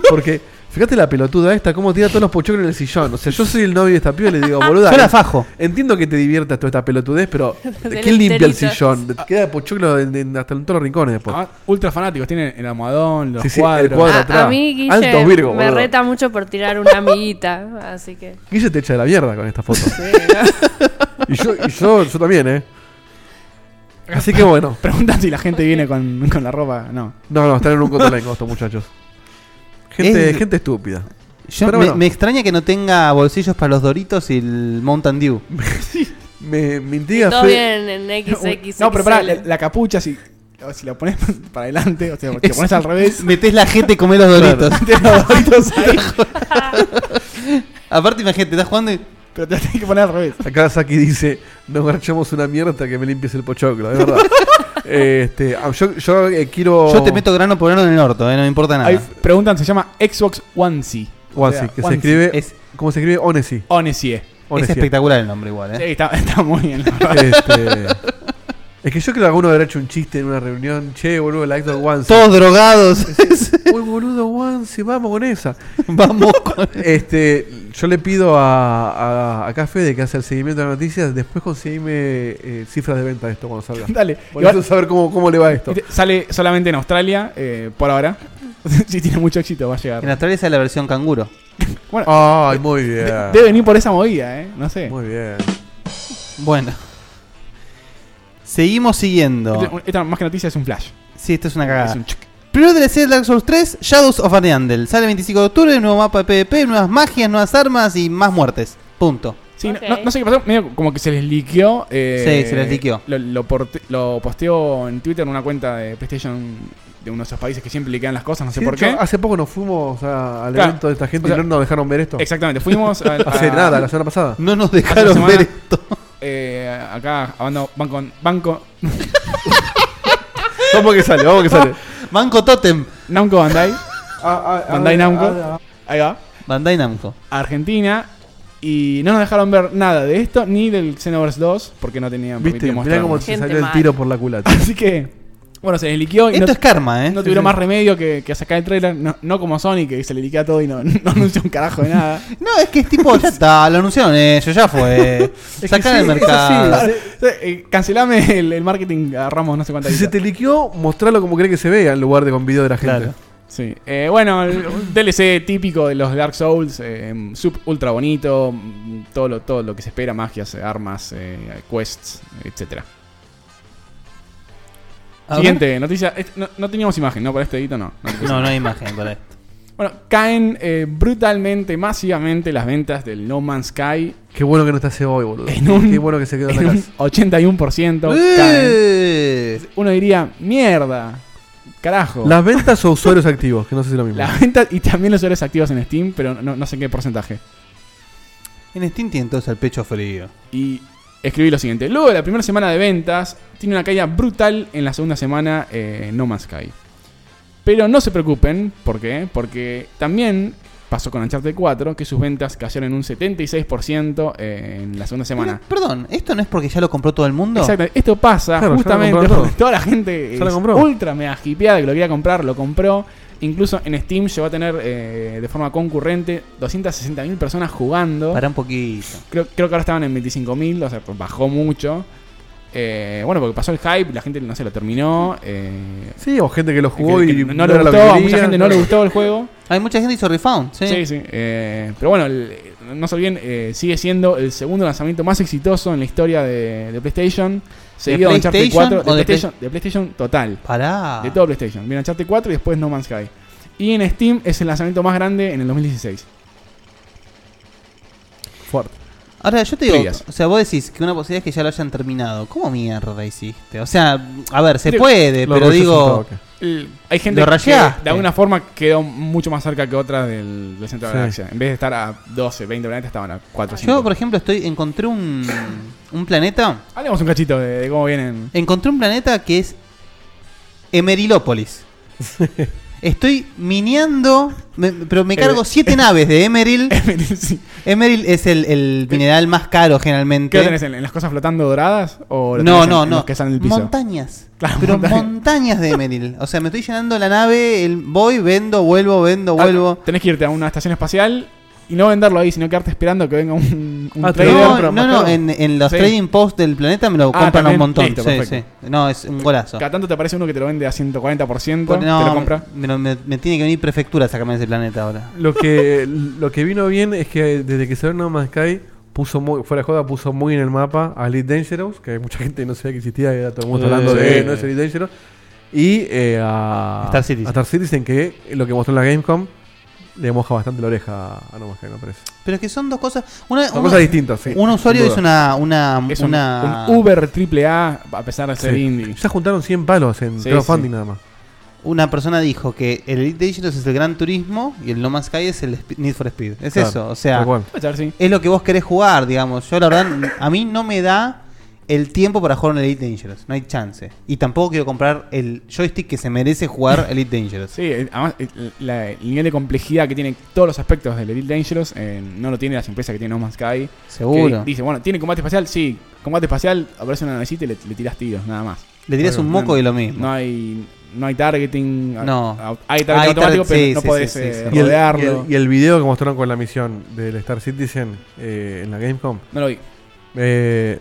Speaker 5: Porque fíjate la pelotuda esta, cómo tira todos los pochoclos en el sillón. O sea, yo soy el novio de esta piba y le digo, boluda.
Speaker 3: Yo la
Speaker 5: en-
Speaker 3: fajo.
Speaker 5: Entiendo que te diviertas toda esta pelotudez, pero
Speaker 6: Del
Speaker 5: ¿quién limpia el
Speaker 6: enterito.
Speaker 5: sillón? Te Queda pochoclo en- en- hasta en todos los rincones después.
Speaker 4: Ah, ultra fanáticos, tienen el almohadón, los
Speaker 5: Sí, sí, el
Speaker 4: cuadros.
Speaker 5: cuadro.
Speaker 6: A,
Speaker 5: atrás.
Speaker 6: a mí Guille
Speaker 5: Altos Virgo,
Speaker 6: me
Speaker 5: boludo.
Speaker 6: reta mucho por tirar una amiguita, así que...
Speaker 5: Guille te echa de la mierda con esta foto.
Speaker 6: sí, ¿no?
Speaker 5: y yo, y yo, yo también, ¿eh? Así que bueno.
Speaker 4: Preguntan si la gente viene con, con la ropa. No.
Speaker 5: No, no, están en un cotolengo estos muchachos. Gente,
Speaker 3: Es-
Speaker 5: gente estúpida.
Speaker 3: Yo me,
Speaker 5: Pero bueno.
Speaker 3: me extraña que no tenga bolsillos para los Doritos y el Mountain Dew.
Speaker 5: Me, me intriga
Speaker 6: Todo
Speaker 5: Fe-
Speaker 6: bien en XX.
Speaker 4: No, pero pará, la, la capucha, si, o si la pones para adelante, o sea, si la pones al revés.
Speaker 3: Metés la gente y comés los Doritos.
Speaker 4: te los doritos ahí.
Speaker 3: Aparte, imagínate, estás jugando y.
Speaker 4: Pero te la tenés que poner al revés.
Speaker 5: Acá Saki dice, no garchamos una mierda hasta que me limpies el pochoclo, es verdad. este, ah, yo yo, eh, quiero...
Speaker 3: Yo te meto grano por grano en el orto, eh, no me importa nada.
Speaker 4: Ahí preguntan, se llama Xbox One C.
Speaker 5: One C, que se escribe...
Speaker 3: Es,
Speaker 5: ¿Cómo se escribe? Onesy.
Speaker 4: Onesy.
Speaker 3: es
Speaker 5: Onesy.
Speaker 3: espectacular el nombre igual,
Speaker 4: Sí,
Speaker 3: eh.
Speaker 4: está, está muy bien. la verdad.
Speaker 5: Este, es que yo creo que alguno habrá hecho un chiste en una reunión. Che, boludo, la Xbox One. sí.
Speaker 3: Todos drogados.
Speaker 5: Uy, boludo, One, sí, vamos con esa.
Speaker 3: Vamos con...
Speaker 5: Este, yo le pido a, a, a Café de que hace el seguimiento de las noticias. Después conseguime eh, cifras de venta de esto cuando salga.
Speaker 4: Dale.
Speaker 5: Porque
Speaker 4: Igual,
Speaker 5: quiero saber cómo, cómo le va esto.
Speaker 4: viste, sale solamente en Australia, eh, por ahora. si tiene mucho éxito, va a llegar.
Speaker 3: En Australia es la versión canguro.
Speaker 5: Ay, muy bien.
Speaker 4: De- debe venir por esa movida, ¿eh? No sé.
Speaker 5: Muy bien.
Speaker 3: Bueno. Seguimos siguiendo.
Speaker 4: Esta, esta más que noticia es Este, un flash.
Speaker 3: Sí, esto es una
Speaker 4: Es
Speaker 3: cagada.
Speaker 4: un chuc.
Speaker 3: Primero de la serie Dark Souls 3, Shadows of Arneandel. Sale el 25 de octubre, nuevo mapa de PvP, nuevas magias, nuevas armas y más muertes. Punto.
Speaker 4: Sí, no-
Speaker 6: Ok.
Speaker 4: no, no sé qué pasó, medio como que se les liqueó. eh,
Speaker 3: Sí, se les liqueó.
Speaker 4: Lo, lo porte- lo posteó en Twitter en una cuenta de PlayStation de uno de esos países que siempre liquean las cosas, no sé
Speaker 5: Sí,
Speaker 4: por
Speaker 5: de
Speaker 4: qué.
Speaker 5: hecho, Hace poco nos fuimos a- al
Speaker 4: Claro.
Speaker 5: evento de esta gente
Speaker 4: O sea,
Speaker 5: y no nos dejaron ver esto.
Speaker 4: Exactamente, fuimos a,
Speaker 5: Hace
Speaker 4: a-
Speaker 5: nada, la semana pasada.
Speaker 3: No nos
Speaker 4: Hace
Speaker 3: dejaron
Speaker 4: una
Speaker 3: ver
Speaker 4: semana-
Speaker 3: esto.
Speaker 4: eh, acá, a Bando- Banco, Banco,
Speaker 5: Vamos que sale, vamos que sale. Ah,
Speaker 3: Manco Totem.
Speaker 4: Namco Bandai, Bandai Namco, ahí va,
Speaker 3: Bandai Namco.
Speaker 4: a Argentina. Y no nos dejaron ver nada de esto, ni del Xenoverse 2, porque no tenían
Speaker 5: Viste,
Speaker 4: permitido
Speaker 5: mirá cómo
Speaker 4: mostrarnos.
Speaker 5: se
Speaker 6: Gente
Speaker 5: salió el
Speaker 6: mal.
Speaker 5: tiro por la culata.
Speaker 4: Así que, bueno, se les liqueó. y
Speaker 3: Esto
Speaker 4: no-
Speaker 3: es karma, ¿eh?
Speaker 4: No tuvieron
Speaker 5: sí.
Speaker 4: más remedio que, que sacar el trailer, no, no como Sony, que se le liquea todo y no, no anunció un carajo de nada.
Speaker 3: No, es que es tipo, ya está, lo anunciaron ellos, ya fue.
Speaker 5: que
Speaker 3: Sacar del
Speaker 5: sí, es
Speaker 3: mercado.
Speaker 5: así.
Speaker 4: Eh, cancelame el, el marketing a Ramos, no sé cuánta
Speaker 5: Si se
Speaker 4: guita.
Speaker 5: te liqueó, mostralo como cree que se vea en lugar de con video de la gente.
Speaker 3: Claro.
Speaker 4: Sí. Eh, bueno, el- un DLC típico de los Dark Souls, eh, sub ultra bonito, mm, todo lo, todo lo que se espera, magias, eh, armas, eh, quests, etcétera.
Speaker 3: A ver.
Speaker 4: Siguiente noticia. Eh, No, no teníamos imagen, ¿no? Para este edito no. no
Speaker 3: No, no hay imagen para esto.
Speaker 4: Bueno, caen eh, brutalmente, masivamente las ventas del No Man's Sky
Speaker 5: Qué bueno que no estás hoy, boludo.
Speaker 4: En un-
Speaker 5: Qué bueno que se quedó en
Speaker 4: en
Speaker 5: la
Speaker 4: un
Speaker 5: casa.
Speaker 4: 81% caen.
Speaker 3: Eh.
Speaker 4: Uno diría, mierda, carajo.
Speaker 5: Las ventas o usuarios activos, que no sé si es lo mismo.
Speaker 4: La venta y también los usuarios activos en Steam, pero no, no sé en qué porcentaje.
Speaker 3: En Steam tiene entonces el pecho frío.
Speaker 4: Y escribí lo siguiente. Luego de la primera semana de ventas, tiene una caída brutal en la segunda semana eh, No Man's Sky. Pero no se preocupen, ¿por qué? Porque también pasó con Uncharted 4, que sus ventas cayeron en un 76% eh, en la segunda semana.
Speaker 3: Pero, perdón, ¿esto no es porque ya lo compró todo el mundo?
Speaker 4: Exacto, esto pasa
Speaker 5: Claro, ya lo
Speaker 4: justamente
Speaker 5: compraron todo.
Speaker 4: porque toda la gente
Speaker 5: Ya lo
Speaker 4: es
Speaker 5: compró.
Speaker 4: ultra mega hipeada que lo quería comprar, lo compró. Incluso en Steam llegó a tener eh, de forma concurrente 260.000 personas jugando.
Speaker 3: Pará un poquito.
Speaker 4: Creo, creo que ahora estaban en 25.000, o sea, pues bajó mucho. Eh, bueno, porque pasó el hype, la gente no se lo terminó. eh,
Speaker 5: Sí, o gente que lo
Speaker 4: que-
Speaker 5: jugó
Speaker 4: que
Speaker 5: y
Speaker 4: no le
Speaker 5: era
Speaker 4: gustó,
Speaker 5: lo que
Speaker 4: a mucha
Speaker 5: quería.
Speaker 4: gente no le gustó el juego.
Speaker 3: Hay mucha gente que hizo refund, ¿sí?
Speaker 4: Sí, sí. eh, pero bueno, el- no se olviden, eh, sigue siendo el segundo lanzamiento más exitoso en la historia de, de PlayStation. Seguido de Uncharted
Speaker 3: PlayStation
Speaker 4: 4.
Speaker 3: o de
Speaker 4: De PlayStation, de PlayStation total.
Speaker 3: Pará.
Speaker 4: De todo PlayStation. Viene Uncharted 4 y después No Man's Sky. Y en Steam es el lanzamiento más grande en el 2016. Fuerte.
Speaker 3: Ahora, yo te digo,
Speaker 4: Trivias.
Speaker 3: o sea, vos decís que una posibilidad es que ya lo hayan terminado. ¿Cómo mierda hiciste? Este, O sea, a ver, se
Speaker 4: Lo-
Speaker 3: puede,
Speaker 5: Lo
Speaker 3: pero
Speaker 5: orgulloso es un
Speaker 3: digo...
Speaker 5: toque.
Speaker 4: El- hay gente
Speaker 3: Lo
Speaker 4: que
Speaker 3: rayaste.
Speaker 4: de alguna forma quedó mucho más cerca que otra del, del centro de
Speaker 5: Sí.
Speaker 4: la galaxia. En vez de estar a 12, 20 planetas, estaban a 4, 5.
Speaker 3: Yo, por ejemplo, estoy encontré un, un planeta...
Speaker 4: Hablemos un cachito de, de cómo vienen.
Speaker 3: Encontré un planeta que es Emerilópolis. Estoy mineando, me- pero me cargo siete naves de Emeril.
Speaker 4: Sí.
Speaker 3: Emeril es el, el mineral más caro generalmente.
Speaker 4: ¿Qué tenés en, en las cosas flotando doradas? ¿O lo
Speaker 3: No,
Speaker 4: tenés en-
Speaker 3: no,
Speaker 4: en
Speaker 3: no.
Speaker 4: los que están en el piso?
Speaker 3: Montañas.
Speaker 4: Claro,
Speaker 3: pero
Speaker 4: montañas.
Speaker 3: montañas. de Emeril. O sea, me estoy llenando la nave, el- voy, vendo, vuelvo, vendo,
Speaker 4: Ah,
Speaker 3: vuelvo.
Speaker 4: Tenés que irte a una estación espacial y no venderlo ahí, sino quedarte esperando que venga un, un
Speaker 5: Ah, te lo
Speaker 4: trader.
Speaker 5: veo,
Speaker 3: No,
Speaker 5: pero
Speaker 3: no,
Speaker 5: más
Speaker 3: no,
Speaker 5: caro.
Speaker 3: en, en los
Speaker 4: Sí.
Speaker 3: trading posts del planeta me lo
Speaker 4: Ah,
Speaker 3: compran
Speaker 4: también.
Speaker 3: un montón.
Speaker 4: Listo,
Speaker 3: sí, sí.
Speaker 4: perfecto.
Speaker 3: No, es un golazo.
Speaker 4: Cada tanto te aparece uno que te lo vende a 140%,
Speaker 3: Por- no,
Speaker 4: te lo compra.
Speaker 3: me, me- me tiene que venir prefectura a sacarme de ese planeta ahora.
Speaker 5: Lo que, lo que vino bien es que desde que salió No Man's Sky, puso muy, fuera de joda, puso muy en el mapa a Elite Dangerous, que mucha gente no sabía que existía, era todo el mundo
Speaker 4: Eh,
Speaker 5: hablando de
Speaker 4: sí.
Speaker 5: "Eh, no es Elite Dangerous. Y eh, a
Speaker 3: Star Citizen.
Speaker 5: a Star Citizen, que lo que mostró en la Gamecom le moja bastante la oreja a No Man's Sky, me parece.
Speaker 3: Pero es que son dos cosas. Una,
Speaker 5: Son
Speaker 3: uno-
Speaker 5: cosas distintas, sí.
Speaker 3: un usuario
Speaker 5: sin
Speaker 3: hizo
Speaker 5: duda.
Speaker 3: una. una,
Speaker 4: Es un,
Speaker 3: una
Speaker 4: un Uber AAA, a pesar de ser
Speaker 5: Sí.
Speaker 4: indie.
Speaker 5: Ya juntaron 100 palos en
Speaker 4: Sí,
Speaker 5: crowdfunding
Speaker 4: sí.
Speaker 5: nada más.
Speaker 3: una persona dijo que el Elite Dangerous es el Gran Turismo y el No Man's Sky es el Spe- Need for Speed. Es
Speaker 5: Claro,
Speaker 3: eso, o sea,
Speaker 5: tal cual.
Speaker 4: Puede ser, sí.
Speaker 3: es lo que vos querés jugar, digamos. Yo la verdad, a mí no me da el tiempo para jugar un Elite Dangerous, no hay chance. Y tampoco quiero comprar el joystick que se merece jugar Elite Dangerous.
Speaker 4: Sí, eh, además eh, la- el nivel de complejidad que tienen todos los aspectos del Elite Dangerous eh, no lo tiene las empresas que tiene No Man's Sky.
Speaker 3: Seguro.
Speaker 4: Que dice, bueno, ¿tiene combate espacial? Sí. Combate espacial, aparece una navecita y le, le tiras tiros, nada más.
Speaker 3: Le tirás un moco
Speaker 4: no,
Speaker 3: y lo mismo.
Speaker 4: No hay, no hay targeting.
Speaker 3: No.
Speaker 4: a- a- Hay
Speaker 3: Hay
Speaker 4: targeting automático,
Speaker 3: tar-
Speaker 4: pero
Speaker 3: sí,
Speaker 4: no
Speaker 3: sí,
Speaker 4: podés
Speaker 3: sí, sí,
Speaker 4: eh,
Speaker 3: sí.
Speaker 5: Y el, y,
Speaker 4: rodearlo.
Speaker 5: el, y el video que mostraron con la misión del Star Citizen eh, en la Gamecom
Speaker 4: No lo vi.
Speaker 5: eh,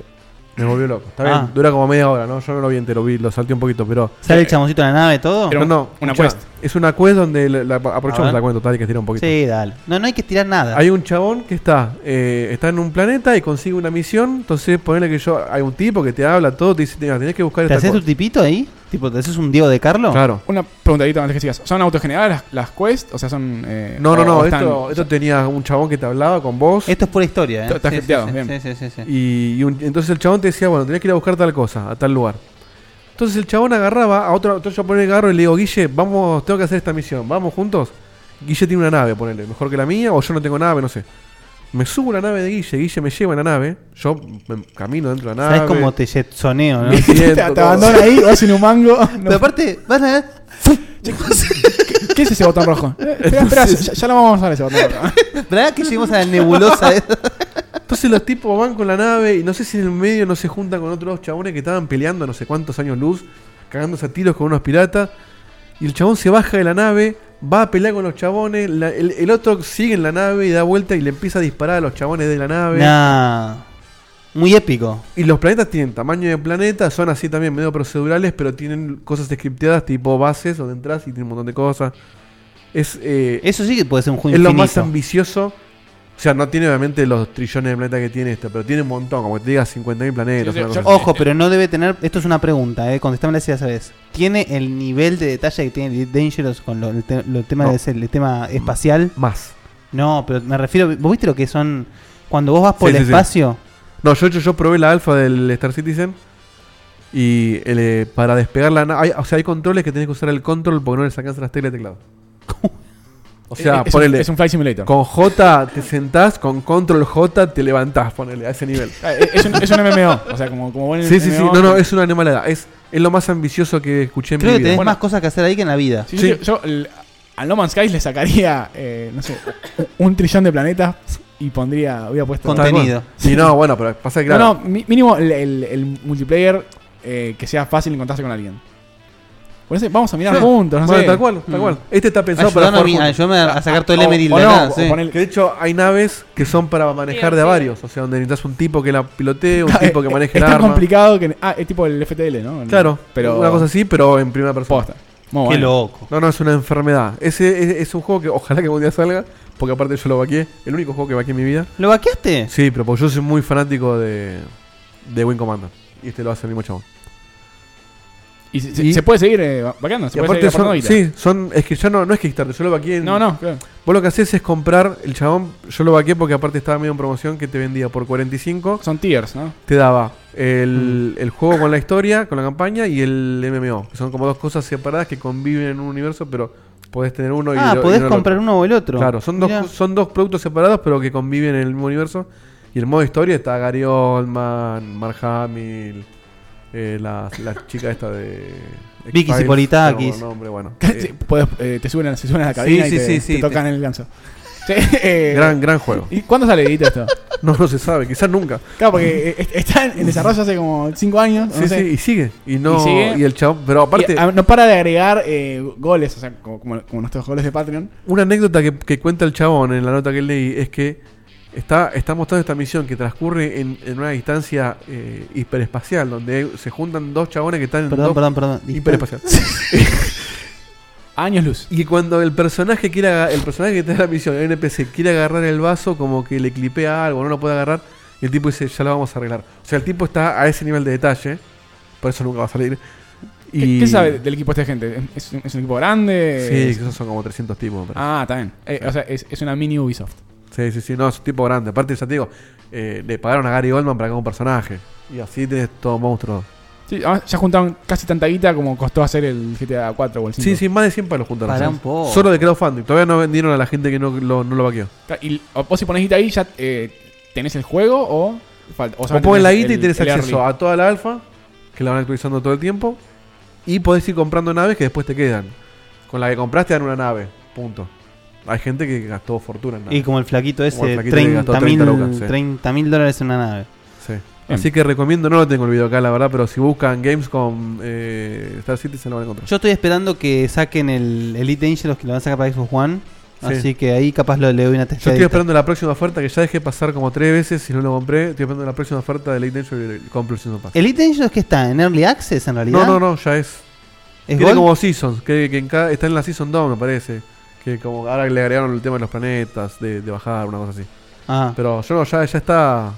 Speaker 5: me volvió loco. Está bien,
Speaker 3: Ah.
Speaker 5: dura como media hora, ¿no? Yo no lo vi entero, vi, lo salté un poquito, pero. Eh,
Speaker 3: ¿Sale el chamoncito de la nave todo?
Speaker 4: Pero-
Speaker 5: no, no,
Speaker 4: una
Speaker 5: escuchá,
Speaker 4: quest.
Speaker 5: Es una quest donde la, la-
Speaker 3: A
Speaker 5: aprovechamos
Speaker 3: ver.
Speaker 5: la cuenta, tal que tira un poquito.
Speaker 3: Sí, dale. No, no hay que tirar nada.
Speaker 5: Hay un chabón que está eh, está en un planeta y consigue una misión. Entonces, ponele que yo. Hay un tipo que te habla todo, te dice: "Mira, Tenés que buscar
Speaker 3: ¿Te
Speaker 5: esta
Speaker 3: haces tu
Speaker 5: cosa".
Speaker 3: tipito ahí? ¿Tipo, te haces un Diego de Carlo?
Speaker 5: Claro.
Speaker 4: Una preguntadita antes que sigas. ¿Son autogeneradas las, las quests? O sea, son. eh,
Speaker 5: No,
Speaker 4: o-
Speaker 5: no, no.
Speaker 4: o
Speaker 5: Esto,
Speaker 4: están-
Speaker 5: esto tenía un chabón que te hablaba con vos.
Speaker 3: Esto es pura historia, ¿eh?
Speaker 4: Está- está
Speaker 3: Sí, sí,
Speaker 4: scripteado,
Speaker 3: sí,
Speaker 4: bien.
Speaker 3: sí, sí, sí, sí.
Speaker 5: Y, y un- entonces el chabón te decía, bueno, tenés que ir a buscar tal cosa, a tal lugar. Entonces el chabón agarraba a otro, otro chabón el agarro y le digo, Guille, vamos, tengo que hacer esta misión, vamos juntos. Guille tiene una nave, ponele, mejor que la mía, o yo no tengo nave, no sé. Me subo a la nave de Guille, Guille me lleva en la nave, yo me camino dentro de la nave.
Speaker 3: ¿Sabes cómo te jetsoneo, no?
Speaker 5: me
Speaker 4: Te,
Speaker 5: siento,
Speaker 4: te
Speaker 5: todo.
Speaker 4: abandona ahí, vas sin un mango. No.
Speaker 3: Pero aparte, vas a ver.
Speaker 4: ¿Qué es ese botón rojo? Eh, espera, espera, ya, ya lo vamos a ver ese botón rojo.
Speaker 3: ¿Verdad que llegamos a la nebulosa? de-
Speaker 5: Entonces los tipos van con la nave y no sé si en el medio no se juntan con otros dos chabones que estaban peleando no sé cuántos años luz, cagándose a tiros con unos piratas. Y el chabón se baja de la nave, va a pelear con los chabones, la- el, el otro sigue en la nave y da vuelta y le empieza a disparar a los chabones de la nave.
Speaker 3: nah. Muy épico.
Speaker 5: Y los planetas tienen tamaño de planeta, son así también medio procedurales, pero tienen cosas scripteadas tipo bases donde entras y tiene un montón de cosas. Es, eh,
Speaker 3: Eso sí que puede ser un juego
Speaker 5: es lo
Speaker 3: infinito.
Speaker 5: más ambicioso. O sea, no tiene obviamente los trillones de planetas que tiene este, pero tiene un montón, como que te diga 50.000 planetas.
Speaker 4: Sí, sí,
Speaker 5: una
Speaker 4: yo-
Speaker 5: cosa así.
Speaker 3: Ojo, pero no debe tener. Esto es una pregunta, ¿eh? Contestámela si la sabes. ¿Tiene el nivel de detalle que tiene Elite Dangerous con lo, el, te- lo tema
Speaker 5: No.
Speaker 3: de ese- el tema espacial?
Speaker 5: Más.
Speaker 3: No, pero me refiero. ¿Vos viste lo que son. Cuando vos vas por
Speaker 5: Sí,
Speaker 3: el
Speaker 5: sí, sí.
Speaker 3: espacio.
Speaker 5: No, yo, yo, yo probé la alfa del Star Citizen. Y el, eh, para despegar la nave. O sea, hay controles que tenés que usar el control porque no le sacás las teclas de teclado. O sea,
Speaker 4: es, un,
Speaker 5: ponele.
Speaker 4: es un Flight Simulator.
Speaker 5: Con J te sentás, con control J te levantás, ponele, a ese nivel.
Speaker 4: Ah, eh, Es un, es un MMO. O sea, como, como buen
Speaker 5: Sí, sí, sí.
Speaker 4: MMO,
Speaker 5: No, no, es una animalada. Es, es lo más ambicioso que escuché en
Speaker 3: Creo
Speaker 5: mi
Speaker 3: que
Speaker 5: vida.
Speaker 3: tenés
Speaker 5: Bueno,
Speaker 3: más cosas que hacer ahí que en la vida.
Speaker 4: Sí, sí,
Speaker 5: Sí.
Speaker 4: Yo el- al No Man's Sky le sacaría, eh, no sé, un trillón de planetas y pondría, hubiera puesto...
Speaker 5: tal cual.
Speaker 3: contenido.
Speaker 5: Sí, no, bueno, pero pasa que
Speaker 4: No,
Speaker 5: claro.
Speaker 4: no, mi- mínimo el, el- el multiplayer eh, que sea fácil encontrarse con alguien. Por eso, vamos a mirar
Speaker 5: Sí.
Speaker 4: juntos, no
Speaker 5: Bueno,
Speaker 4: sé. Mm. Ah,
Speaker 5: tal cual, tal cual. Este está pensado para
Speaker 3: Ayudame a,
Speaker 5: jugar
Speaker 3: mí-
Speaker 5: juntos.
Speaker 3: ayúdame a- a sacar todo el
Speaker 4: O-
Speaker 3: Emeril
Speaker 4: o
Speaker 3: de
Speaker 4: no,
Speaker 3: acá,
Speaker 4: o
Speaker 3: sí.
Speaker 4: ponele-
Speaker 5: Que de hecho hay naves que son para manejar de a varios. O sea, donde necesitas un tipo que la pilotee, un
Speaker 4: Ah,
Speaker 5: tipo que
Speaker 4: eh,
Speaker 5: maneje
Speaker 4: Es
Speaker 5: el
Speaker 4: tan
Speaker 5: arma.
Speaker 4: complicado que... Ah, es tipo el FTL, ¿no?
Speaker 5: Claro,
Speaker 4: Pero...
Speaker 5: una cosa así, pero en primera persona.
Speaker 4: Posta. Muy
Speaker 3: Qué
Speaker 4: bueno.
Speaker 3: loco.
Speaker 5: No, no, es una enfermedad. Ese es, es un juego que ojalá que algún día salga, porque aparte yo lo vaqué. El único juego que vaqué en mi vida.
Speaker 3: ¿Lo vaqueaste?
Speaker 5: Sí, pero porque yo soy muy fanático de, de Win Commander. Y este lo hace el mismo chabón.
Speaker 4: Y se, se-
Speaker 5: Y-
Speaker 4: se puede seguir eh, bacano, se
Speaker 5: Y
Speaker 4: puede
Speaker 5: aparte
Speaker 4: seguir aportando
Speaker 5: son,
Speaker 4: guita.
Speaker 5: sí, son, es que ya no, no es Kickstarter, yo lo vaqué en...
Speaker 4: No, no, claro.
Speaker 5: Vos lo que haces es comprar el chabón, yo lo vaqué porque aparte estaba medio en promoción que te vendía por 45,
Speaker 4: Son tiers, ¿no? Mm.
Speaker 5: te daba el, el juego con la historia, con la campaña y el MMO, que son como dos cosas separadas que conviven en un universo, pero podés tener uno y
Speaker 3: Ah,
Speaker 5: lo- y
Speaker 3: podés
Speaker 5: no lo otro.
Speaker 3: comprar uno o el otro.
Speaker 5: Claro, son
Speaker 3: Mirá.
Speaker 5: dos, son dos productos separados, pero que conviven en el mismo universo. Y el modo historia está Gary Oldman, Mark Hamill, eh, la, la chica esta de.
Speaker 3: Vicky
Speaker 5: X-Files,
Speaker 3: Zipolitakis.
Speaker 5: no me acuerdo el nombre, bueno.
Speaker 4: Sí,
Speaker 5: Eh,
Speaker 4: podés, eh, te suben, se suben a la cabina
Speaker 3: Sí,
Speaker 4: y
Speaker 3: sí,
Speaker 4: te,
Speaker 3: sí,
Speaker 4: te
Speaker 3: sí,
Speaker 4: tocan el ganso. Sí, eh,
Speaker 5: gran, gran juego.
Speaker 4: ¿Y cuándo sale edito esto?
Speaker 5: No, no se sabe, quizás nunca.
Speaker 4: Claro, porque eh, está en en desarrollo hace como 5 años.
Speaker 5: Sí,
Speaker 4: no
Speaker 5: sí,
Speaker 4: sé.
Speaker 5: y sigue. Y
Speaker 4: Y
Speaker 5: no. Y,
Speaker 4: sigue.
Speaker 5: el chabón. Pero aparte,
Speaker 4: Y, ah, no para de agregar eh, goles, o sea, como, como- como nuestros goles de Patreon.
Speaker 5: una anécdota que, que cuenta el chabón en la nota que leí es que está, está mostrando esta misión que transcurre en, en una distancia eh, hiperespacial, donde se juntan dos chabones que están en
Speaker 3: Perdón,
Speaker 5: dos-
Speaker 3: perdón, perdón.
Speaker 5: hiperespacial.
Speaker 4: Años luz.
Speaker 5: Y cuando el personaje quiere aga- el personaje que te da la misión, el NPC, quiere agarrar el vaso, como que le clipea algo, no lo puede agarrar, y el tipo dice, ya lo vamos a arreglar. O sea, el tipo está a ese nivel de detalle, por eso nunca va a salir.
Speaker 4: ¿Qué-
Speaker 5: Y,
Speaker 4: ¿Qué, sabe del equipo de esta gente? ¿Es, un- es un equipo grande?
Speaker 5: Sí,
Speaker 4: Es-
Speaker 5: que esos son como 300 tipos. me parece.
Speaker 4: Ah, está bien. Eh, o sea, es, es una mini Ubisoft.
Speaker 5: Sí, sí, sí, no, es un tipo grande. Aparte, ya te digo, eh, le pagaron a Gary Goldman para que haga un personaje. Y así tenés todo monstruo.
Speaker 4: Sí, además ya juntaron casi tanta guita como costó hacer el GTA 4 o el 5.
Speaker 5: Sí, sí, más de 100 palos juntaron.
Speaker 3: Pará
Speaker 5: ¿sabes?
Speaker 3: un poco.
Speaker 5: Solo de crowdfunding. Todavía no vendieron a la gente que no lo, no lo vaqueó.
Speaker 4: Claro, Y o- vos si ponés guita ahí, ya eh, tenés el juego o falta.
Speaker 5: O pones la guita y tenés acceso a toda la alfa, que la van actualizando todo el tiempo. Y podés ir comprando naves que después te quedan. Con la que compraste dan una nave. Punto. Hay gente que gastó fortuna en naves.
Speaker 3: Y como el flaquito ese,
Speaker 5: Como el flaquito que gastó
Speaker 3: 30
Speaker 5: lucas, sí.
Speaker 3: mil dólares en una nave.
Speaker 5: Sí. Así que recomiendo, no lo tengo el video acá, la verdad, pero si buscan games con eh, Star City se lo van a encontrar.
Speaker 3: Yo estoy esperando que saquen el Elite Dangerous que lo van a sacar para Xbox One.
Speaker 5: Sí.
Speaker 3: Así que ahí capaz lo le doy una
Speaker 5: Yo
Speaker 3: testeadita.
Speaker 5: estoy esperando la próxima oferta, que ya dejé pasar como tres veces y no lo compré. Estoy esperando la próxima oferta de Late Danger y compro si no pasa.
Speaker 3: ¿Elite Dangerous que está? ¿En Early Access en realidad?
Speaker 5: No, no, no, ya es.
Speaker 3: ¿Es
Speaker 5: Tiene
Speaker 3: Gold?
Speaker 5: como seasons, que, que en cada- está en la season 2 me parece. Que como ahora le agregaron el tema de los planetas, de, de bajar, una cosa así.
Speaker 3: Ah.
Speaker 5: Pero yo no, ya, ya está.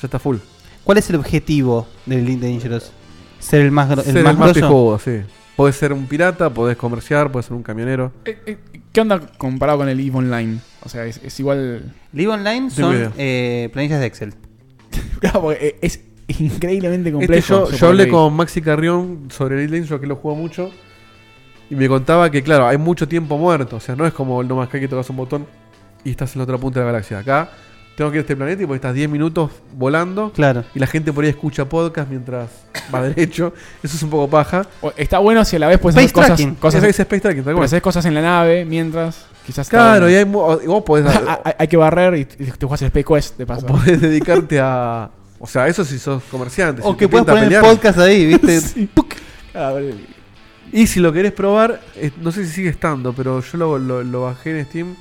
Speaker 5: Ya está full.
Speaker 3: ¿Cuál es el objetivo del Elite Dangerous? ¿Ser el más, gro- el
Speaker 5: Ser
Speaker 3: más grosso?
Speaker 5: pijudo, sí. Podés ser un pirata, podés comerciar, podés ser un camionero.
Speaker 4: Eh, ¿Qué onda comparado con el EVE Online? O sea, es, es igual.
Speaker 3: Live Online
Speaker 5: Sí,
Speaker 3: son
Speaker 5: video.
Speaker 3: eh, planillas de Excel.
Speaker 4: Claro, porque eh, es es increíblemente complejo.
Speaker 5: Este yo,
Speaker 4: Super
Speaker 5: yo hablé
Speaker 4: Mario.
Speaker 5: con Maxi Carrión sobre el Danger, que lo juega mucho. Y me contaba que, claro, hay mucho tiempo muerto. O sea, no es como el No Man's Sky que tocas un botón y estás en la otra punta de la galaxia. Acá tengo que ir a este planeta y porque estás 10 minutos volando.
Speaker 3: Claro.
Speaker 5: Y la gente por ahí escucha podcast mientras va derecho. Eso es un poco paja.
Speaker 4: O- Está bueno si a la vez puedes hacer
Speaker 3: Space
Speaker 4: cosas,
Speaker 3: tracking.
Speaker 4: cosas,
Speaker 5: es Space Tracking, tal
Speaker 4: pero
Speaker 5: cual.
Speaker 4: haces cosas en la nave mientras. Quizás está
Speaker 5: Claro,
Speaker 4: bueno.
Speaker 5: y hay, mu- o- vos podés,
Speaker 4: Ah, hay, hay que barrer y te te jugás el Space Quest de
Speaker 5: o
Speaker 4: paso.
Speaker 5: podés dedicarte a. O sea, eso si sos comerciante. si
Speaker 3: O
Speaker 5: te
Speaker 3: que puedes
Speaker 5: pinta
Speaker 3: poner el
Speaker 5: pelear.
Speaker 3: podcast ahí, ¿viste?
Speaker 4: Ah, vale.
Speaker 5: Y si lo querés probar, eh, no sé si sigue estando, pero yo lo, lo- lo bajé en Steam,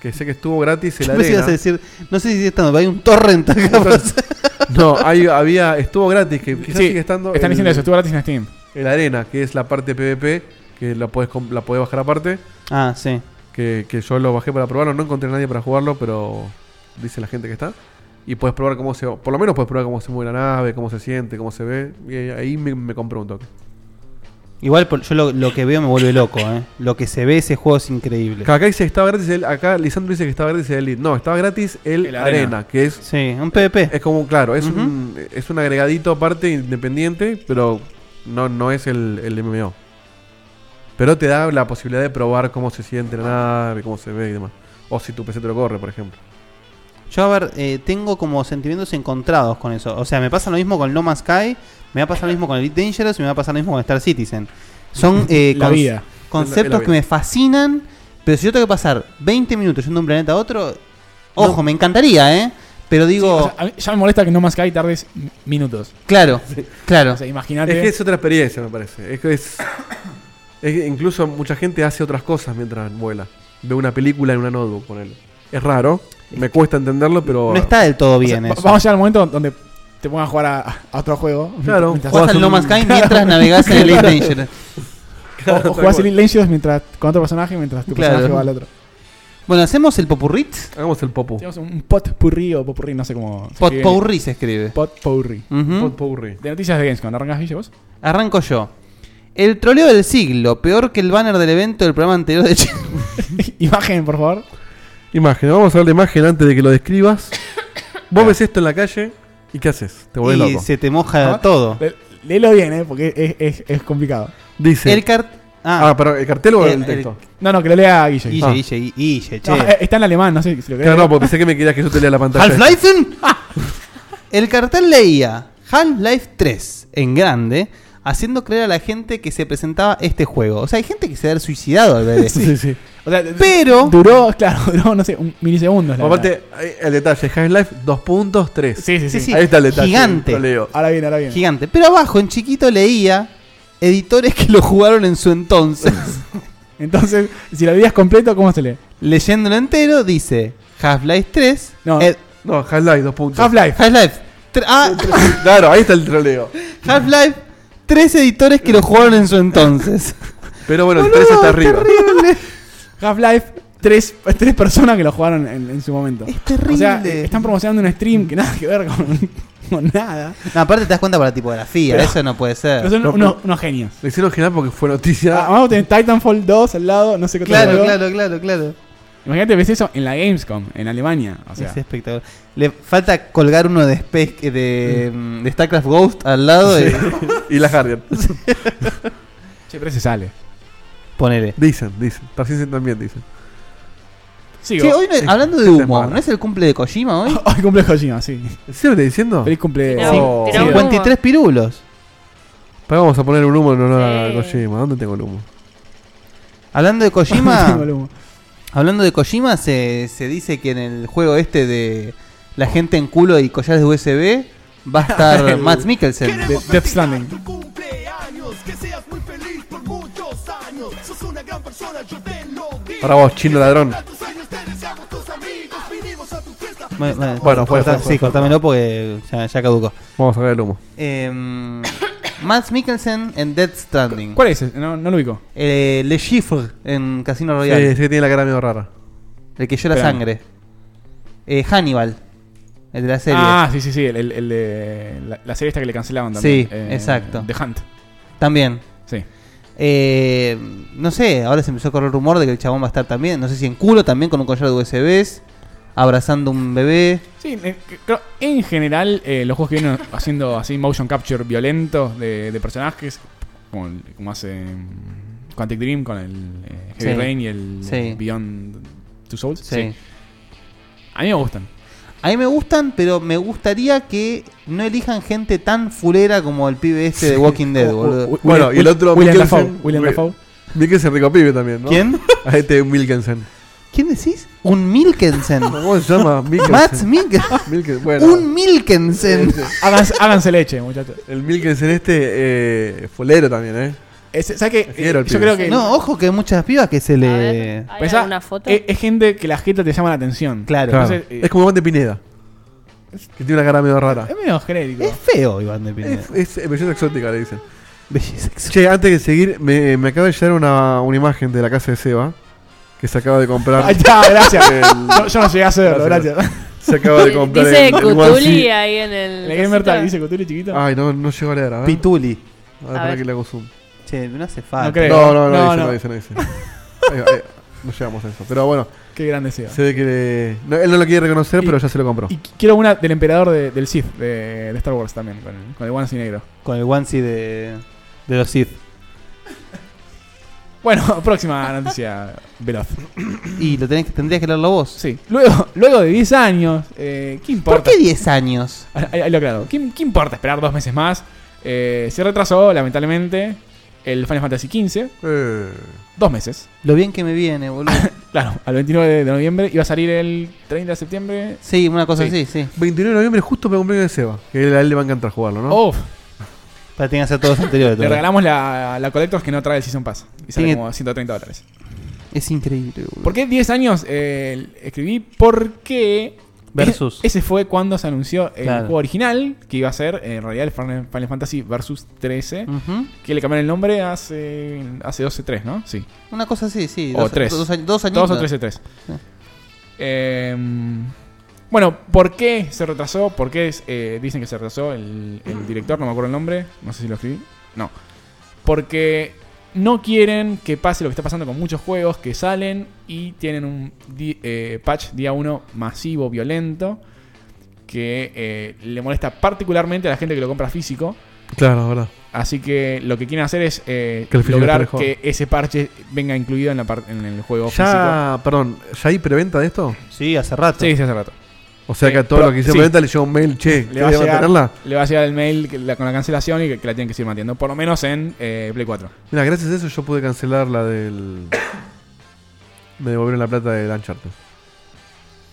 Speaker 5: que sé que estuvo gratis el
Speaker 3: Yo pensé que ibas a
Speaker 5: arena.
Speaker 3: decir, no sé si está, pero hay un torrent acá. pues.
Speaker 5: No, hay- había, estuvo gratis, que quizás
Speaker 4: Sí,
Speaker 5: sigue estando.
Speaker 4: Están
Speaker 5: el-
Speaker 4: diciendo eso, estuvo gratis en Steam.
Speaker 5: El arena, que es la parte PvP, que la podés, com- la podés bajar aparte,
Speaker 3: ah, sí.
Speaker 5: que, que yo lo bajé para probarlo, no encontré a nadie para jugarlo, pero dice la gente que está. Y puedes probar cómo se. Por lo menos puedes probar cómo se mueve la nave, cómo se siente, cómo se ve. Y ahí me, me compré un toque.
Speaker 3: Igual por- yo lo, lo que veo me vuelve loco, ¿eh? Lo que se ve ese juego es increíble.
Speaker 5: Acá dice que estaba gratis el. Acá Lisandro dice que estaba gratis el Elite. No, estaba gratis el,
Speaker 4: El Arena.
Speaker 5: arena. que es Eh,
Speaker 3: Sí, un PvP.
Speaker 5: Es como, un- claro, es,
Speaker 3: Ujú.
Speaker 5: un, es un agregadito aparte independiente, pero no, no es el, el MMO. Pero te da la posibilidad de probar cómo se siente la nave, cómo se ve y demás. O si tu PC te lo corre, por ejemplo.
Speaker 3: Yo, a ver, eh, tengo como sentimientos encontrados con eso. O sea, me pasa lo mismo con No Man's Sky, me va a pasar lo mismo con Elite Dangerous y me va a pasar lo mismo con Star Citizen. Son eh,
Speaker 4: La
Speaker 3: cons-
Speaker 4: vida.
Speaker 5: Es la
Speaker 3: conceptos
Speaker 5: vida.
Speaker 3: que me fascinan, pero si yo tengo que pasar 20 minutos yendo de un planeta a otro, ojo, me encantaría, ¿eh? Pero digo,
Speaker 4: O sea, a mí ya me molesta que No Man's Sky tardes m- minutos.
Speaker 3: claro, claro.
Speaker 4: O sea,
Speaker 5: Es
Speaker 4: imagínate.
Speaker 5: que es otra experiencia, me parece. Es que es, es que incluso mucha gente hace otras cosas mientras vuela. Ve una película en una notebook, ponele. Es raro, me cuesta entenderlo, pero.
Speaker 3: No está del todo
Speaker 4: O sea,
Speaker 3: bien
Speaker 4: va-
Speaker 3: eso.
Speaker 4: Vamos a llegar al momento donde te pongas a jugar a, a otro juego.
Speaker 5: Claro.
Speaker 4: Mientras-
Speaker 3: Jugás al No Man's Sky mientras navegás en Elite Dangerous.
Speaker 4: o, o jugás el Legends mientras, con otro personaje mientras tu
Speaker 3: Claro.
Speaker 4: personaje va al otro.
Speaker 3: Bueno, hacemos el popurrit.
Speaker 5: Hagamos el popu.
Speaker 4: Tenemos un potpourri o popurrí, no sé cómo. se escribe.
Speaker 3: Potpourri se escribe.
Speaker 4: Potpourri.
Speaker 3: Ujú.
Speaker 5: Potpourri.
Speaker 4: De noticias de Gamescom, ¿arrancás Guille vos?
Speaker 3: Arranco yo. El troleo del siglo, peor que el banner del evento del programa anterior de Chile.
Speaker 4: Imagen, por favor.
Speaker 5: Imagen, vamos a ver la imagen antes de que lo describas. Vos ves esto en la calle y ¿qué haces? Te volvés
Speaker 3: Y
Speaker 5: loco.
Speaker 3: se te moja
Speaker 4: Ah,
Speaker 3: todo.
Speaker 4: Le- Léelo bien, ¿eh? Porque es, es- es complicado.
Speaker 5: Dice.
Speaker 3: El cart...
Speaker 5: ah,
Speaker 3: Ah,
Speaker 5: pero ¿el cartel o el,
Speaker 3: el-
Speaker 5: texto?
Speaker 4: eh, No, no, que lo lea Guille.
Speaker 3: Guille,
Speaker 5: ah.
Speaker 3: Guille, Guille, Guille, che.
Speaker 4: No, eh, está en alemán, no sé si lo querés
Speaker 5: Claro,
Speaker 4: leer.
Speaker 5: no, porque pensé que me querías que yo te lea la pantalla.
Speaker 3: ¿Half-Life? El cartel leía Half-Life 3 en grande, haciendo creer a la gente que se presentaba este juego. O sea, hay gente que se ha suicidado al ver esto.
Speaker 5: Sí, sí.
Speaker 4: O sea,
Speaker 3: Pero,
Speaker 4: duró, claro, duró, no sé, un milisegundo. la verdad.
Speaker 5: Aparte, ahí el detalle, Half-Life 2.3.
Speaker 4: Sí, sí, sí,
Speaker 3: sí, sí,
Speaker 5: Ahí está el detalle.
Speaker 3: gigante.
Speaker 5: Lo leo.
Speaker 4: Ahora bien, ahora bien.
Speaker 3: Gigante. Pero abajo, en chiquito, leía editores que lo jugaron en su entonces.
Speaker 4: Entonces, si lo leías completo, ¿cómo se lee?
Speaker 3: Leyéndolo entero, dice Half-Life 3.
Speaker 4: No.
Speaker 3: eh,
Speaker 5: No, Half-Life 2.3.
Speaker 4: Half-Life.
Speaker 3: Half-Life. tre- ah,
Speaker 5: Claro, ahí está el troleo.
Speaker 3: Half-Life. Tres editores que lo jugaron en su entonces.
Speaker 5: Pero bueno, el 3 está arriba.
Speaker 3: Terrible.
Speaker 4: Half-Life, tres, tres personas que lo jugaron en, en su momento.
Speaker 3: Es terrible.
Speaker 4: O sea, eh, están promocionando un stream que nada que ver con, con nada.
Speaker 3: No, aparte te das cuenta por la tipografía,
Speaker 4: Pero-
Speaker 3: eso no puede
Speaker 4: Pero
Speaker 3: ser.
Speaker 4: son
Speaker 5: No,
Speaker 4: unos, unos genios.
Speaker 5: Lo hicieron genial porque fue noticia.
Speaker 4: Ah, Vamos a tener Titanfall 2 al lado, no sé qué otro
Speaker 3: Claro,
Speaker 4: juego.
Speaker 3: claro, claro, claro.
Speaker 4: Imagínate, ves eso en la Gamescom, en Alemania. O sea,
Speaker 3: es espectacular. Le falta colgar uno de, Space- de, mm, de StarCraft Ghost al lado y
Speaker 5: y la Guardian.
Speaker 4: siempre se sale.
Speaker 3: ponele.
Speaker 5: Dicen, dicen. Tarcísio también dicen.
Speaker 4: Sigo.
Speaker 3: Che, hoy no-
Speaker 5: eh,
Speaker 3: hablando de
Speaker 5: este
Speaker 3: humo,
Speaker 5: tema.
Speaker 3: ¿no es el cumple de Kojima hoy?
Speaker 4: Hoy cumple Kojima, sí.
Speaker 5: ¿Siempre diciendo?
Speaker 4: Feliz cumple.
Speaker 6: Tirá
Speaker 5: Oh.
Speaker 6: un- tirá un humo.
Speaker 3: 53 pirulos.
Speaker 5: Pero vamos a poner un humo en honor
Speaker 6: Sí.
Speaker 5: a Kojima. ¿Dónde tengo el humo?
Speaker 3: Hablando de
Speaker 4: Sí,
Speaker 3: Kojima,
Speaker 4: boludo.
Speaker 3: hablando de Kojima se, se dice que en el juego este de la gente en culo y collares de USB va a estar Matt Mikkelsen.
Speaker 4: De- Death Stranding.
Speaker 5: Para vos, chino ladrón.
Speaker 3: Bueno, bueno,
Speaker 5: Bueno, fue,
Speaker 3: cortá-
Speaker 5: fue, fue,
Speaker 3: sí,
Speaker 5: fue.
Speaker 3: cortámelo porque ya, ya caducó.
Speaker 5: Vamos a sacar el humo.
Speaker 3: Em, Matt Mikkelsen en Death Stranding.
Speaker 4: ¿Cuál es? ese? No, no lo ubico.
Speaker 3: Eh, Le Chiffre en Casino
Speaker 5: Sí,
Speaker 3: Royale.
Speaker 5: sí, Eh, tiene la cara medio rara.
Speaker 3: El que llora
Speaker 4: Espera.
Speaker 3: sangre. Eh, Hannibal. El de la serie.
Speaker 4: Ah, sí, sí, sí. El, el- el de la, la serie esta que le cancelaron también. eh,
Speaker 3: Sí, exacto.
Speaker 4: The Hunt.
Speaker 3: También.
Speaker 4: Sí.
Speaker 3: Eh, no sé, ahora se empezó a correr el rumor de que el chabón va a estar también. No sé si en culo también con un collar de USBs. Abrazando un bebé.
Speaker 4: Sí, eh, creo- en general, eh, los juegos que vienen haciendo así motion capture violentos de, de personajes, como, el- como hace mm, Quantic Dream con el eh, Heavy
Speaker 3: Sí.
Speaker 4: Rain y el
Speaker 3: Sí.
Speaker 4: Beyond Two Souls.
Speaker 3: Sí.
Speaker 4: sí. A mí me gustan.
Speaker 3: A mí me gustan, pero me gustaría que no elijan gente tan fulera como el pibe este de Walking
Speaker 5: Oh,
Speaker 3: Dead, boludo.
Speaker 5: Bueno, y el otro,
Speaker 4: William
Speaker 5: Mikkelsen.
Speaker 4: Dafoe. William
Speaker 5: Wi-
Speaker 4: Dafoe.
Speaker 5: Mikkelsen rico pibe también, ¿no?
Speaker 3: ¿Quién?
Speaker 5: A este Milkensen.
Speaker 3: ¿Quién decís? Un Milkensen.
Speaker 5: ¿Cómo se llama?
Speaker 3: Matt
Speaker 5: Mikkelsen.
Speaker 3: Mikkelsen.
Speaker 5: Milken- bueno. Ah,
Speaker 3: Un Milkensen.
Speaker 4: Háganse, háganse leche, muchachos.
Speaker 5: El Milkensen este, eh, folero también, ¿eh?
Speaker 4: Es- ¿Sabes qué? Eh,
Speaker 5: Fiero el
Speaker 4: Yo
Speaker 5: pibe.
Speaker 4: creo que.
Speaker 3: No, ojo que hay muchas pibas que se
Speaker 6: A
Speaker 3: le.
Speaker 6: ver, ¿hay
Speaker 4: Pensá, eh,
Speaker 6: alguna foto?
Speaker 4: Es, es gente que la jeta te llama la atención.
Speaker 3: Claro.
Speaker 5: Claro.
Speaker 4: Entonces, eh,
Speaker 5: es como Mate Pineda. Que tiene una cara medio rara.
Speaker 4: Es medio genérico.
Speaker 3: Es feo, Iván de Pineda.
Speaker 5: Es, es, eh, belleza exótica, le dicen.
Speaker 3: Belleza exótica.
Speaker 5: Eh, Che, antes de seguir, me, me acaba de llegar una, una imagen de la casa de Seba. Que se acaba de comprar.
Speaker 4: Ahí está, gracias.
Speaker 5: el-
Speaker 4: No, yo no llegué a hacerlo,
Speaker 5: Gracias.
Speaker 4: gracias.
Speaker 5: se acaba de comprar.
Speaker 6: Dice
Speaker 5: el- el One
Speaker 6: Cutuli
Speaker 5: C.
Speaker 6: ahí en
Speaker 4: En
Speaker 6: el.
Speaker 4: el Gamer Tag
Speaker 6: cosito.
Speaker 4: dice Coturi chiquito.
Speaker 5: Ay, no, no llegó a leer. A ver,
Speaker 3: Pituli.
Speaker 5: a ver,
Speaker 6: A
Speaker 5: para
Speaker 6: ver.
Speaker 5: que le hago zoom.
Speaker 3: Che, no hace
Speaker 4: No
Speaker 3: falta.
Speaker 4: creo.
Speaker 5: No, no, no,
Speaker 4: No,
Speaker 5: dice,
Speaker 4: no.
Speaker 5: no dice, no dice. Ahí va, ahí va. no llegamos a eso. Pero bueno,
Speaker 4: Qué grande sea.
Speaker 5: se ve que. le- no, él no lo quiere reconocer,
Speaker 4: Y-
Speaker 5: pero ya se lo compró.
Speaker 4: Y qu- quiero una del emperador de- del Sith, de, de Star Wars también, con el, con el One negro.
Speaker 3: Con el onesie de, de los Sith.
Speaker 4: Bueno, próxima noticia veloz.
Speaker 3: Y lo tenés, que- tendrías que leerlo vos.
Speaker 4: Sí. Luego, luego de 10 años, eh, ¿qué
Speaker 3: ¿Por
Speaker 4: importa? Ah,
Speaker 3: qué 10 años?
Speaker 4: Ahí, ahí lo aclaro. ¿Qué, qué importa esperar dos meses más? Eh, se retrasó, lamentablemente, el Final Fantasy XV.
Speaker 5: Eh,
Speaker 4: Dos meses.
Speaker 3: Lo bien que me viene, boludo.
Speaker 4: Claro, al 29 de noviembre. Iba a salir el 30 de septiembre.
Speaker 3: Sí, una cosa
Speaker 4: Sí.
Speaker 3: así, sí.
Speaker 5: 29 de noviembre, justo me compré de Seba. Que él- a él le va a encantar jugarlo, ¿no?
Speaker 4: Uf,
Speaker 3: Para tener que hacer todos los anteriores.
Speaker 4: le
Speaker 3: boludo.
Speaker 4: regalamos la, la Collectors que no trae el Season Pass. Y sale
Speaker 3: Tiene-
Speaker 4: como 130 dólares.
Speaker 3: Es increíble, boludo.
Speaker 4: ¿Por qué 10 años eh, escribí? Porque.
Speaker 3: Versus.
Speaker 4: Ese fue cuando se anunció el
Speaker 3: Claro.
Speaker 4: juego original, que iba a ser eh, en realidad el Final Final Fantasy Versus 13,
Speaker 3: Ujú.
Speaker 4: que le cambiaron el nombre hace, hace 12-3, ¿no? Sí.
Speaker 3: Una cosa así, sí.
Speaker 4: O
Speaker 3: dos, e
Speaker 4: tres.
Speaker 3: Dos, años- dos añitos.
Speaker 4: Dos o tres de tres.
Speaker 3: Sí.
Speaker 4: Eh, bueno, ¿por qué se retrasó? ¿Por qué es- eh, dicen que se retrasó el, el director? No me acuerdo el nombre. No sé si lo escribí. No. Porque no quieren que pase lo que está pasando con muchos juegos que salen y tienen un di- eh, patch día 1 masivo, violento, que eh, le molesta particularmente a la gente que lo compra físico.
Speaker 5: Claro, verdad.
Speaker 4: Así que lo que quieren hacer es eh,
Speaker 5: Que el físico
Speaker 4: lograr
Speaker 5: esté mejor.
Speaker 4: que ese parche venga incluido en, la par- en el juego físico.
Speaker 5: Ya, perdón, ¿ya hay preventa de esto?
Speaker 3: Sí, hace rato.
Speaker 4: Sí, sí, hace rato.
Speaker 5: O sea
Speaker 4: Sí,
Speaker 5: que a todos
Speaker 4: pero-
Speaker 5: los que hicieron
Speaker 4: sí.
Speaker 5: preventa le llegó un mail, che,
Speaker 4: Le va, a
Speaker 5: ¿ustedes van a
Speaker 4: llegar,
Speaker 5: tenerla?
Speaker 4: le va a llegar el mail que la- con la cancelación y que, que la tienen que seguir manteniendo. Por lo menos en eh, Play 4.
Speaker 5: Mira, gracias a eso yo pude cancelar la del. me devolvieron la plata del Uncharted.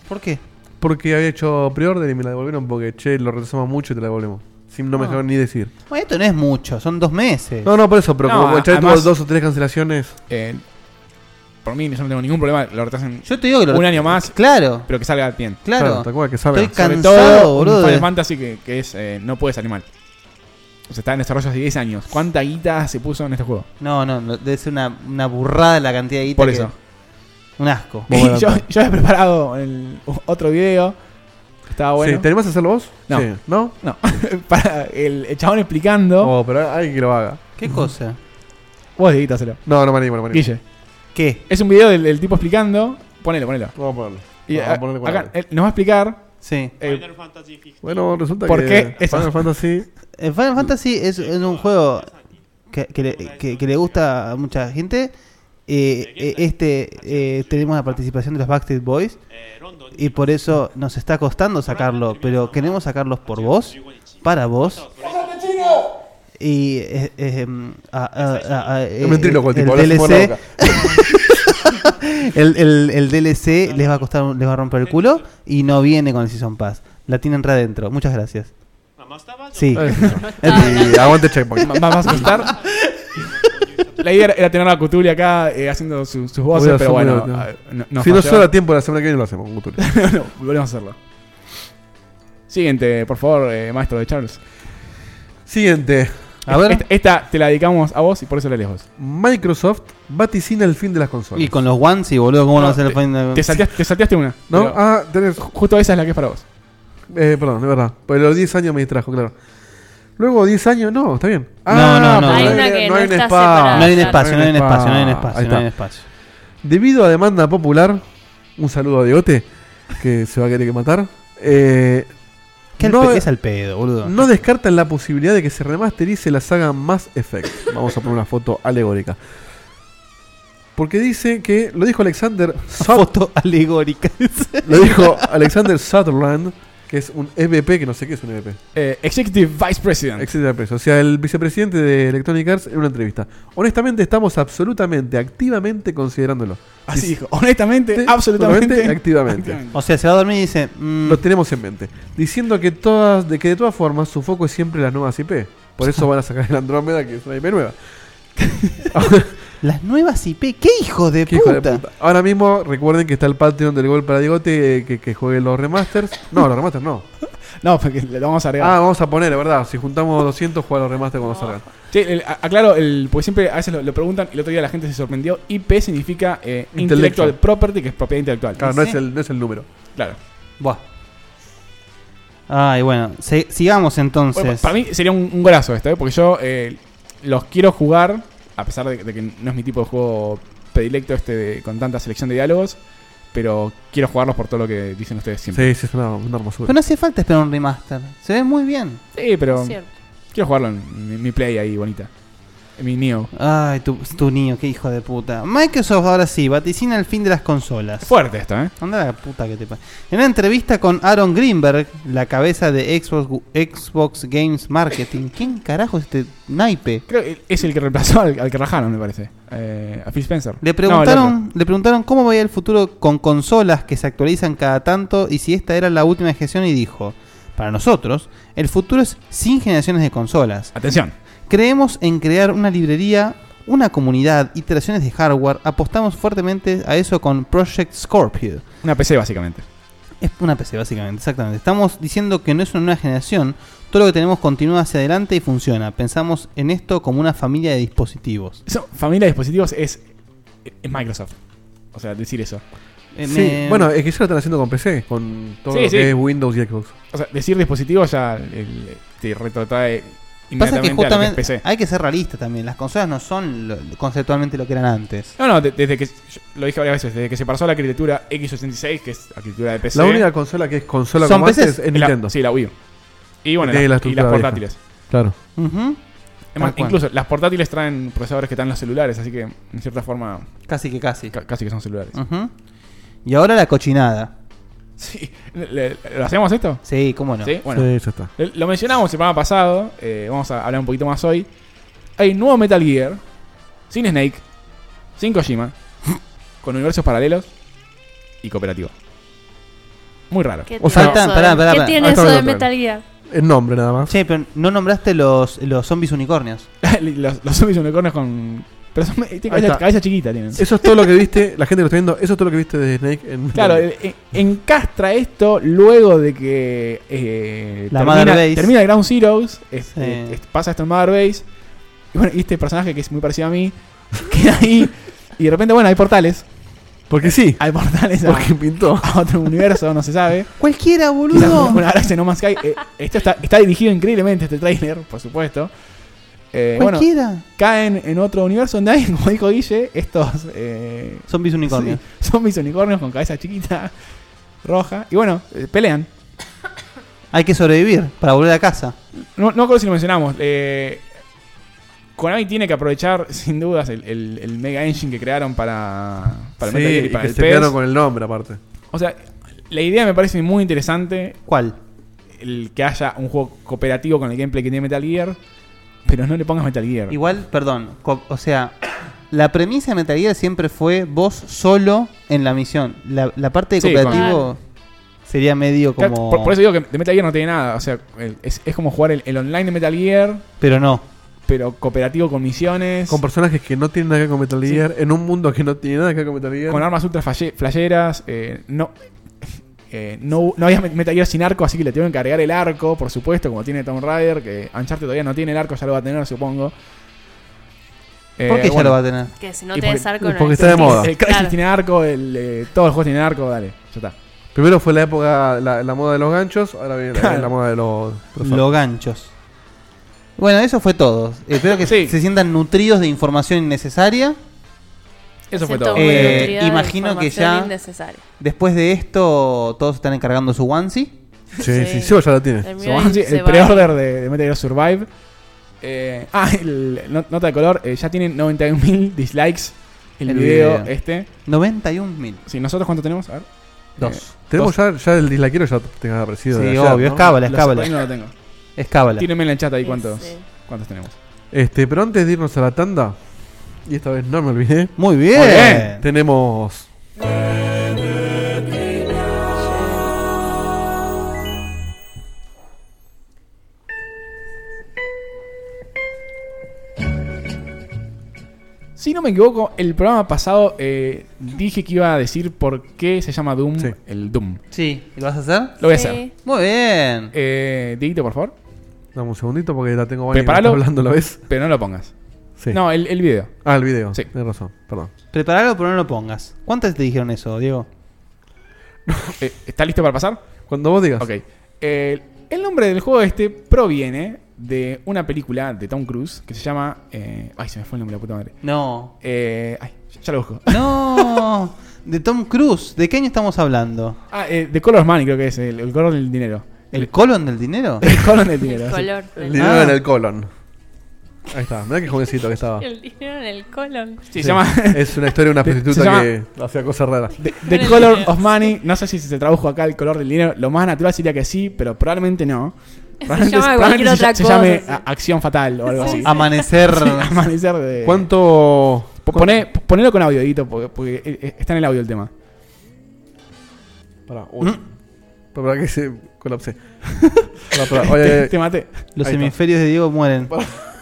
Speaker 3: ¿Por qué?
Speaker 5: Porque había hecho pre-order y me la devolvieron porque, che, lo retrasamos mucho y te la devolvemos. Sin, no me
Speaker 3: Ah.
Speaker 5: dejaron ni decir.
Speaker 3: Bueno, esto no es mucho, son dos meses.
Speaker 5: No, no, por eso, pero
Speaker 4: No,
Speaker 5: como
Speaker 4: a-
Speaker 5: el chat tuvo
Speaker 4: además-
Speaker 5: dos o tres cancelaciones.
Speaker 4: Eh, por mí, yo no tengo ningún problema. Lo retrasen,
Speaker 3: Yo te digo que lo-
Speaker 4: Un año más.
Speaker 3: Claro,
Speaker 4: pero que salga bien.
Speaker 3: claro.
Speaker 5: ¿Te acuerdas que sabe?
Speaker 3: Estoy ca-
Speaker 4: Sobre
Speaker 3: Cansado,
Speaker 4: todo un
Speaker 3: boludo.
Speaker 4: Final Fantasy que, que es, eh, no puede salir mal. O sea, está en desarrollo hace 10 años. ¿Cuánta guita se puso en este juego?
Speaker 3: No, no, no, debe ser una, una burrada la cantidad de guita.
Speaker 4: Por
Speaker 3: que-
Speaker 4: eso.
Speaker 3: Un asco.
Speaker 5: Muy bueno.
Speaker 4: yo, yo había preparado el- otro video. Estaba
Speaker 5: Sí,
Speaker 4: bueno.
Speaker 5: ¿Te animás a hacerlo vos?
Speaker 4: No.
Speaker 5: Sí. ¿No?
Speaker 4: No. Para el, el chabón explicando.
Speaker 5: Oh, pero hay que lo haga.
Speaker 3: ¿Qué cosa?
Speaker 4: Vos dedítaselo.
Speaker 5: No, no me animo, no me animo.
Speaker 4: Guille.
Speaker 3: ¿Qué?
Speaker 4: Es un video del, del tipo explicando Ponelo, ponelo.
Speaker 5: Vamos a ponerle.
Speaker 4: Y,
Speaker 5: Vamos a
Speaker 4: a-
Speaker 5: ponerle
Speaker 4: acá,
Speaker 5: cuarenta.
Speaker 4: él nos va a explicar.
Speaker 3: Sí.
Speaker 4: eh,
Speaker 5: Bueno, resulta
Speaker 4: ¿Por
Speaker 5: que
Speaker 4: qué? Eso.
Speaker 5: Final Fantasy
Speaker 3: El Eh, Final Fantasy es, es un juego que, que le, que- que le gusta a mucha gente. Eh, eh, este eh, tenemos la participación de los Backstreet Boys y por eso nos está costando sacarlo, pero queremos sacarlos por vos, para vos. Y eh, eh, em, a- a- a- a- eh,
Speaker 5: Es ventríloco el tipo, habla por la
Speaker 3: DLC,
Speaker 5: boca.
Speaker 3: el, el- el DLC les va a costar, les va a romper el culo y no viene con el Season Pass. La tienen re adentro. Muchas gracias. Sí.
Speaker 5: y aguante checkpoint.
Speaker 4: va- va- vas a gustar. La idea era- era tener a Cutuli acá eh, haciendo su- sus voces,
Speaker 5: Hubiera
Speaker 4: pero
Speaker 5: asumido,
Speaker 4: bueno,
Speaker 5: no.
Speaker 4: ah, no, no
Speaker 5: si no
Speaker 4: falló.
Speaker 5: sobra tiempo la semana que viene lo hacemos, Gutuli.
Speaker 4: no, volvemos a hacerlo. Siguiente, por favor, eh, maestro de Charles.
Speaker 5: Siguiente.
Speaker 3: A ver.
Speaker 4: Esta, esta te la dedicamos a vos y por eso la lejos.
Speaker 5: Microsoft vaticina el fin de las consolas.
Speaker 3: Y con los ones y boludo, ¿cómo no, va a ser el Final
Speaker 4: Te, salteas- te salteaste una.
Speaker 5: ¿No?
Speaker 4: pero
Speaker 5: Ah, tenés.
Speaker 4: Justo esa es la que es para vos.
Speaker 5: Eh, perdón, de verdad. Pero los 10 años me distrajo, claro. Luego 10 años, no, está bien.
Speaker 3: no,
Speaker 5: pero
Speaker 3: no.
Speaker 6: Hay una que no
Speaker 5: hay un
Speaker 6: está
Speaker 5: spa.
Speaker 6: separada.
Speaker 3: No hay un
Speaker 6: Ah,
Speaker 3: espacio, no hay un espacio, no hay un espacio,
Speaker 5: Ahí
Speaker 3: no hay un
Speaker 5: está.
Speaker 3: espacio.
Speaker 5: Debido a demanda popular, un saludo a Diegote, que se va a querer que matar. Eh,
Speaker 3: ¿Qué al
Speaker 5: No,
Speaker 3: pe-
Speaker 5: eh,
Speaker 3: es al pedo, boludo?
Speaker 5: No descartan la posibilidad de que se remasterice la saga Mass Effect. Vamos a poner una foto alegórica. Porque dice que lo dijo Alexander Sut-
Speaker 3: Foto alegórica.
Speaker 5: lo dijo Alexander Sutherland, que es un EVP, que no sé qué es un E EVP.
Speaker 4: Eh, Executive Vice President.
Speaker 5: Etcétera, preso. O sea, el vicepresidente de Electronic Arts en una entrevista. Honestamente, estamos absolutamente, activamente considerándolo.
Speaker 4: Así
Speaker 5: Sí,
Speaker 4: dijo. Honestamente,
Speaker 5: sí,
Speaker 4: absolutamente.
Speaker 5: activamente.
Speaker 3: o sea, se va a dormir y dice. mm,
Speaker 5: Lo tenemos en mente. Diciendo que todas, de que de todas formas su foco es siempre las nuevas IP. Por eso van a sacar el Andrómeda, que es una IP nueva.
Speaker 3: las nuevas IP. ¿Qué hijo de,
Speaker 5: Qué hijo
Speaker 3: puta?
Speaker 5: de puta. Ahora mismo recuerden que está el Patreon del gol para Diegote eh, que, que juegue los remasters. No, los remasters no.
Speaker 4: No, porque le vamos a agregar.
Speaker 5: Ah, vamos a poner, es verdad. Si juntamos 200, juega los remasters cuando salgan.
Speaker 4: Che, el- a- aclaro, el, porque siempre a veces lo, lo preguntan y el otro día la gente se sorprendió. IP significa eh,
Speaker 5: Intellectual.
Speaker 4: Intellectual Property, que es propiedad intelectual.
Speaker 5: Claro, no es el, no es el número.
Speaker 4: Claro.
Speaker 3: Buah. Ay, bueno, se- sigamos entonces.
Speaker 4: Bueno, pa- para mí sería un, un golazo esto, ¿eh? porque yo eh, los quiero jugar, a pesar de, de que no es mi tipo de juego predilecto este de- con tanta selección de diálogos, pero quiero jugarlos por todo lo que dicen ustedes siempre.
Speaker 5: Sí, sí, es una, una hermosura.
Speaker 3: Pero no hace falta esperar un remaster. Se ve muy bien.
Speaker 4: Sí, pero
Speaker 6: Cierto.
Speaker 4: quiero jugarlo en mi, mi play ahí bonita. En mi Neo.
Speaker 3: Ay, tu, tu niño, qué hijo de puta. Microsoft ahora sí, vaticina el fin de las consolas.
Speaker 4: Fuerte esto, ¿eh?
Speaker 3: Anda la puta que te pa- En una entrevista con Aaron Greenberg, la cabeza de Xbox, Xbox Games Marketing. ¿Quién carajo es este naipe?
Speaker 4: Creo que es el que reemplazó al, al que rajaron, me parece. Eh, a Phil Spencer.
Speaker 3: Le
Speaker 4: No, el
Speaker 3: preguntaron,
Speaker 4: otro.
Speaker 3: le preguntaron cómo veía el futuro con consolas que se actualizan cada tanto y si esta era la última gestión y dijo, para nosotros, el futuro es sin generaciones de consolas.
Speaker 4: Atención.
Speaker 3: Creemos en crear una librería, una comunidad, iteraciones de hardware, apostamos fuertemente a eso con Project Scorpio.
Speaker 4: Una PC, básicamente.
Speaker 3: Es una PC, básicamente, exactamente. Estamos diciendo que no es una nueva generación. Todo lo que tenemos continúa hacia adelante y funciona. Pensamos en esto como una familia de dispositivos.
Speaker 4: Eso, familia de dispositivos es, es Microsoft. O sea, decir eso.
Speaker 3: Eh,
Speaker 5: Sí,
Speaker 3: me-
Speaker 5: Bueno, es que ya lo están haciendo con PC, con todo
Speaker 4: Sí,
Speaker 5: lo
Speaker 4: sí.
Speaker 5: que es Windows y Xbox.
Speaker 4: O sea, decir dispositivos ya el- te retrotrae
Speaker 3: pasa
Speaker 4: inmediatamente
Speaker 3: que
Speaker 4: a lo
Speaker 3: justamente
Speaker 4: que es PC.
Speaker 3: hay que ser realista también. Las consolas no son lo- conceptualmente lo que eran antes.
Speaker 4: No, no, de- desde que, yo lo dije varias veces, desde que se pasó a la arquitectura X86, que es arquitectura de PC.
Speaker 5: La única consola que es consola
Speaker 3: ¿Son
Speaker 5: como
Speaker 3: PCs?
Speaker 5: antes es
Speaker 4: es la-
Speaker 5: Nintendo.
Speaker 4: sí, la Wii U. Y bueno, la-
Speaker 5: Tiene Eh, la
Speaker 4: y
Speaker 5: estructura
Speaker 4: las
Speaker 5: vieja.
Speaker 4: portátiles.
Speaker 5: Claro.
Speaker 3: Ujú.
Speaker 4: Es más,
Speaker 3: Tal cual.
Speaker 4: incluso las portátiles traen procesadores que están en los celulares, así que en cierta forma
Speaker 3: Casi que casi.
Speaker 4: ca- casi que son celulares.
Speaker 3: Ujú. Y ahora la cochinada.
Speaker 4: Sí. ¿Le- le- ¿Lo hacemos esto?
Speaker 3: Sí, cómo no.
Speaker 4: Sí, bueno.
Speaker 5: Sí, ya está.
Speaker 4: Lo- Lo mencionamos el programa pasado, eh, vamos a hablar un poquito más hoy. Hay un nuevo Metal Gear, sin Snake, sin Kojima, con universos paralelos y cooperativo. Muy raro.
Speaker 6: ¿Qué
Speaker 5: O
Speaker 6: tiene
Speaker 5: sea,
Speaker 6: eso
Speaker 3: faltan-
Speaker 6: de-
Speaker 3: pará, pará,
Speaker 6: ¿Qué
Speaker 3: pará.
Speaker 6: tiene
Speaker 5: Ahí está
Speaker 6: eso de
Speaker 5: el otro.
Speaker 6: Metal Gear?
Speaker 5: El nombre nada más.
Speaker 3: Che, pero no nombraste los, los zombies unicornios.
Speaker 4: los, los zombies unicornios con... Pero son, tienen
Speaker 5: Ahí
Speaker 4: cabeza,
Speaker 5: está.
Speaker 4: cabeza chiquita tienen.
Speaker 5: Eso es todo lo que viste, la gente que lo está viendo, eso es todo lo que viste de Snake en
Speaker 4: Claro, eh, eh, encastra esto luego de que eh,
Speaker 3: La
Speaker 4: termina,
Speaker 3: Mother Base.
Speaker 4: termina Ground Zeroes, es-
Speaker 3: Sí.
Speaker 4: es- es- pasa esto en Mother Base, y bueno, y este personaje que es muy parecido a mí, queda ahí, y de repente, bueno, hay portales,
Speaker 5: Porque sí,
Speaker 4: hay portales a,
Speaker 5: porque pintó.
Speaker 4: a otro universo, no se sabe.
Speaker 3: Cualquiera,
Speaker 4: Una,
Speaker 3: boludo.
Speaker 4: una gracia No Man's Sky, eh, esto está, está dirigido increíblemente, este tráiler, por este supuesto. Eh, bueno,
Speaker 3: Cualquiera.
Speaker 4: caen en otro universo donde hay, como dijo Guille, estos eh,
Speaker 3: Zombies unicornios.
Speaker 4: sí, zombies unicornios con cabeza chiquita, roja. Y bueno, eh, pelean.
Speaker 3: Hay que sobrevivir para volver a casa.
Speaker 4: No, no creo si lo mencionamos. Eh, Konami tiene que aprovechar, sin dudas, el, el- el Mega Engine que crearon para, para
Speaker 5: Sí,
Speaker 4: Metal Gear y
Speaker 5: y
Speaker 4: para
Speaker 5: que
Speaker 4: el
Speaker 5: se
Speaker 4: PES.
Speaker 5: quedaron con el nombre aparte.
Speaker 4: O sea, la idea me parece muy interesante.
Speaker 3: ¿Cuál?
Speaker 4: El que haya un juego cooperativo con el gameplay que tiene Metal Gear. Pero no le pongas Metal Gear.
Speaker 3: Igual, perdón. co- O sea, la premisa de Metal Gear siempre fue vos solo en la misión. La, la parte de
Speaker 4: Sí,
Speaker 3: cooperativo sería medio
Speaker 4: Claro,
Speaker 3: como.
Speaker 4: por, por eso digo que de Metal Gear no tiene nada. O sea, el- es, es como jugar el, el online de Metal Gear,
Speaker 3: Pero no.
Speaker 4: pero cooperativo con misiones.
Speaker 5: Con personajes que no tienen nada que ver con Metal
Speaker 4: Sí.
Speaker 5: Gear, en un mundo que no tiene nada que ver con Metal Gear.
Speaker 4: con armas ultra falle- flasheras. eh, no, eh, no, no había Metal Gear sin arco, así que le tuvieron que cargar el arco, por supuesto, como tiene Tomb Raider, que Uncharted todavía no tiene el arco, ya lo va a tener, supongo. Eh,
Speaker 3: ¿Por qué ya
Speaker 4: bueno,
Speaker 3: lo va a tener?
Speaker 6: Que si no
Speaker 4: Y
Speaker 6: te
Speaker 4: porque-
Speaker 6: desarco
Speaker 5: porque está de moda.
Speaker 4: El Crysis
Speaker 6: Claro.
Speaker 4: tiene arco, el, eh, todos los juegos tienen arco, dale, ya está.
Speaker 5: Primero fue la época, la, la moda de los ganchos, ahora viene la-
Speaker 4: Claro.
Speaker 5: la moda de los... los
Speaker 3: Los ganchos. Bueno, eso fue todo. Espero que
Speaker 4: Sí.
Speaker 3: se sientan nutridos de información innecesaria.
Speaker 4: Eso fue
Speaker 6: Excepto
Speaker 4: todo.
Speaker 6: una
Speaker 3: Eh,
Speaker 6: cantidad de
Speaker 3: imagino que
Speaker 6: información
Speaker 3: ya-
Speaker 6: innecesaria.
Speaker 3: Después de esto, todos están encargando su onesie.
Speaker 5: Sí, sí,
Speaker 6: Sí.
Speaker 5: sí, ya lo tiene.
Speaker 6: Terminó
Speaker 4: Se
Speaker 6: y
Speaker 4: van- sí,
Speaker 6: se
Speaker 4: el
Speaker 6: va.
Speaker 4: pre-order de, de Metal Gear Survive. Eh, ah, el, no- nota de color, eh, ya tienen 91.000 dislikes el,
Speaker 3: El
Speaker 4: video,
Speaker 3: video.
Speaker 4: este.
Speaker 3: 91.000.
Speaker 4: Sí, ¿nosotros cuánto tenemos? A ver. Eh,
Speaker 3: Dos.
Speaker 5: Tenemos ya, ya el dislaquero, ya te ha
Speaker 3: Sí,
Speaker 5: aparecido. de ayer,
Speaker 3: obvio.
Speaker 5: ¿no?
Speaker 3: Es cábala, es
Speaker 4: los-
Speaker 3: cábala.
Speaker 4: ahí no lo tengo.
Speaker 3: Es cábala.
Speaker 4: Tírenme en el chat ahí
Speaker 6: Sí,
Speaker 4: cuántos,
Speaker 6: sí.
Speaker 4: cuántos tenemos.
Speaker 5: Este, pero antes de irnos a la tanda, y esta vez no me olvidé,
Speaker 3: Muy
Speaker 4: Muy
Speaker 3: bien.
Speaker 4: bien.
Speaker 5: tenemos.
Speaker 4: Si no me equivoco, el programa pasado eh, dije que iba a decir por qué se llama Doom
Speaker 5: Sí.
Speaker 4: el Doom.
Speaker 3: Sí. ¿Lo vas a hacer?
Speaker 4: Lo voy
Speaker 6: Sí.
Speaker 4: a hacer.
Speaker 3: Muy bien.
Speaker 4: Eh, Dieguito, por favor.
Speaker 5: Dame un segundito porque la tengo Vani que me
Speaker 4: Preparalo.
Speaker 5: está hablando, ¿lo ves?
Speaker 4: Pero no lo pongas.
Speaker 5: Sí.
Speaker 4: No, el, el video.
Speaker 5: Ah, el video.
Speaker 4: Sí.
Speaker 5: Sí. Tienes razón, perdón.
Speaker 3: Preparalo, pero no lo pongas. ¿Cuántas te dijeron eso, Diego?
Speaker 4: Eh, ¿Está listo para pasar?
Speaker 5: Cuando vos digas.
Speaker 4: Ok. El, el nombre del juego este proviene de una película de Tom Cruise que se llama. eh, ay, se me fue el nombre, la puta madre.
Speaker 3: No.
Speaker 4: Eh, ay, ya- ya lo busco.
Speaker 3: No. De Tom Cruise. ¿De qué año estamos hablando?
Speaker 4: Ah, eh, The Color of Money creo que es, el, el color del dinero.
Speaker 3: ¿El colon del dinero?
Speaker 4: El color del dinero.
Speaker 6: El
Speaker 4: sí.
Speaker 6: color.
Speaker 5: El
Speaker 6: del-
Speaker 5: dinero
Speaker 3: Ah.
Speaker 5: en el colon. Ahí está, mirá qué jovencito que estaba.
Speaker 6: El dinero en el colon.
Speaker 4: Sí, se llama
Speaker 5: Es una historia de una
Speaker 4: Se
Speaker 5: prostituta
Speaker 4: llama-
Speaker 5: que hacía cosas raras.
Speaker 4: The, The Color of Money. No sé si se tradujo acá el color del dinero. Lo más natural sería que sí, pero probablemente no. Probablemente
Speaker 6: llama
Speaker 4: probablemente
Speaker 6: cualquier
Speaker 4: se-
Speaker 6: otra
Speaker 4: se
Speaker 6: cosa,
Speaker 4: llame
Speaker 6: sí.
Speaker 4: a- acción fatal o algo así.
Speaker 3: Amanecer.
Speaker 4: Amanecer de.
Speaker 5: ¿Cuánto.
Speaker 4: Po- Poné, ponelo con audio, Edito, porque, porque, eh, eh, está en el audio el tema.
Speaker 5: Pará, uy. Pará Pues que se colapse. Pará, pará. Oye, eh,
Speaker 4: Te-
Speaker 5: oye,
Speaker 4: te maté.
Speaker 3: Los
Speaker 5: Ahí está.
Speaker 3: hemisferios de Diego mueren.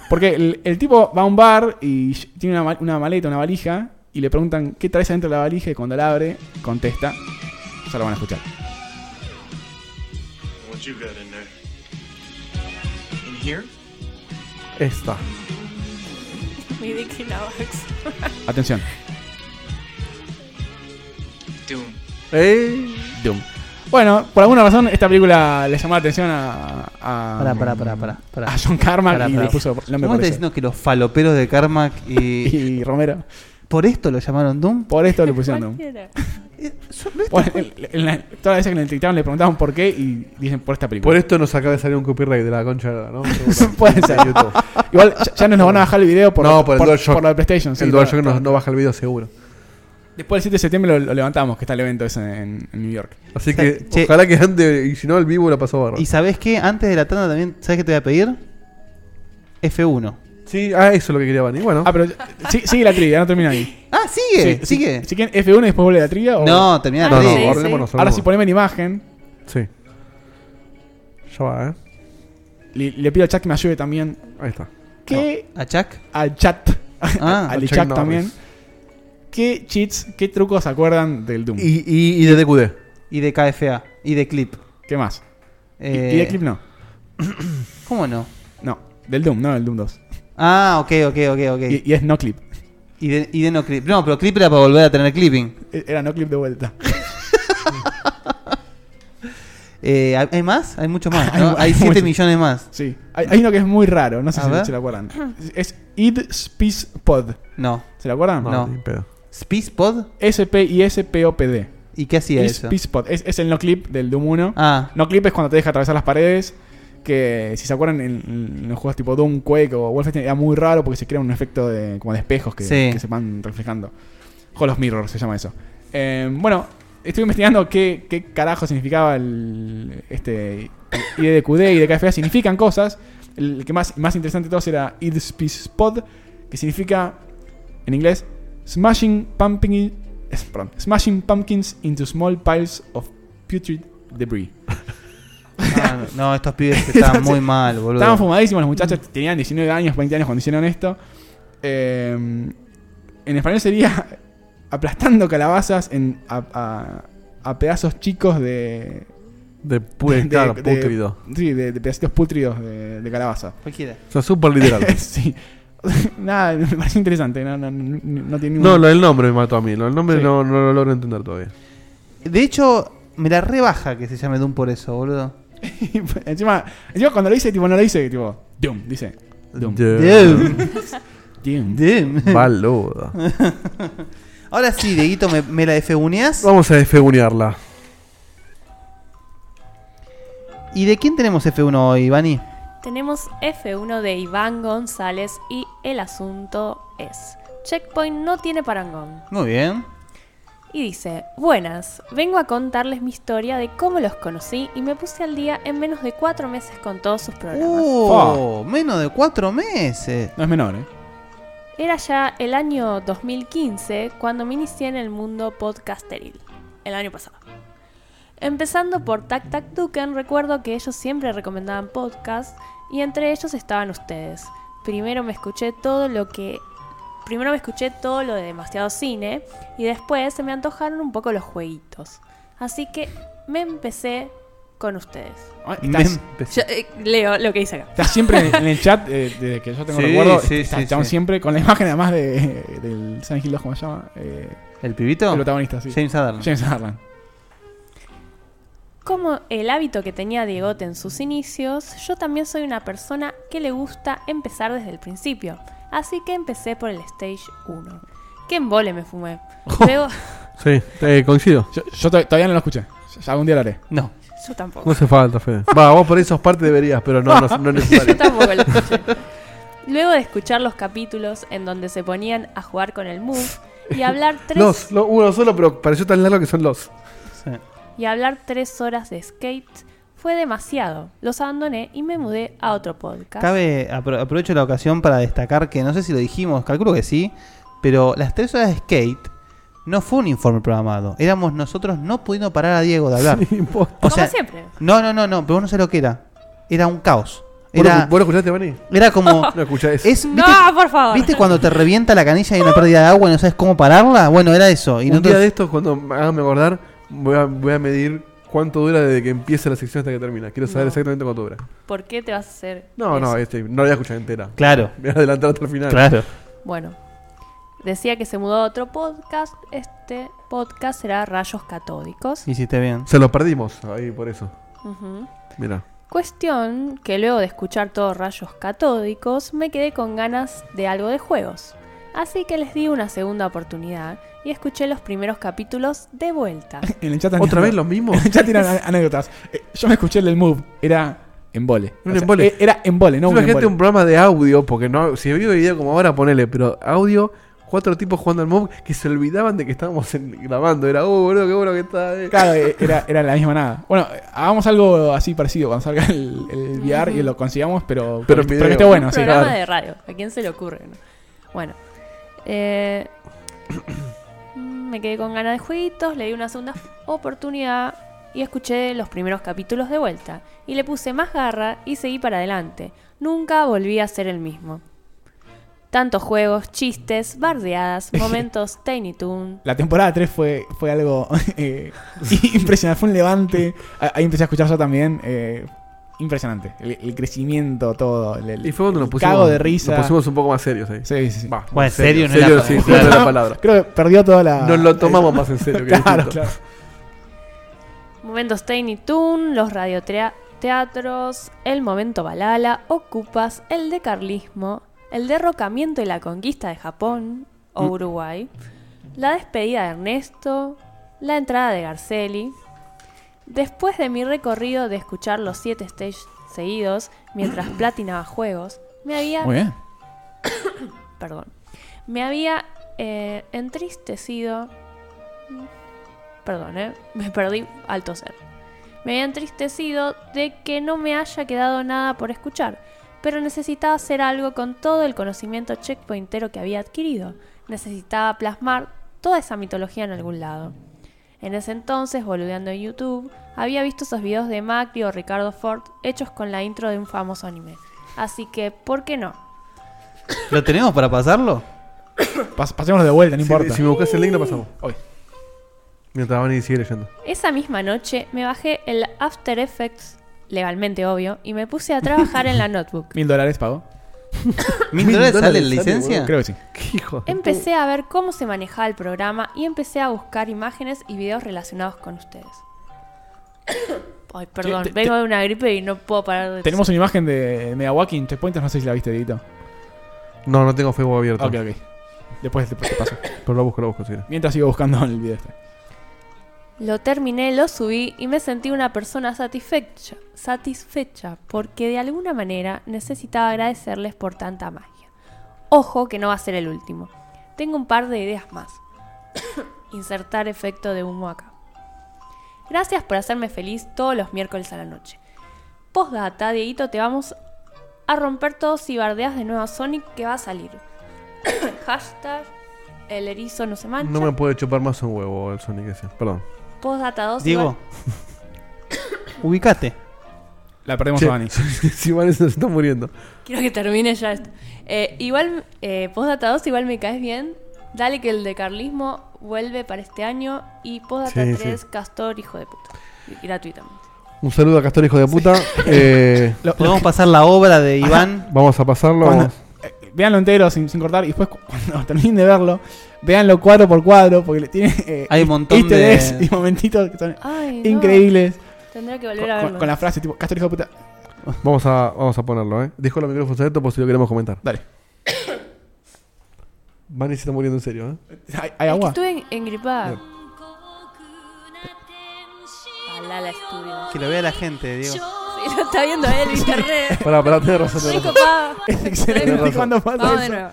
Speaker 4: Porque el, el tipo va a un bar y ll- tiene una, ma- una maleta, una valija, y le preguntan qué traes adentro de la valija, y cuando la abre, contesta. Ya lo van a escuchar.
Speaker 2: What you got in there? In here?
Speaker 5: esta.
Speaker 6: Mi dick in a box.
Speaker 4: Atención.
Speaker 8: Doom.
Speaker 5: ¡Ey!
Speaker 4: Doom. Bueno, por alguna razón esta película le llamó la atención a. a
Speaker 3: Pará, pará, pará, pará, pará.
Speaker 4: A Ah, John Carmack
Speaker 3: Pará,
Speaker 4: y
Speaker 3: pará.
Speaker 4: le puso el nombre
Speaker 3: ¿Cómo
Speaker 4: por
Speaker 3: estás
Speaker 4: eso.
Speaker 3: diciendo que los faloperos de Carmack y.
Speaker 4: Y Romero.
Speaker 3: ¿Por esto lo llamaron Doom?
Speaker 4: Por esto le pusieron Doom.
Speaker 6: Cualquiera.
Speaker 3: Eh, son- ¿no es-
Speaker 4: Por- en- en la- todas las veces que le entrevistaron le preguntaban por qué y dicen por esta película.
Speaker 5: Por esto nos acaba de salir un copyright de la concha, ¿no?
Speaker 4: Puede ser.
Speaker 5: YouTube.
Speaker 4: Igual ya, ya nos lo van a bajar el video por,
Speaker 5: No, por el DualShock.
Speaker 4: por lo de PlayStation. sí,
Speaker 5: el
Speaker 4: por-
Speaker 5: DualShock no, no baja el video seguro.
Speaker 4: Después del 7 de septiembre lo, lo levantamos, que está el evento ese en, en New York.
Speaker 5: Así
Speaker 3: O sea,
Speaker 5: que
Speaker 3: che.
Speaker 5: ojalá que ande y si no el vivo la pasó barro.
Speaker 3: ¿Y sabes qué? Antes de la tanda también, ¿sabes qué te voy a pedir? F1.
Speaker 5: Sí, ah, eso es lo que quería Vani. Bueno,
Speaker 4: Ah, pero sí, sigue la trivia, no termina ahí.
Speaker 3: Ah, sigue,
Speaker 4: Sí,
Speaker 3: sigue.
Speaker 4: sí, Si quieren F1 y después vuelve la trivia. o-
Speaker 3: No, termina
Speaker 6: Ah,
Speaker 5: no, no,
Speaker 6: sí, sí.
Speaker 5: ordenémonos,
Speaker 4: Ahora sí
Speaker 5: ordenémonos.
Speaker 4: poneme en imagen.
Speaker 5: Sí. Ya va, ¿eh?
Speaker 4: Le, le pido al chat que me ayude también.
Speaker 5: Ahí está.
Speaker 4: Que
Speaker 3: ¿A Chuck?
Speaker 4: al chat.
Speaker 3: Ah,
Speaker 4: al
Speaker 5: al
Speaker 4: chat
Speaker 5: Chuck
Speaker 4: también.
Speaker 5: Norris.
Speaker 4: ¿Qué cheats, qué trucos se acuerdan del Doom?
Speaker 5: Y, y, y de DQD.
Speaker 3: Y de KFA. Y de Clip.
Speaker 4: ¿Qué más? Y-
Speaker 3: Eh,
Speaker 4: Y de clip no.
Speaker 3: ¿Cómo no?
Speaker 4: No, del Doom, no del Doom 2.
Speaker 3: Ah, ok, ok, ok, ok. Y,
Speaker 4: Y, y es no clip.
Speaker 3: de, y de no clip. No, pero clip era
Speaker 4: E,
Speaker 3: para volver a tener clipping.
Speaker 4: Era no clip de vuelta.
Speaker 3: Eh, ¿hay- ¿Hay más? Hay muchos más.
Speaker 4: Hay-
Speaker 3: ¿no? Hay
Speaker 4: hay
Speaker 3: 7
Speaker 4: muchos.
Speaker 3: millones más.
Speaker 4: Sí. Hay, hay uno que es muy raro, no sé
Speaker 3: A
Speaker 4: si
Speaker 3: ver.
Speaker 4: se lo acuerdan. Es Id Spice Pod.
Speaker 3: No.
Speaker 4: ¿Se lo acuerdan?
Speaker 3: No.
Speaker 5: ni en pedo.
Speaker 3: ¿Space Pod?
Speaker 4: S-P-I-S-P-O-P-D.
Speaker 3: ¿Y qué hacía
Speaker 4: Is
Speaker 3: eso?
Speaker 4: Peace Pod. Es, es el no clip del Doom 1.
Speaker 3: Ah,
Speaker 4: No clip es cuando te deja atravesar las paredes. Que si se acuerdan en, en los juegos tipo Doom, Quake o Wolfenstein era muy raro porque se crea un efecto de, como de espejos que,
Speaker 3: Sí.
Speaker 4: que se van reflejando. Hollow Mirror se llama eso. Eh, bueno, estuve investigando qué, qué carajo significaba el, este IDQD y DKFA. Significan cosas. El que más, más interesante de todos era Id Peace Pod, que significa en inglés Smashing Pumpkin, es- perdón, Smashing Pumpkins into small piles of putrid debris.
Speaker 3: ah, no, estos pibes estaban muy mal, boludo.
Speaker 4: Estaban fumadísimos los muchachos, tenían 19 años, 20 años cuando hicieron esto. Eh, en español sería aplastando calabazas en, a, a- a pedazos chicos de...
Speaker 5: De pure,
Speaker 4: de-
Speaker 5: claro,
Speaker 4: de-
Speaker 5: pútrido.
Speaker 4: Sí, de, de pedacitos pútridos de, de calabaza.
Speaker 3: Cualquiera.
Speaker 5: O sea, súper literal.
Speaker 4: sí. Nada, me parece interesante. No, no, no, no tiene ningún...
Speaker 5: no, lo del nombre me mató a mí. Lo del nombre
Speaker 4: Sí.
Speaker 5: no, no lo logro entender todavía.
Speaker 3: De hecho, me la rebaja que se llame Doom por eso, boludo.
Speaker 4: encima, encima cuando lo dice, tipo, no lo dice, tipo, Doom, dice. Doom.
Speaker 5: Yeah.
Speaker 3: Doom.
Speaker 4: Doom.
Speaker 3: Doom.
Speaker 5: Boludo.
Speaker 3: Ahora sí, Dieguito, ¿me, me la F-uneás?
Speaker 5: Vamos a desfegunearla.
Speaker 3: ¿Y de quién tenemos F1 hoy, Bani?
Speaker 6: Tenemos F1 de Iván González y el asunto es: Checkpoint no tiene parangón.
Speaker 3: Muy bien.
Speaker 6: Y dice: Buenas, vengo a contarles mi historia de cómo los conocí y me puse al día en menos de cuatro meses con todos sus programas.
Speaker 9: Uh,
Speaker 3: ¡Oh! Menos de cuatro meses.
Speaker 4: No es menor, ¿eh?
Speaker 6: Era ya el año 2015 cuando me inicié en el mundo podcasteril, el año pasado. Empezando por Tac Tac Duken, recuerdo que ellos siempre recomendaban podcasts y entre ellos estaban ustedes. Primero me escuché todo lo que primero me escuché todo lo de demasiado cine y después se me antojaron un poco los jueguitos. Así que me empecé con ustedes.
Speaker 4: Ah, Estás,
Speaker 6: Yo, eh, leo lo que dice acá.
Speaker 4: estás siempre en, en el chat, eh, desde que yo tengo
Speaker 3: Sí,
Speaker 4: recuerdo,
Speaker 3: sí,
Speaker 4: estás,
Speaker 3: sí,
Speaker 4: estamos
Speaker 3: sí.
Speaker 4: siempre con la imagen además de, del San Hill 2, ¿cómo se llama? Eh,
Speaker 3: ¿El pibito?
Speaker 4: El protagonista, sí.
Speaker 3: James Adler.
Speaker 4: James Harlan.
Speaker 6: Como el hábito que tenía Diegote en sus inicios, yo también soy una persona que le gusta empezar desde el principio. Así que empecé por el stage 1. ¡Qué embole me fumé! Luego...
Speaker 5: Sí, eh, coincido.
Speaker 4: Yo, yo to- todavía no lo escuché. Ya algún día lo haré.
Speaker 3: No.
Speaker 6: Yo tampoco.
Speaker 5: No hace falta, Fede. Va, vos por esos partes deberías, pero no, no, no es
Speaker 6: Yo
Speaker 5: necesario.
Speaker 6: tampoco lo escuché. Luego de escuchar los capítulos en donde se ponían a jugar con el Move y hablar tres...
Speaker 5: Los, lo- uno solo, pero pareció tan largo que son los.
Speaker 3: Sí.
Speaker 6: y hablar tres horas de skate fue demasiado. Los abandoné y me mudé a otro podcast.
Speaker 3: Cabe, apro- aprovecho la ocasión para destacar que no sé si lo dijimos, calculo que sí, pero las tres horas de skate no fue un informe programado. Éramos nosotros no pudiendo parar a Diego de hablar.
Speaker 5: Sí, vos-
Speaker 3: O
Speaker 6: Como
Speaker 3: sea,
Speaker 6: siempre.
Speaker 3: no, no, no, no, pero vos no sé lo que era. Era un caos.
Speaker 5: ¿Vos lo-
Speaker 3: Era,
Speaker 5: ¿Vos lo escuchaste, Mani?
Speaker 3: era como.
Speaker 5: No escuchá eso.
Speaker 3: Es, ¿viste,
Speaker 6: ¡No, por favor!
Speaker 3: viste cuando te revienta la canilla y hay una pérdida de agua y no sabes cómo pararla? Bueno, era eso. Y
Speaker 5: un día
Speaker 3: nosotros-
Speaker 5: de estos, cuando me hágame acordar, voy a, voy a medir cuánto dura desde que empieza la sección hasta que termina. Quiero saber
Speaker 6: No.
Speaker 5: exactamente cuánto dura.
Speaker 6: ¿Por qué te vas a hacer
Speaker 5: No,
Speaker 6: eso?
Speaker 5: no, este, no la voy a escuchar entera.
Speaker 3: Claro,
Speaker 5: Me voy a adelantar hasta el final.
Speaker 3: claro.
Speaker 6: Bueno, decía que se mudó a otro podcast. Este podcast será Rayos Catódicos.
Speaker 3: Hiciste bien.
Speaker 5: Se lo perdimos ahí por eso.
Speaker 6: Ujú.
Speaker 5: Mira.
Speaker 6: Cuestión que luego de escuchar todos Rayos Catódicos me quedé con ganas de algo de juegos. Así que les di una segunda oportunidad y escuché los primeros capítulos de vuelta.
Speaker 4: En el chat
Speaker 5: ¿Otra
Speaker 4: anécdota-
Speaker 5: vez lo mismo?
Speaker 4: En el chat tiran ane- anécdotas. Eh, yo me escuché el del Move. Era embole.
Speaker 5: Un embole.
Speaker 4: eh, Era embole, no un
Speaker 5: Imagínate
Speaker 4: embole.
Speaker 5: un programa de audio, porque no, si había video como ahora, ponele, pero audio, cuatro tipos jugando al mob que se olvidaban de que estábamos en- grabando. Era, oh, boludo, qué bueno que está. eh".
Speaker 4: Claro, eh, era, era la misma nada. Bueno, eh, hagamos algo así parecido cuando salga el, el VR y lo consigamos, pero,
Speaker 5: Pero en
Speaker 4: que-
Speaker 5: video.
Speaker 4: que esté bueno.
Speaker 6: un
Speaker 4: Sí,
Speaker 6: programa
Speaker 4: claro.
Speaker 6: de radio. ¿A quién se le ocurre? no? Bueno, eh, me quedé con ganas de jueguitos, le di una segunda oportunidad y escuché los primeros capítulos de vuelta. Y le puse más garra y seguí para adelante. Nunca volví a ser el mismo. Tantos juegos, chistes, bardeadas, momentos Tiny Toon.
Speaker 4: La temporada 3 fue, fue algo eh, impresionante, fue un levante. Ah, Ahí empecé a escuchar yo también. eh, impresionante. El, el crecimiento, todo. El, el-
Speaker 5: Y fue cuando
Speaker 4: el
Speaker 5: nos pusimos,
Speaker 4: Cago de risa.
Speaker 5: nos pusimos un poco más serios ahí.
Speaker 4: Sí, sí, sí.
Speaker 5: Va,
Speaker 3: Bueno, serio no
Speaker 5: serio,
Speaker 3: era-
Speaker 5: sí,
Speaker 3: claro.
Speaker 5: serio era la palabra.
Speaker 4: Creo que perdió toda la.
Speaker 5: Nos lo tomamos más en serio. Que
Speaker 4: claro,
Speaker 5: distinto.
Speaker 4: claro.
Speaker 6: Momentos Tiny Toon, los radioteatros, el momento Balala, Ocupas, el de Carlismo, el derrocamiento y la conquista de Japón o Uruguay, la despedida de Ernesto, la entrada de Garceli. Después de mi recorrido de escuchar los siete stages seguidos mientras platinaba juegos, me había
Speaker 4: Muy bien.
Speaker 6: perdón, me había eh, entristecido. Perdón, eh, me perdí al toser. Me había entristecido de que no me haya quedado nada por escuchar, pero necesitaba hacer algo con todo el conocimiento checkpointero que había adquirido. Necesitaba plasmar toda esa mitología en algún lado. En ese entonces, boludeando en YouTube, había visto esos videos de Macri o Ricardo Ford hechos con la intro de un famoso anime. Así que, ¿por qué no?
Speaker 3: ¿Lo tenemos para pasarlo?
Speaker 4: Pas- pasémonos de vuelta, no
Speaker 5: Si-
Speaker 4: importa.
Speaker 5: Si, me buscas el link, lo pasamos.
Speaker 4: Hoy.
Speaker 5: Mientras van y sigue leyendo.
Speaker 6: Esa misma noche me bajé el After Effects, legalmente obvio, y me puse a trabajar en la notebook.
Speaker 4: ¿Mil dólares pagó?
Speaker 3: ¿Mil
Speaker 5: Mil
Speaker 3: dólares sale
Speaker 5: dólares
Speaker 3: la
Speaker 5: sale,
Speaker 3: licencia?
Speaker 5: boludo.
Speaker 4: Creo que sí.
Speaker 5: ¿Qué hijo? de
Speaker 6: Empecé a ver cómo se manejaba el programa y empecé a buscar imágenes y videos relacionados con ustedes. Ay, perdón,
Speaker 4: Te- te-
Speaker 6: vengo de una gripe y no puedo parar de...
Speaker 4: Tenemos una imagen de Megawaki en Checkpointers, no sé si la viste, Didito.
Speaker 5: puta? No, no tengo Facebook abierto.
Speaker 4: Ok, ok. Después te, te paso.
Speaker 5: Pero lo busco, lo busco, sí.
Speaker 4: Mientras sigo buscando el video este.
Speaker 6: Lo terminé, lo subí y me sentí una persona satisfecha, satisfecha porque de alguna manera necesitaba agradecerles por tanta magia. Ojo que no va a ser el último. Tengo un par de ideas más. Insertar efecto de humo acá. Gracias por hacerme feliz todos los miércoles a la noche. Postdata, Dieguito, te vamos a romper todos si bardeas de nuevo a Sonic que va a salir. Hashtag el erizo no se mancha.
Speaker 5: No me puede chupar más un huevo el Sonic ese. Perdón.
Speaker 6: Postdata 2
Speaker 3: Diego, ubicate.
Speaker 4: La perdemos
Speaker 5: Che,
Speaker 4: a Vani.
Speaker 5: si van, se está muriendo.
Speaker 6: Quiero que termine ya esto. Eh, igual, eh, postdata 2, igual me caes bien. Dale que el de carlismo vuelve para este año. Y postdata
Speaker 5: Sí,
Speaker 6: 3, Castor, hijo de puta. Y- Gratuitamente.
Speaker 5: Un saludo a Castor, hijo de puta. Eh,
Speaker 4: Lo-
Speaker 3: Podemos pasar la obra de Iván.
Speaker 5: vamos a pasarlo.
Speaker 4: Cuando-
Speaker 5: vamos.
Speaker 4: eh, veanlo entero sin, sin cortar y después cu- cuando terminen de verlo, veanlo cuadro por cuadro porque le tiene eh,
Speaker 3: Hay un montón
Speaker 4: easter
Speaker 3: de-
Speaker 4: eggs y momentitos que son
Speaker 6: Ay, no.
Speaker 4: increíbles
Speaker 6: Tendré que
Speaker 4: con,
Speaker 6: volver a
Speaker 4: con-
Speaker 6: verlo.
Speaker 4: con la frase tipo Castor hijo de puta.
Speaker 5: Vamos a, vamos a ponerlo, ¿eh? Dejo los micrófonos abiertos por si lo queremos comentar.
Speaker 4: Dale.
Speaker 5: Van y se está muriendo en serio, ¿eh?
Speaker 4: ¿Hay, hay
Speaker 6: Es que
Speaker 4: agua?
Speaker 6: estuve en, engripada. Alala estudio.
Speaker 3: Que lo vea la gente, Diego.
Speaker 6: Sí, lo está viendo él, viste re.
Speaker 5: Pará, pará, tenés razón.
Speaker 6: Soy
Speaker 5: tenés razón.
Speaker 6: copada.
Speaker 4: Es excelente
Speaker 5: razón.
Speaker 4: cuando pasa
Speaker 6: Vamos de
Speaker 4: eso.
Speaker 6: nuevo.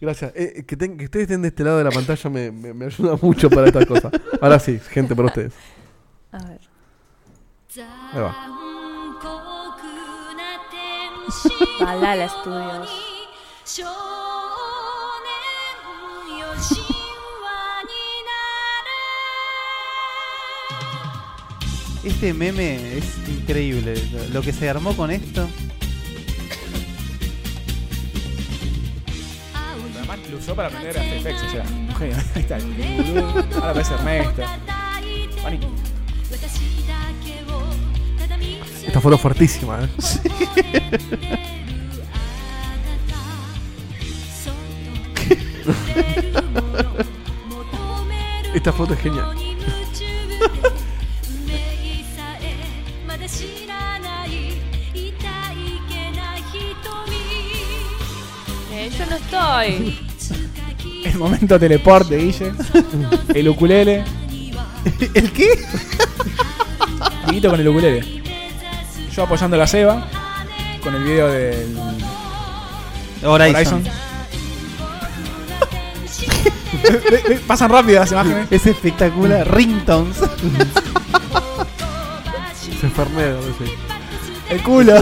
Speaker 5: Gracias. Eh, eh, que, ten- que ustedes estén de este lado de la pantalla me, me- me ayuda mucho para estas cosas. Ahora sí, gente, para ustedes.
Speaker 6: A ver.
Speaker 5: Ahí va.
Speaker 6: Balala Studios.
Speaker 3: Este meme es increíble. lo- Lo que se armó con esto.
Speaker 4: Además lo usó para aprender a efectos, o sea, un genio. Ahí está. el gurú. Ahora parece Ernesto. Vani.
Speaker 5: Esta foto fuertísima, ¿eh? Esta foto es genial.
Speaker 6: Eh, yo no estoy.
Speaker 4: El momento teleport de Guille. El ukulele.
Speaker 3: ¿El qué?
Speaker 4: Dieguito con el ukulele. Yo apoyando la ceba. Con el video del
Speaker 3: Horizon.
Speaker 4: Horizon. Ve- ve- Pasan rápido las imágenes.
Speaker 3: Es espectacular. Ringtones.
Speaker 5: Se enfermero, sí.
Speaker 4: El culo.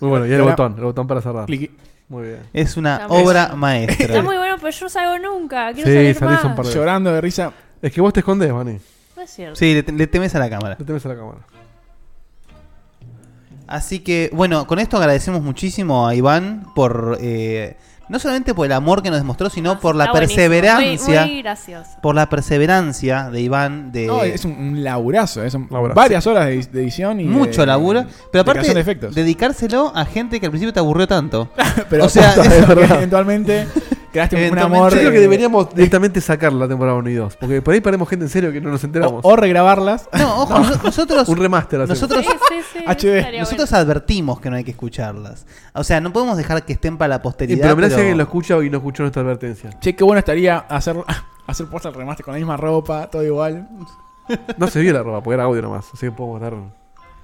Speaker 5: Muy bueno, y el
Speaker 4: Ahora-
Speaker 5: botón, el botón para cerrar.
Speaker 4: Cliqui.
Speaker 5: Muy bien.
Speaker 3: Es una
Speaker 6: También.
Speaker 3: obra
Speaker 6: Está
Speaker 3: maestra.
Speaker 6: muy bueno, pero yo no salgo nunca. Quiero
Speaker 5: Sí,
Speaker 6: salir
Speaker 5: salís
Speaker 6: más.
Speaker 5: un par de-
Speaker 4: Llorando de risa.
Speaker 5: Es que vos te escondes, Vani.
Speaker 6: No es cierto.
Speaker 3: Sí, le, te- le temes a la cámara.
Speaker 5: No te ves a la cámara.
Speaker 3: Así que, bueno, con esto agradecemos muchísimo a Iván por eh, No solamente por el amor que nos demostró, sino por la
Speaker 6: Ah, Está buenísimo.
Speaker 3: perseverancia.
Speaker 6: Muy, muy gracioso.
Speaker 3: Por la perseverancia de Iván de
Speaker 4: No, es un, un laburazo. eh, Son
Speaker 5: Laburazo.
Speaker 4: varias horas de, de edición y. de-
Speaker 3: mucho laburo.
Speaker 4: de
Speaker 3: Pero aparte,
Speaker 4: creación eh, de efectos.
Speaker 3: dedicárselo a gente que al principio te aburrió tanto.
Speaker 4: Pero
Speaker 3: o sea,
Speaker 4: posta,
Speaker 3: es
Speaker 4: es que
Speaker 5: verdad.
Speaker 4: eventualmente creaste un
Speaker 3: Eventualmente-
Speaker 4: amor.
Speaker 5: Yo creo que
Speaker 4: de-
Speaker 5: deberíamos directamente sacar la temporada 1 y 2. Porque por ahí perdemos gente en serio que no nos
Speaker 4: O,
Speaker 5: enteramos.
Speaker 4: o regrabarlas.
Speaker 3: No, ojo, nos- nosotros,
Speaker 5: un remaster hacemos.
Speaker 3: nosotros,
Speaker 6: Sí, sí, sí,
Speaker 4: HD.
Speaker 6: estaría
Speaker 3: nosotros advertimos que no hay que escucharlas. O sea, no podemos dejar que estén para la
Speaker 5: Y,
Speaker 3: posteridad.
Speaker 5: pero mirá si
Speaker 3: pero-
Speaker 5: alguien lo escucha y no escuchó nuestra advertencia.
Speaker 4: Che, qué bueno estaría hacer, hacer posta el remaster con la misma ropa, todo igual.
Speaker 5: No se vio la ropa, porque era audio nomás. Así que podemos dar.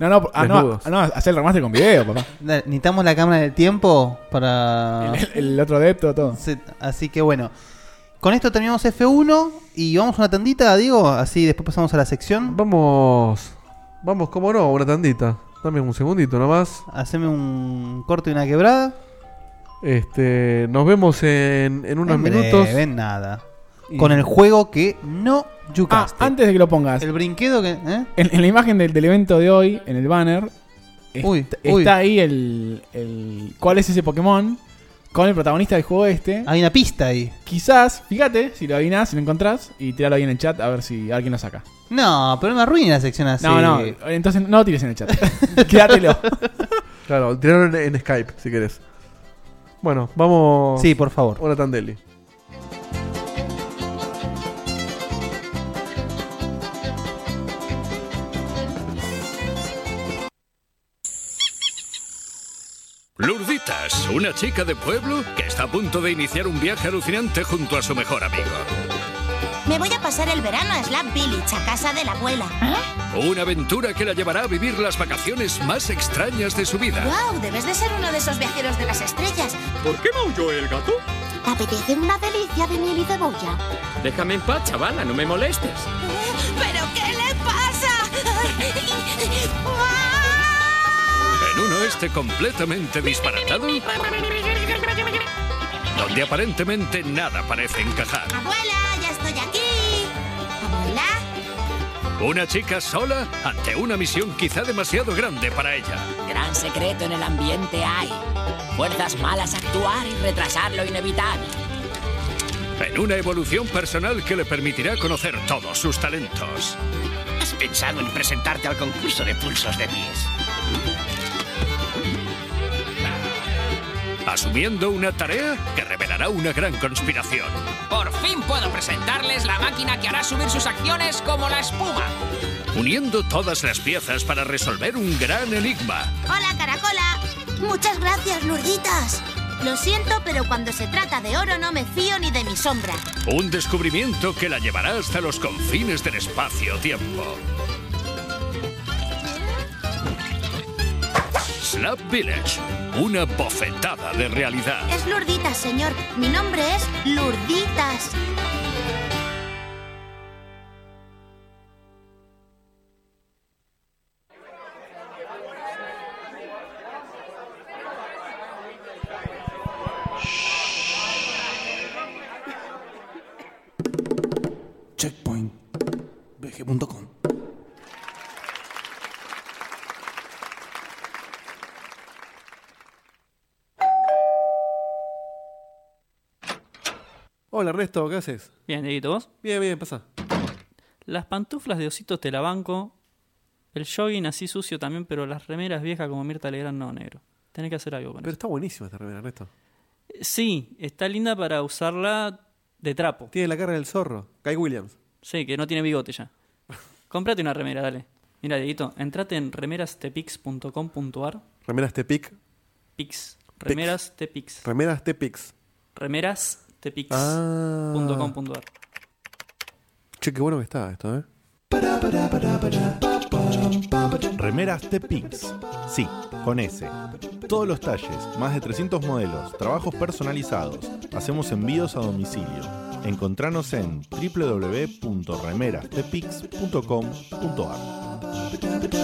Speaker 4: No, no, ah, no,
Speaker 5: Desnudos.
Speaker 4: ah, no, hacer el remaster con video, papá.
Speaker 3: Dale, Necesitamos la cámara del tiempo para...
Speaker 4: El, el otro adepto, todo.
Speaker 3: Sí, Así que bueno. Con esto terminamos F1 y vamos a una tandita, Diego. Así después pasamos a la sección.
Speaker 5: Vamos. Vamos, cómo no, una tandita. Dame un segundito nomás.
Speaker 3: Haceme un corte y una quebrada.
Speaker 5: Este, nos vemos en, en unos
Speaker 3: En
Speaker 5: minutos.
Speaker 3: breve, nada.
Speaker 5: Y-
Speaker 3: Con el juego que no
Speaker 4: Ah,
Speaker 3: yucaste.
Speaker 4: antes de que lo pongas,
Speaker 3: El brinquedo que. ¿eh?
Speaker 4: en, en la imagen del, del evento de hoy, en el banner, est-
Speaker 3: Uy,
Speaker 4: está
Speaker 3: uy.
Speaker 4: ahí el, el- cuál es ese Pokémon con el protagonista del juego este.
Speaker 3: Hay una pista ahí.
Speaker 4: Quizás, fíjate, si lo adivinás, si lo encontrás, y tiralo ahí en el chat a ver si alguien lo saca.
Speaker 3: No, pero me arruina la sección así.
Speaker 4: No, no, entonces no lo tires en el chat. Quédatelo.
Speaker 5: Claro, tiraron en, en Skype si querés. Bueno, vamos.
Speaker 3: Sí, por favor.
Speaker 5: Hola Tandelli.
Speaker 8: Lurditas, una chica de pueblo que está a punto de iniciar un viaje alucinante junto a su mejor amigo.
Speaker 10: Me voy a pasar el verano a Slap Village, a casa de la abuela.
Speaker 11: Ah.
Speaker 8: Una aventura que la llevará a vivir las vacaciones más extrañas de su vida.
Speaker 10: ¡Wow! Debes de ser uno de esos viajeros de las estrellas.
Speaker 8: ¿Por qué maulló el gato?
Speaker 10: ¿Te apetece una delicia de miel y cebolla?
Speaker 11: Déjame en paz, chavala, no me molestes.
Speaker 10: ¿Pero qué le pasa?
Speaker 8: En un oeste completamente disparatado, donde aparentemente nada parece encajar.
Speaker 10: ¡Abuela, ya estoy aquí! ¿Abuela?
Speaker 8: Una chica sola ante una misión quizá demasiado grande para ella.
Speaker 12: Gran secreto en el ambiente hay. Fuerzas malas a actuar y retrasar lo inevitable.
Speaker 8: En una evolución personal que le permitirá conocer todos sus talentos.
Speaker 11: ¿Has pensado en presentarte al concurso de pulsos de pies?
Speaker 8: asumiendo una tarea que revelará una gran conspiración.
Speaker 11: Por fin puedo presentarles la máquina que hará subir sus acciones como la espuma.
Speaker 8: Uniendo todas las piezas para resolver un gran enigma.
Speaker 10: ¡Hola, caracola! Muchas gracias, Lurditas. Lo siento, pero cuando se trata de oro no me fío ni de mi sombra.
Speaker 8: Un descubrimiento que la llevará hasta los confines del espacio-tiempo. Slap Village, una bofetada de realidad.
Speaker 10: Es Lurditas, señor. Mi nombre es Lurditas.
Speaker 13: Checkpoint. VG.com.
Speaker 5: Hola Ernesto, ¿qué haces?
Speaker 11: Bien, Dieguito, ¿vos?
Speaker 5: Bien, bien, pasa.
Speaker 11: Las pantuflas de ositos te la banco. El jogging así sucio también, pero las remeras viejas como Mirta Legrand no, negro. Tenés que hacer algo con
Speaker 5: Pero
Speaker 11: eso.
Speaker 5: está buenísima esta remera, Ernesto.
Speaker 11: Sí, está linda para usarla de trapo.
Speaker 5: Tiene la cara del zorro. Kai Williams.
Speaker 11: Sí, que no tiene bigote ya. Cómprate una remera, dale. Mira, Dieguito, entrate en remerastepix.com.ar.
Speaker 5: Remeras Tepix.
Speaker 11: Pix. Remeras Tepix.
Speaker 5: Remeras Tepix.
Speaker 11: Remeras Tepix.
Speaker 5: Ah.
Speaker 11: punto com punto ar.
Speaker 5: Che, qué bueno que está esto, ¿eh?
Speaker 2: Remeras de Pix. Sí, con S. Todos los talles, más de 300 modelos, trabajos personalizados. Hacemos envíos a domicilio. Encontranos en www.remerastepix.com.ar.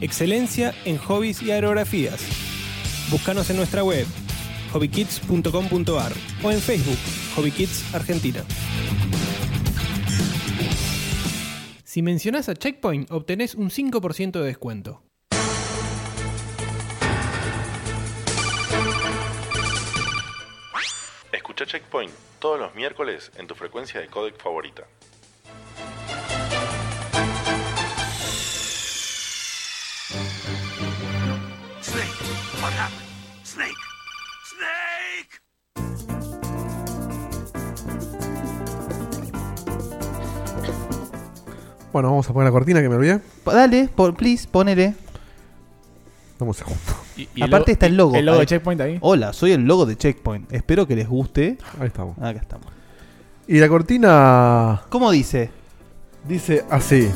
Speaker 14: Excelencia en hobbies y aerografías. Búscanos en nuestra web hobbykids.com.ar o en Facebook Hobby Kids Argentina. Si mencionas a Checkpoint, obtenés un 5% de descuento.
Speaker 2: Escucha Checkpoint todos los miércoles en tu frecuencia de codec favorita.
Speaker 13: Snake, what happened? Snake, Snake.
Speaker 5: Bueno, vamos a poner la cortina que me olvidé.
Speaker 3: Dale, por, please, ponele.
Speaker 5: Dame un segundo.
Speaker 4: y el
Speaker 3: Aparte
Speaker 4: logo-
Speaker 3: está el logo.
Speaker 4: el logo de
Speaker 3: Ahí.
Speaker 4: Checkpoint ahí.
Speaker 3: Hola, soy el logo de Checkpoint. Espero que les guste.
Speaker 5: Ahí estamos.
Speaker 3: Acá estamos.
Speaker 5: Y la cortina.
Speaker 3: ¿Cómo dice?
Speaker 5: Dice así.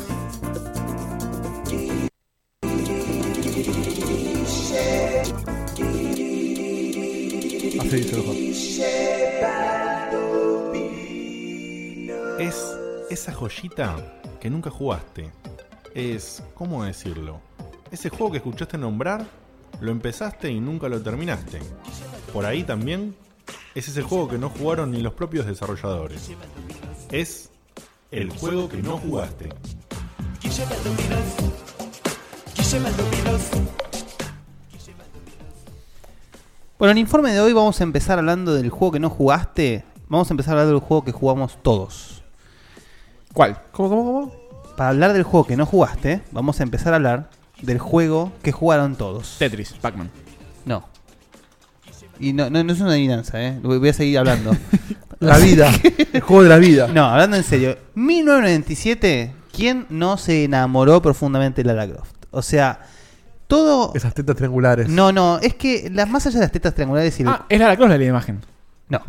Speaker 5: Así dice mejor.
Speaker 2: Es esa joyita que nunca jugaste. Es, ¿cómo decirlo? Ese juego que escuchaste nombrar, lo empezaste y nunca lo terminaste. Por ahí también es ese juego que no jugaron ni los propios desarrolladores. Es el juego que no jugaste.
Speaker 3: Bueno, en el informe de hoy vamos a empezar hablando del juego que no jugaste. Vamos a empezar a hablar del juego que jugamos todos.
Speaker 4: ¿Cuál?
Speaker 5: ¿Cómo, cómo, cómo?
Speaker 3: Para hablar del juego que no jugaste, vamos a empezar a hablar del juego que jugaron todos.
Speaker 4: Tetris, Pac-Man.
Speaker 3: No. Y no, no, no es una adivinanza, ¿eh? Voy voy a seguir hablando.
Speaker 5: La vida. El juego de la vida.
Speaker 3: No, hablando en serio. 1997, ¿quién no se enamoró profundamente de Lara Croft? O sea, todo...
Speaker 5: Esas tetas triangulares.
Speaker 3: No, no, es que las más allá de las tetas triangulares y el-
Speaker 4: Ah, es Lara Croft la de la imagen.
Speaker 3: No.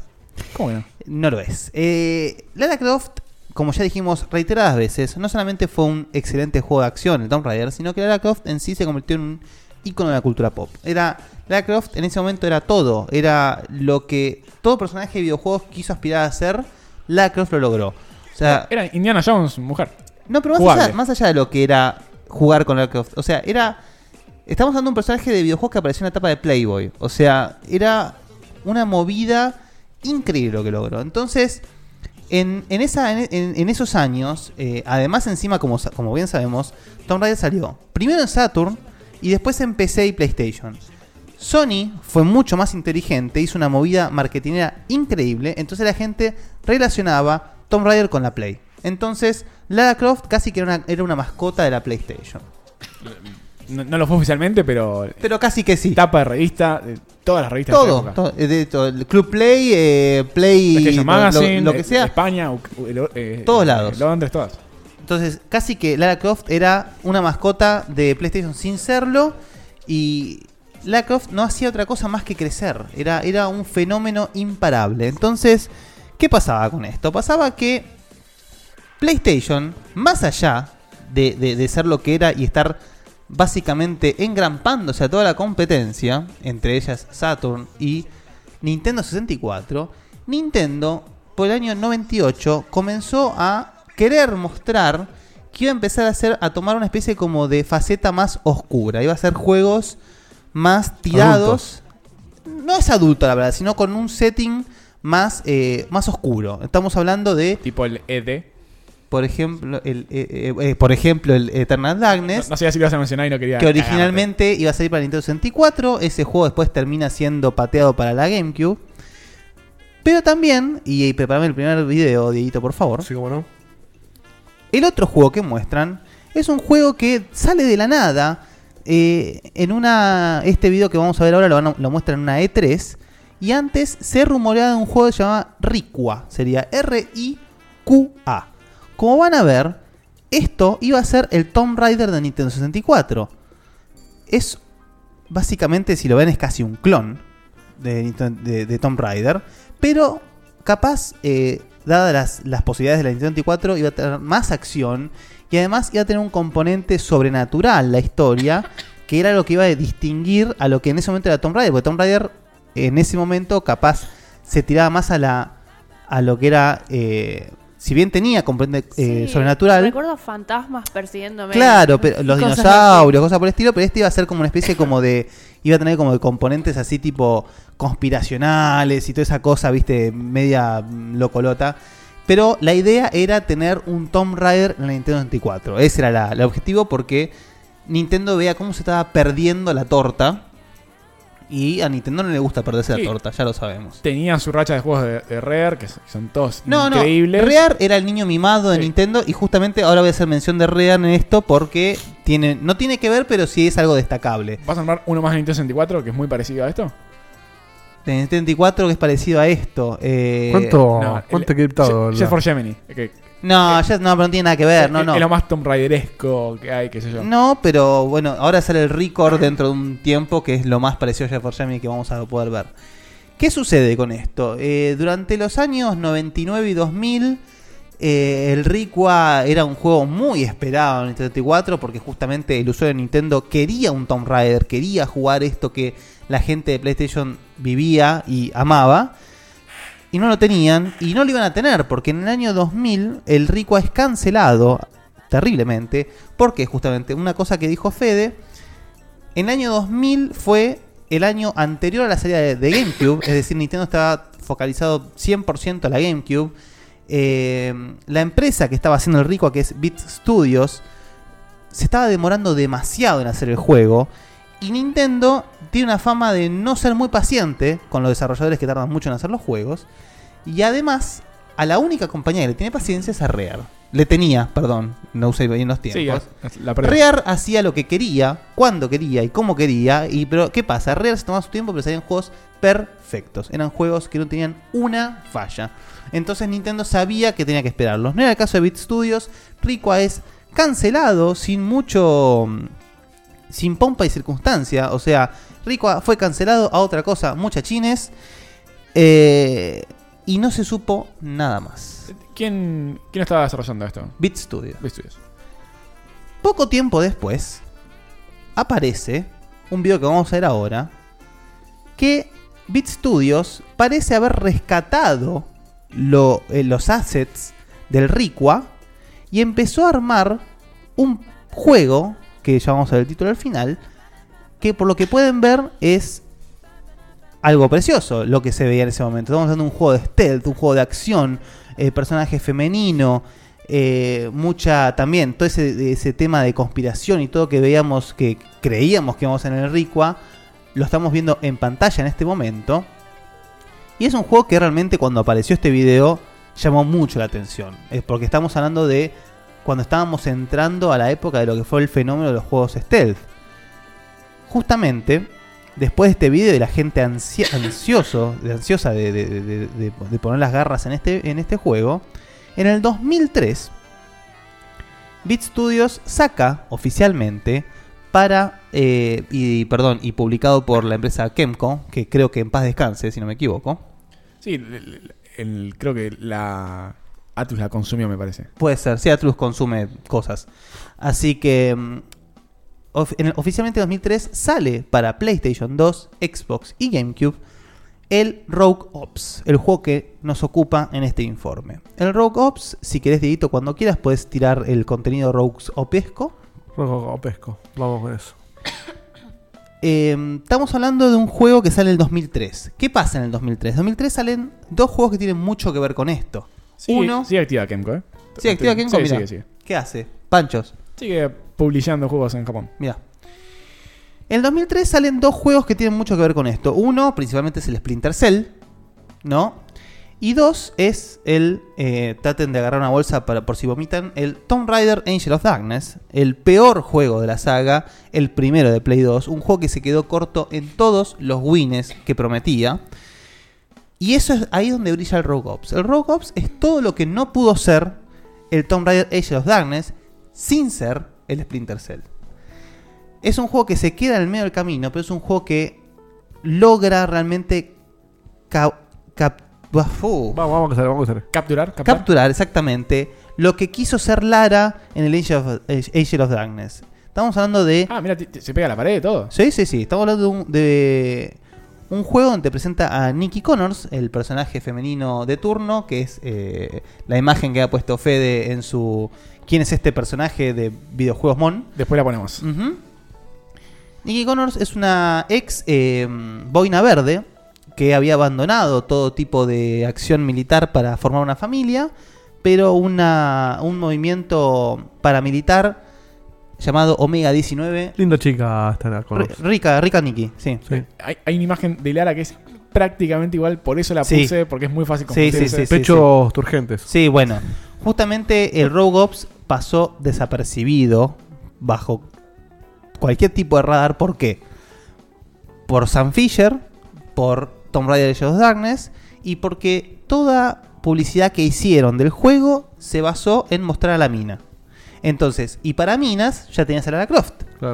Speaker 4: ¿Cómo que no?
Speaker 3: No lo es. Eh, Lara Croft, como ya dijimos reiteradas veces, no solamente fue un excelente juego de acción, el Tomb Raider, sino que Lara Croft en sí se convirtió en un ícono de la cultura pop. Era Lara Croft en ese momento era todo, era lo que todo personaje de videojuegos quiso aspirar a ser, Lara Croft lo logró. O sea,
Speaker 4: Era Indiana Jones, mujer.
Speaker 3: no, pero más
Speaker 4: Jugable.
Speaker 3: allá, más allá de lo que era jugar con Lara Croft, o sea, era. Estamos hablando de un personaje de videojuegos que apareció en la etapa de Playboy. O sea, era una movida increíble lo que logró. Entonces, en, en esa, en, en esos años, eh, además, encima, como, sa- como bien sabemos, Tomb Raider salió primero en Saturn y después en PC y PlayStation. Sony fue mucho más inteligente, hizo una movida marketinera increíble, entonces la gente relacionaba Tomb Raider con la Play. Entonces, Lara Croft casi que era una, era una mascota de la PlayStation.
Speaker 4: No, no lo fue oficialmente, pero.
Speaker 3: Pero casi que sí.
Speaker 4: Tapa de revista, de todas las revistas de
Speaker 3: Todo,
Speaker 4: esa época.
Speaker 3: todo, eh, de todo, el Club Play, eh, Play,
Speaker 4: PlayStation
Speaker 3: lo-
Speaker 4: Este Magazine,
Speaker 3: lo, lo que
Speaker 4: eh,
Speaker 3: sea.
Speaker 4: España, U- U- el- eh,
Speaker 3: Todos
Speaker 4: eh,
Speaker 3: lados.
Speaker 4: Londres, todas.
Speaker 3: Entonces, casi que Lara Croft era una mascota de PlayStation sin serlo. Y Lara Croft no hacía otra cosa más que crecer. Era, era un fenómeno imparable. Entonces, ¿qué pasaba con esto? Pasaba que PlayStation, más allá de, de- de ser lo que era y estar básicamente engrampándose a toda la competencia, entre ellas Saturn y Nintendo 64, Nintendo por el año 98 comenzó a querer mostrar que iba a empezar a hacer a tomar una especie como de faceta más oscura, iba a hacer juegos más tirados. No es adulto la verdad, sino con un setting más eh, más oscuro. Estamos hablando de
Speaker 4: Tipo el E ED.
Speaker 3: por ejemplo, el, eh, eh, eh, por ejemplo, el Eternal Darkness,
Speaker 4: No sabía si lo ibas a mencionar y no quería.
Speaker 3: que originalmente iba a salir para Nintendo 64. Ese juego después termina siendo pateado para la GameCube. Pero también, y, y preparame el primer video, Dieguito, por favor.
Speaker 5: Sí, cómo no.
Speaker 3: El otro juego que muestran Es un juego que sale de la nada. Eh, en una. Este video que vamos a ver ahora lo, van a- lo muestran en una E3. Y antes se rumoreaba de un juego que se llamaba Riqua. Sería R-I-Q-A. Como van a ver, esto iba a ser el Tomb Raider de Nintendo 64. Es básicamente, si lo ven, es casi un clon de, Nintendo- de- de Tomb Raider. Pero capaz, eh, dadas las, las posibilidades de la Nintendo 64, iba a tener más acción. Y además iba a tener un componente sobrenatural la historia, que era lo que iba a distinguir a lo que en ese momento era Tomb Raider. Porque Tomb Raider, en ese momento, capaz se tiraba más a la a lo que era. eh, si bien tenía componente eh, sobrenatural.
Speaker 6: Recuerdo fantasmas persiguiéndome.
Speaker 3: Claro, pero los
Speaker 6: Cosas
Speaker 3: dinosaurios, cosas por el estilo, pero este iba a ser como una especie como de. iba a tener como de componentes así tipo conspiracionales y toda esa cosa, viste, media mm, locolota. Pero la idea era tener un Tomb Raider en la Nintendo 64. Ese era la- el objetivo porque Nintendo veía cómo se estaba perdiendo la torta. Y a Nintendo no le gusta perderse
Speaker 4: Sí.
Speaker 3: la torta, ya lo sabemos.
Speaker 4: Tenían su racha de juegos de, de Rare, que son- que son todos
Speaker 3: No,
Speaker 4: increíbles.
Speaker 3: no. Rear era el niño mimado de Nintendo y justamente ahora voy a hacer mención de Rear en esto porque tiene, no tiene que ver, pero sí es algo destacable.
Speaker 4: ¿Vas a armar uno más de Nintendo 64 que es muy parecido a esto?
Speaker 3: De Nintendo 64 que es parecido a esto. eh,
Speaker 5: ¿Cuánto,
Speaker 4: No, el-
Speaker 5: cuánto criptado?
Speaker 4: Jet for Gemini. que-
Speaker 3: No, ya- no, pero no tiene nada que ver, no,
Speaker 4: Eh, Es lo
Speaker 3: no.
Speaker 4: más Tomb Raideresco que hay, qué sé yo.
Speaker 3: No, pero bueno, ahora sale el récord dentro de un tiempo que es lo más parecido a Jeff for Gemini que vamos a poder ver. ¿Qué sucede con esto? Eh, durante los años 99 y 2000, eh, el Riqua era un juego muy esperado en Nintendo 64 porque justamente el usuario de Nintendo quería un Tomb Raider, quería jugar esto que la gente de PlayStation vivía y amaba. Y no lo tenían, y no lo iban a tener, porque en el año 2000 el Riqua es cancelado terriblemente, porque justamente una cosa que dijo Fede, en el año 2000 fue el año anterior a la salida de, de GameCube, es decir, Nintendo estaba focalizado 100% a la GameCube. Eh, la empresa que estaba haciendo el rico, que es Beat Studios, se estaba demorando demasiado en hacer el juego. Y Nintendo tiene una fama de no ser muy paciente con los desarrolladores que tardan mucho en hacer los juegos. Y además, a la única compañía que le tiene paciencia es a Rare. Le tenía, perdón, no usé bien los
Speaker 4: Sí,
Speaker 3: tiempos.
Speaker 4: es- es la perdí.
Speaker 3: Rare hacía lo que quería, cuando quería y cómo quería. Y pero ¿qué pasa? Rare se tomaba su tiempo, pero salían juegos perfectos. Eran juegos que no tenían una falla. Entonces Nintendo sabía que tenía que esperarlos. No era el caso de Beat Studios. Riqua es cancelado sin mucho mm, sin pompa y circunstancia. O sea, Rico fue cancelado a otra cosa, muchachines. eh, y no se supo nada más.
Speaker 4: ¿Quién, ¿Quién estaba desarrollando esto?
Speaker 3: Beat Studio.
Speaker 4: Beat Studios.
Speaker 3: Poco tiempo después, aparece un video que vamos a ver ahora. Que Beat Studios parece haber rescatado lo- eh, los assets del Riqua y empezó a armar un juego que ya vamos a ver el título al final. Que por lo que pueden ver es algo precioso lo que se veía en ese momento. Estamos hablando de un juego de stealth, un juego de acción, eh, personaje femenino, eh, mucha también, todo ese, ese tema de conspiración y todo que veíamos, que creíamos que íbamos en el Riqua, lo estamos viendo en pantalla en este momento. Y es un juego que realmente cuando apareció este video llamó mucho la atención. Es porque estamos hablando de cuando estábamos entrando a la época de lo que fue el fenómeno de los juegos stealth. Justamente, después de este video y la gente ansia- ansioso, de- ansiosa de, de- de- de- de- de poner las garras en este, en este juego, en el 2003, Beat Studios saca oficialmente para, eh, y, perdón, y publicado por la empresa Kemco, que creo que en paz descanse, si no me equivoco,
Speaker 4: Sí, el- el- el- creo que la Atlus la consumió, me parece.
Speaker 3: Puede ser, sí, Atlus consume cosas. Así que mm, of- en el- oficialmente en 2003 sale para PlayStation 2, Xbox y GameCube el Rogue Ops, el juego que nos ocupa en este informe. El Rogue Ops, si querés, Dieguito, cuando quieras, puedes tirar el contenido Rogue Opesco.
Speaker 5: Rogue Opesco, vamos con eso.
Speaker 3: Eh, estamos hablando de un juego que sale en el 2003. ¿Qué pasa en el 2003? En 2003 salen dos juegos que tienen mucho que ver con esto.
Speaker 4: Sigue-
Speaker 3: Uno,
Speaker 4: Sigue activa Kemco, ¿eh?
Speaker 3: Sí, activa Kemco,
Speaker 4: Sigue,
Speaker 3: mirá.
Speaker 4: sigue, sigue.
Speaker 3: ¿qué hace? Panchos.
Speaker 4: Sigue publicando juegos en Japón.
Speaker 3: Mira. En el 2003 salen dos juegos que tienen mucho que ver con esto. Uno, principalmente, es el Splinter Cell, ¿no? Y dos es el, eh, traten de agarrar una bolsa para, por si vomitan, el Tomb Raider Angel of Darkness, el peor juego de la saga, el primero de Play 2, un juego que se quedó corto en todos los wins que prometía. Y eso es ahí donde brilla el Rogue Ops. El Rogue Ops es todo lo que no pudo ser el Tomb Raider Age of Darkness sin ser el Splinter Cell. Es un juego que se queda en el medio del camino, pero es un juego que logra realmente ca- cap- Bafú.
Speaker 4: Capturar,
Speaker 3: capturar. exactamente. Lo que quiso ser Lara en el Age of, Age of Darkness. Estamos hablando de.
Speaker 4: Ah, mira, se pega la pared y todo.
Speaker 3: Sí, sí, sí. Estamos hablando de un, de un juego donde te presenta a Nikki Connors, el personaje femenino de turno, que es eh, la imagen que ha puesto Fede en su. ¿Quién es este personaje de videojuegos Mon?
Speaker 4: Después la ponemos.
Speaker 3: Nikki Connors es una ex eh, boina verde que había abandonado todo tipo de acción militar para formar una familia, pero una, un movimiento paramilitar llamado Omega 19.
Speaker 5: Linda chica hasta la
Speaker 3: Ri- Rica, rica Nikki, sí.
Speaker 4: Hay, hay una imagen de Lara que es prácticamente igual, por eso la
Speaker 3: Sí.
Speaker 4: puse, porque es muy fácil
Speaker 3: Sí, sí,
Speaker 4: confundirse.
Speaker 3: sí, sí, sí. Sí, bueno. Justamente el Rogue Ops pasó desapercibido bajo cualquier tipo de radar. ¿Por qué? Por Sam Fisher, por Tomb Raider Age of Darkness y porque toda publicidad que hicieron del juego se basó en mostrar a la mina. Entonces, y para minas ya tenías a Lara Croft.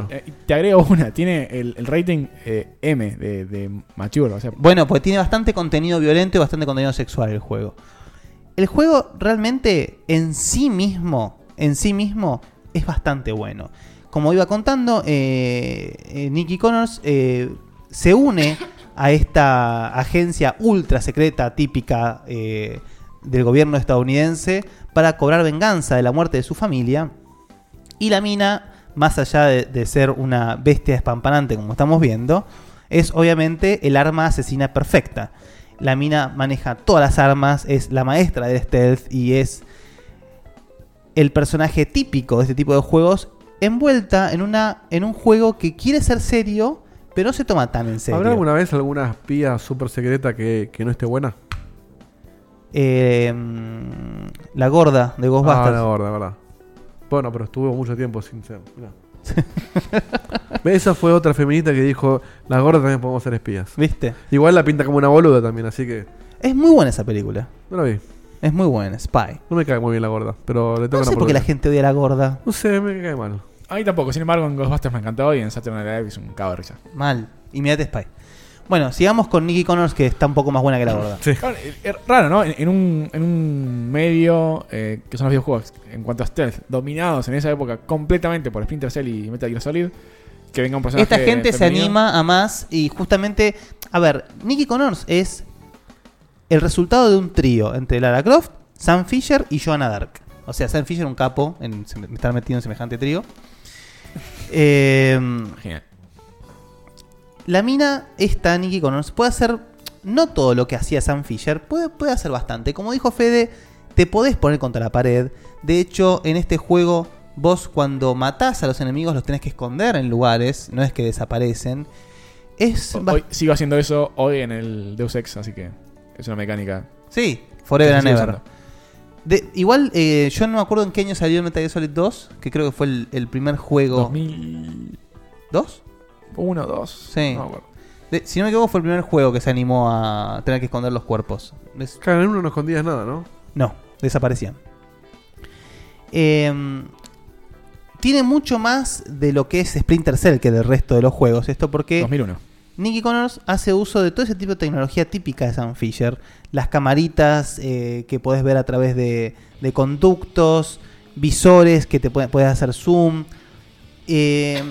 Speaker 4: Eh, y te agrego una, tiene el, el rating eh, M de, de mature, o sea,
Speaker 3: Bueno, pues tiene bastante contenido violento y bastante contenido sexual el juego. El juego realmente en sí mismo, en sí mismo, es bastante bueno. Como iba contando, eh, eh, Nicky Connors eh, se une a esta agencia ultra secreta típica eh, del gobierno estadounidense para cobrar venganza de la muerte de su familia. Y la mina, más allá de, de ser una bestia espampanante como estamos viendo, es obviamente el arma asesina perfecta. La mina maneja todas las armas, es la maestra del stealth y es el personaje típico de este tipo de juegos envuelta en, una, en un juego que quiere ser serio, pero no se toma tan en serio.
Speaker 5: ¿Habrá alguna vez alguna espía súper secreta que, que no esté buena?
Speaker 3: Eh, mm, la gorda de Ghostbusters.
Speaker 5: Ah, la gorda, verdad. Bueno, pero estuvo mucho tiempo sin ser. mirá. Esa fue otra feminista que dijo, las gordas también podemos ser espías.
Speaker 3: ¿Viste?
Speaker 5: Igual la pinta como una boluda también, así que
Speaker 3: Es muy buena esa película.
Speaker 5: no la vi.
Speaker 3: Es muy buena, Spy.
Speaker 5: No me cae muy bien la gorda, pero le tengo
Speaker 3: No sé por qué la gente odia a la gorda.
Speaker 5: No sé, me cae mal.
Speaker 4: A mí tampoco, sin embargo, en Ghostbusters me encantó y en Saturday Night Live es un cago de risa.
Speaker 3: Mal. Y mirate Spy. Bueno, sigamos con Nicky Connors, que está un poco más buena que la gorda.
Speaker 4: Claro, es- es raro, ¿no? En, en un, en un medio eh, que son los videojuegos, en cuanto a stealth, dominados en esa época completamente por Splinter Cell y Metal Gear Solid, que venga un personaje.
Speaker 3: Esta gente se
Speaker 4: femenino.
Speaker 3: anima a más y justamente, a ver, Nicky Connors es el resultado de un trío entre Lara Croft, Sam Fisher y Joanna Dark. O sea, Sam Fisher un capo, en, se me está metido en semejante trío. Eh, la mina esta, Nicky Connors, puede hacer no todo lo que hacía Sam Fisher, puede, puede hacer bastante. Como dijo Fede, te podés poner contra la pared. De hecho, en este juego, vos cuando matás a los enemigos los tenés que esconder en lugares, no es que desaparecen. Es
Speaker 4: Ho- Hoy sigo haciendo eso hoy en el Deus Ex, así que es una mecánica.
Speaker 3: Sí, Forever
Speaker 4: que se
Speaker 3: and
Speaker 4: sigue
Speaker 3: Ever. De- igual, eh, yo no me acuerdo en qué año salió el Metal Gear Solid 2, que creo que fue el, el primer juego. ¿Dos?
Speaker 4: Uno, dos.
Speaker 3: Sí.
Speaker 4: No me acuerdo.
Speaker 3: De- si no me equivoco, fue el primer juego que se animó a tener que esconder los cuerpos. Es-
Speaker 5: Claro, en uno no escondías nada, ¿no?
Speaker 3: No, desaparecían. Eh, tiene mucho más de lo que es Splinter Cell que del resto de los juegos. Esto porque
Speaker 4: 2001.
Speaker 3: Nicky Connors hace uso de todo ese tipo de tecnología típica de Sam Fisher. Las camaritas eh, que podés ver a través de, de conductos, visores que te puede- puedes hacer zoom. Eh,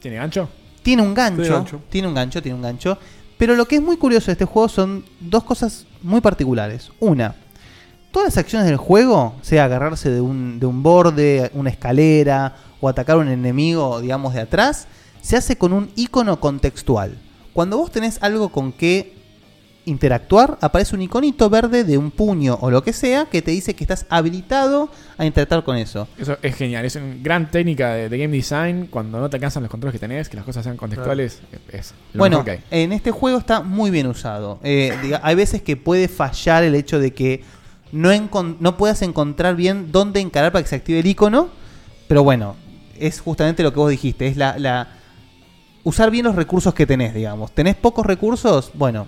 Speaker 4: ¿Tiene gancho?
Speaker 3: tiene un gancho,
Speaker 4: Tiene gancho.
Speaker 3: tiene un gancho, tiene un gancho. Pero lo que es muy curioso de este juego son dos cosas muy particulares. Una, todas las acciones del juego, sea agarrarse de un, de un borde, una escalera o atacar a un enemigo, digamos, de atrás, se hace con un icono contextual. Cuando vos tenés algo con que interactuar, aparece un iconito verde de un puño o lo que sea que te dice que estás habilitado a interactuar con eso.
Speaker 4: Eso es genial, es una gran técnica de, de game design. Cuando no te alcanzan los controles que tenés, que las cosas sean contextuales, es lo
Speaker 3: bueno,
Speaker 4: mejor que hay.
Speaker 3: en este juego está muy bien usado. Eh, diga- hay veces que puede fallar el hecho de que no, encon- no puedas encontrar bien dónde encarar para que se active el icono, pero bueno, es justamente lo que vos dijiste, es la, la- usar bien los recursos que tenés, digamos. ¿Tenés pocos recursos? Bueno,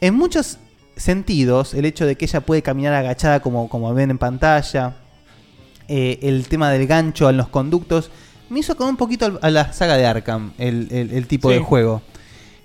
Speaker 3: en muchos sentidos, el hecho de que ella puede caminar agachada como, como ven en pantalla, eh, el tema del gancho en los conductos, me hizo con un poquito al- a la saga de Arkham, el, el- el tipo
Speaker 4: Sí.
Speaker 3: de juego.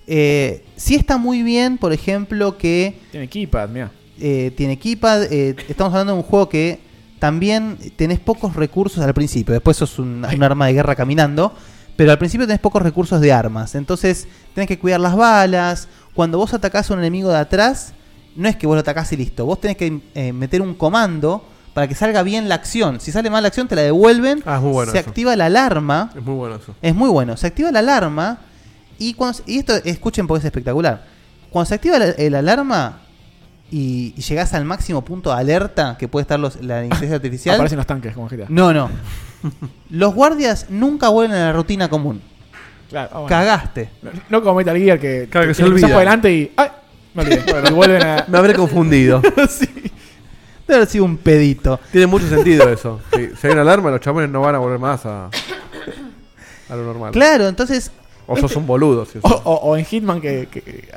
Speaker 3: Eh, sí está muy bien, por ejemplo, que...
Speaker 4: Tiene keypad, mira.
Speaker 3: eh, tiene keypad, eh, estamos hablando de un juego que también tenés pocos recursos al principio, después sos un, un arma de guerra caminando, pero al principio tenés pocos recursos de armas, entonces tenés que cuidar las balas, cuando vos atacás a un enemigo de atrás, no es que vos lo atacás y listo, vos tenés que eh, meter un comando para que salga bien la acción, si sale mal la acción te la devuelven,
Speaker 5: bueno
Speaker 3: se
Speaker 5: eso.
Speaker 3: activa la alarma,
Speaker 5: Es muy bueno eso.
Speaker 3: es muy bueno. Se activa la alarma y cuando. Y esto escuchen porque es espectacular. Cuando se activa la, el alarma y, y llegás al máximo punto de alerta que puede estar los- la inteligencia artificial.
Speaker 4: Aparecen los tanques como GTA.
Speaker 3: No, no. los guardias nunca vuelven a la rutina común.
Speaker 4: Claro, ah, bueno.
Speaker 3: Cagaste.
Speaker 4: No, no como Metal Gear que,
Speaker 3: Claro, que se
Speaker 4: le
Speaker 3: olvida.
Speaker 4: cruzás por adelante y. ¡Ay! Me olvidé. Bueno, y vuelven a.
Speaker 5: Me habré confundido.
Speaker 3: Debe haber sido un pedito.
Speaker 5: Tiene mucho sentido eso. Sí, Si hay una alarma, los chabones no van a volver más a, a lo normal.
Speaker 3: Claro, Oh, entonces.
Speaker 5: O sos un boludo. Si
Speaker 4: O, o- o en Hitman que, que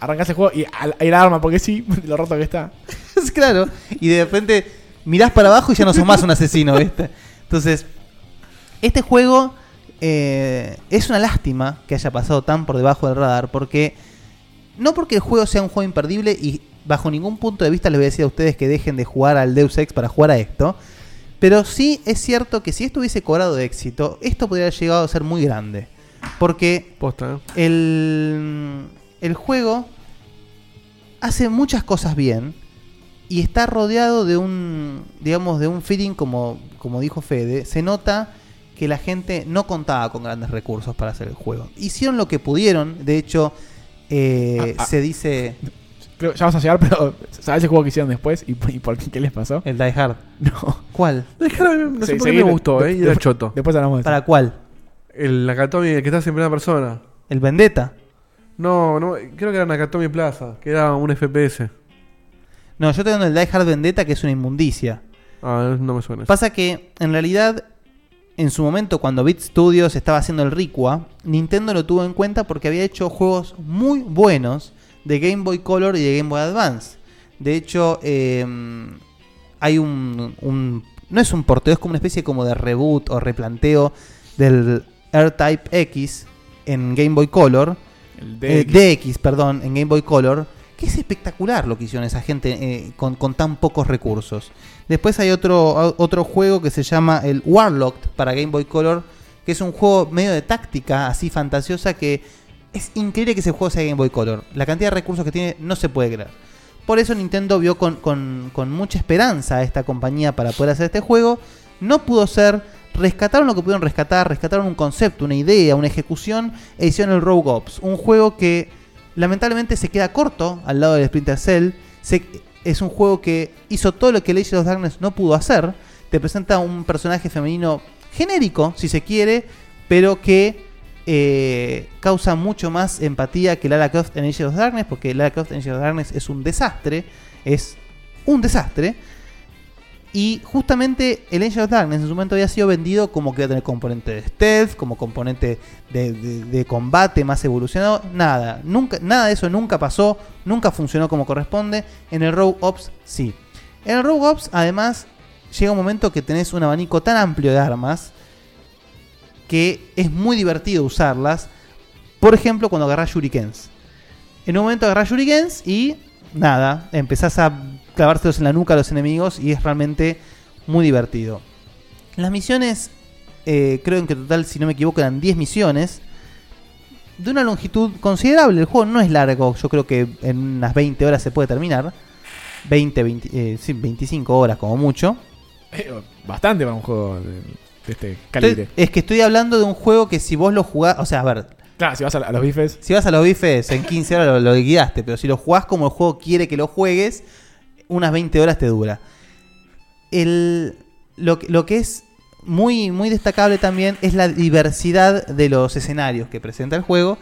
Speaker 4: arrancás el juego y al- hay la arma porque sí, lo roto que está.
Speaker 3: claro. Y de repente mirás para abajo y ya no sos más un asesino, ¿viste? Entonces, este juego eh, es una lástima que haya pasado tan por debajo del radar, porque no porque el juego sea un juego imperdible y bajo ningún punto de vista les voy a decir a ustedes que dejen de jugar al Deus Ex para jugar a esto, pero sí es cierto que si esto hubiese cobrado éxito, esto podría haber llegado a ser muy grande, porque el, el juego hace muchas cosas bien y está rodeado de un, digamos, de un feeling como, como dijo Fede. Se nota que la gente no contaba con grandes recursos para hacer el juego. Hicieron lo que pudieron. De hecho, eh,
Speaker 4: Ah, ah.
Speaker 3: se dice
Speaker 4: Creo que ya vas a llegar, pero ¿sabes el juego que hicieron después? ¿Y, y por qué, qué les pasó?
Speaker 3: el Die Hard.
Speaker 4: No.
Speaker 3: ¿Cuál?
Speaker 5: no sé por qué me gustó, ¿eh? Y era choto.
Speaker 4: Después hablamos de eso.
Speaker 3: ¿Para cuál?
Speaker 5: El Nakatomi, el que estás en primera persona.
Speaker 3: ¿El Vendetta?
Speaker 5: No, no, creo que era Nakatomi Plaza, que era un FPS.
Speaker 3: No, yo estoy dando el Die Hard Vendetta, que es una inmundicia.
Speaker 5: Ah, no me suena. eso.
Speaker 3: Pasa que, en realidad, en su momento, cuando Beat Studios estaba haciendo el Riqua, Nintendo lo tuvo en cuenta porque había hecho juegos muy buenos de Game Boy Color y de Game Boy Advance. De hecho, eh, hay un, un- No es un porteo, es como una especie como de reboot o replanteo del R-Type X en Game Boy Color.
Speaker 4: El
Speaker 3: Eh,
Speaker 4: DX.
Speaker 3: DX, perdón, en Game Boy Color, que es espectacular lo que hicieron esa gente eh, con, con tan pocos recursos. Después hay otro, a- otro juego que se llama el Warlock para Game Boy Color, que es un juego medio de táctica, así fantasiosa, que es increíble que ese juego sea Game Boy Color. La cantidad de recursos que tiene no se puede creer. Por eso Nintendo vio con, con- con mucha esperanza a esta compañía para poder hacer este juego. No pudo ser. Rescataron lo que pudieron rescatar. Rescataron un concepto, una idea, una ejecución. E hicieron el Rogue Ops. Un juego que lamentablemente se queda corto al lado del Splinter Cell. Se- es un juego que hizo todo lo que Legend of Darkness no pudo hacer. Te presenta un personaje femenino genérico, si se quiere, pero que eh, causa mucho más empatía que Lara Croft en Angel of Darkness, porque Lara Croft en Angel of Darkness es un desastre, es un desastre. Y justamente el Angel of Darkness en su momento había sido vendido como que iba a tener componente de stealth, como componente de, de- de combate más evolucionado. Nada, nunca, nada de eso nunca pasó, nunca funcionó como corresponde. En el Rogue Ops sí. En el Rogue Ops además llega un momento que tenés un abanico tan amplio de armas que es muy divertido usarlas. Por ejemplo, cuando agarrás shurikens. En un momento agarrás shurikens y nada, empezás a clavárselos en la nuca a los enemigos y es realmente muy divertido. Las misiones, eh, creo en que total, si no me equivoco, eran 10 misiones. De una longitud considerable. El juego no es largo. Yo creo que en unas 20 horas se puede terminar. 20, 20, eh, sí, 25 horas como mucho.
Speaker 4: Eh, Bastante para un juego de, de este calibre.
Speaker 3: Estoy- Es que estoy hablando de un juego que si vos lo jugás, o sea, a ver,
Speaker 4: Claro, si vas a, la- a los bifes.
Speaker 3: Si vas a los bifes en 15 horas lo, lo liquidaste, pero si lo jugás como el juego quiere que lo juegues, unas 20 horas te dura. El, lo, que- lo que es muy, muy destacable también es la diversidad de los escenarios que presenta el juego,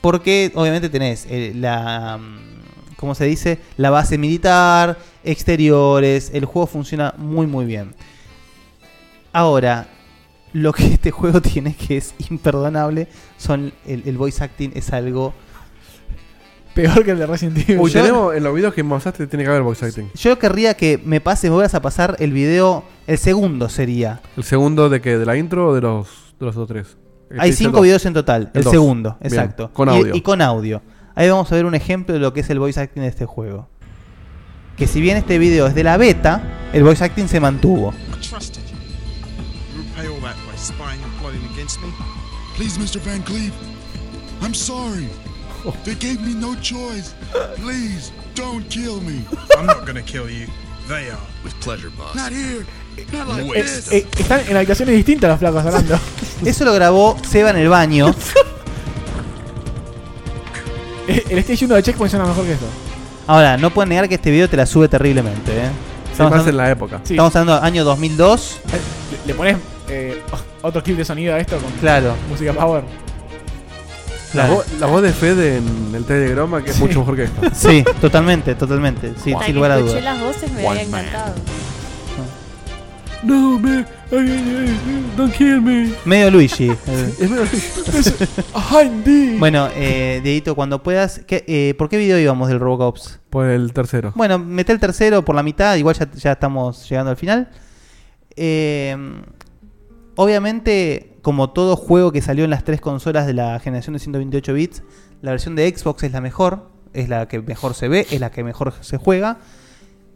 Speaker 3: porque obviamente tenés eh, la, mm, ¿cómo se dice? La base militar, exteriores, el juego funciona muy, muy bien. Ahora, lo que este juego tiene que es imperdonable son el, el voice acting es algo
Speaker 4: peor que el de Resident Evil.
Speaker 5: Uy,
Speaker 3: Yo-
Speaker 5: tenemos en los videos que mostraste tiene que haber voice acting.
Speaker 3: yo querría que me pases me vuelvas a pasar el video el segundo sería
Speaker 5: ¿El segundo de qué? ¿De la intro o de los, de los otros tres?
Speaker 3: hay cinco videos en total el,
Speaker 5: dos.
Speaker 3: segundo
Speaker 5: Bien,
Speaker 3: exacto
Speaker 5: Con
Speaker 3: Y-
Speaker 5: audio.
Speaker 3: y, con audio ahí vamos a ver un ejemplo de lo que es el voice acting de este juego que si bien este video es de la beta el voice acting se mantuvo
Speaker 15: I trusted you. You repay all that by spying and plotting against me. Please, Mr. Van Cleve, I'm sorry. They gave me no choice. Please, don't kill me. I'm not gonna kill you. They are. With pleasure, boss. Not here. Not like
Speaker 4: Eh,
Speaker 15: this.
Speaker 4: eh, están en habitaciones distintas los flacos hablando.
Speaker 3: eso lo grabó Seba en el baño
Speaker 4: Eh, el stage 1 de Checkpoint suena mejor que esto.
Speaker 3: ahora no pueden negar que este video te la sube terriblemente ¿eh?
Speaker 5: más
Speaker 3: hablando-
Speaker 5: en la época.
Speaker 4: Sí.
Speaker 3: estamos hablando del año 2002
Speaker 4: Le, le pones eh, otro clip de sonido a esto con
Speaker 3: Claro.
Speaker 4: música power.
Speaker 5: La,
Speaker 3: Claro.
Speaker 5: vo- la voz de Fede en el telegrama que es
Speaker 3: Sí.
Speaker 5: mucho mejor que esto.
Speaker 3: Sí, totalmente, totalmente. Sí,
Speaker 6: Hasta
Speaker 3: sin
Speaker 6: que
Speaker 3: lugar a
Speaker 6: escuché
Speaker 3: dudas.
Speaker 6: las voces me
Speaker 3: One
Speaker 6: había encantado.
Speaker 5: No, me. ay, ay, ay, don't kill me.
Speaker 3: Medio Luigi. eh.
Speaker 5: Es medio así.
Speaker 3: ah, bueno, eh, Dieguito, cuando puedas. ¿qué- eh, ¿Por qué video íbamos del Robocops?
Speaker 5: Por el tercero.
Speaker 3: Bueno, mete el tercero por la mitad, igual ya, ya estamos llegando al final. Eh, obviamente, como todo juego que salió en las tres consolas de la generación de 128 bits, la versión de Xbox es la mejor, es la que mejor se ve, es la que mejor se juega.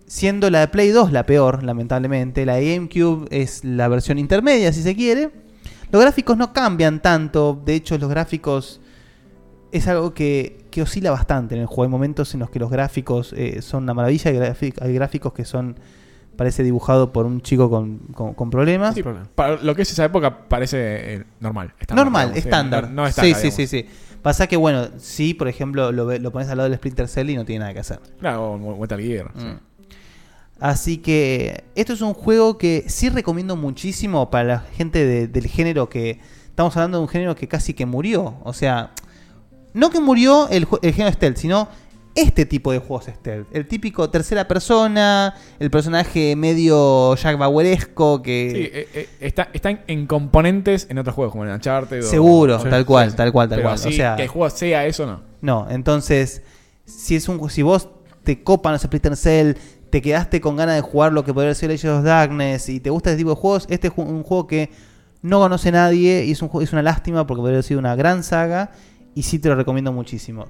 Speaker 3: Siendo la de Play 2 la peor, lamentablemente. La de GameCube es la versión intermedia, si se quiere. Los gráficos no cambian tanto. De hecho, los gráficos es algo que, que oscila bastante en el juego. Hay momentos en los que los gráficos eh, son una maravilla. Hay, grafi- hay gráficos que son. Parece dibujado por un chico con, con- con problemas.
Speaker 4: Sí, para lo que es esa época parece eh, normal. estándar,
Speaker 3: Normal,
Speaker 4: digamos, sí,
Speaker 3: estándar.
Speaker 4: no, no estándar,
Speaker 3: sí,
Speaker 4: digamos.
Speaker 3: sí, sí, sí. Pasa que, bueno, si por ejemplo lo, ve- lo pones al lado del Splinter Cell y no tiene nada que hacer. Mm.
Speaker 4: Claro, o Metal Gear. sí.
Speaker 3: Así que esto es un juego que sí recomiendo muchísimo para la gente de- del género que... Estamos hablando de un género que casi que murió. O sea, no que murió el, ju- el género stealth, sino este tipo de juegos stealth. El típico tercera persona, el personaje medio Jack Baueresco que...
Speaker 4: Sí, eh, eh, está, están en componentes en otros juegos, como en Uncharted. o-
Speaker 3: Seguro,
Speaker 4: Sí,
Speaker 3: tal
Speaker 4: sí,
Speaker 3: cual,
Speaker 4: sí.
Speaker 3: tal cual, tal
Speaker 4: Pero
Speaker 3: cual.
Speaker 4: así
Speaker 3: o sea,
Speaker 4: que el juego sea eso, no.
Speaker 3: No, entonces, si es un si vos te copan los Splinter Cell, te quedaste con ganas de jugar lo que podría ser Age of Darkness y te gusta este tipo de juegos, este es ju- un juego que no conoce nadie y es, un, ju- es una lástima porque podría haber sido una gran saga y sí te lo recomiendo muchísimo.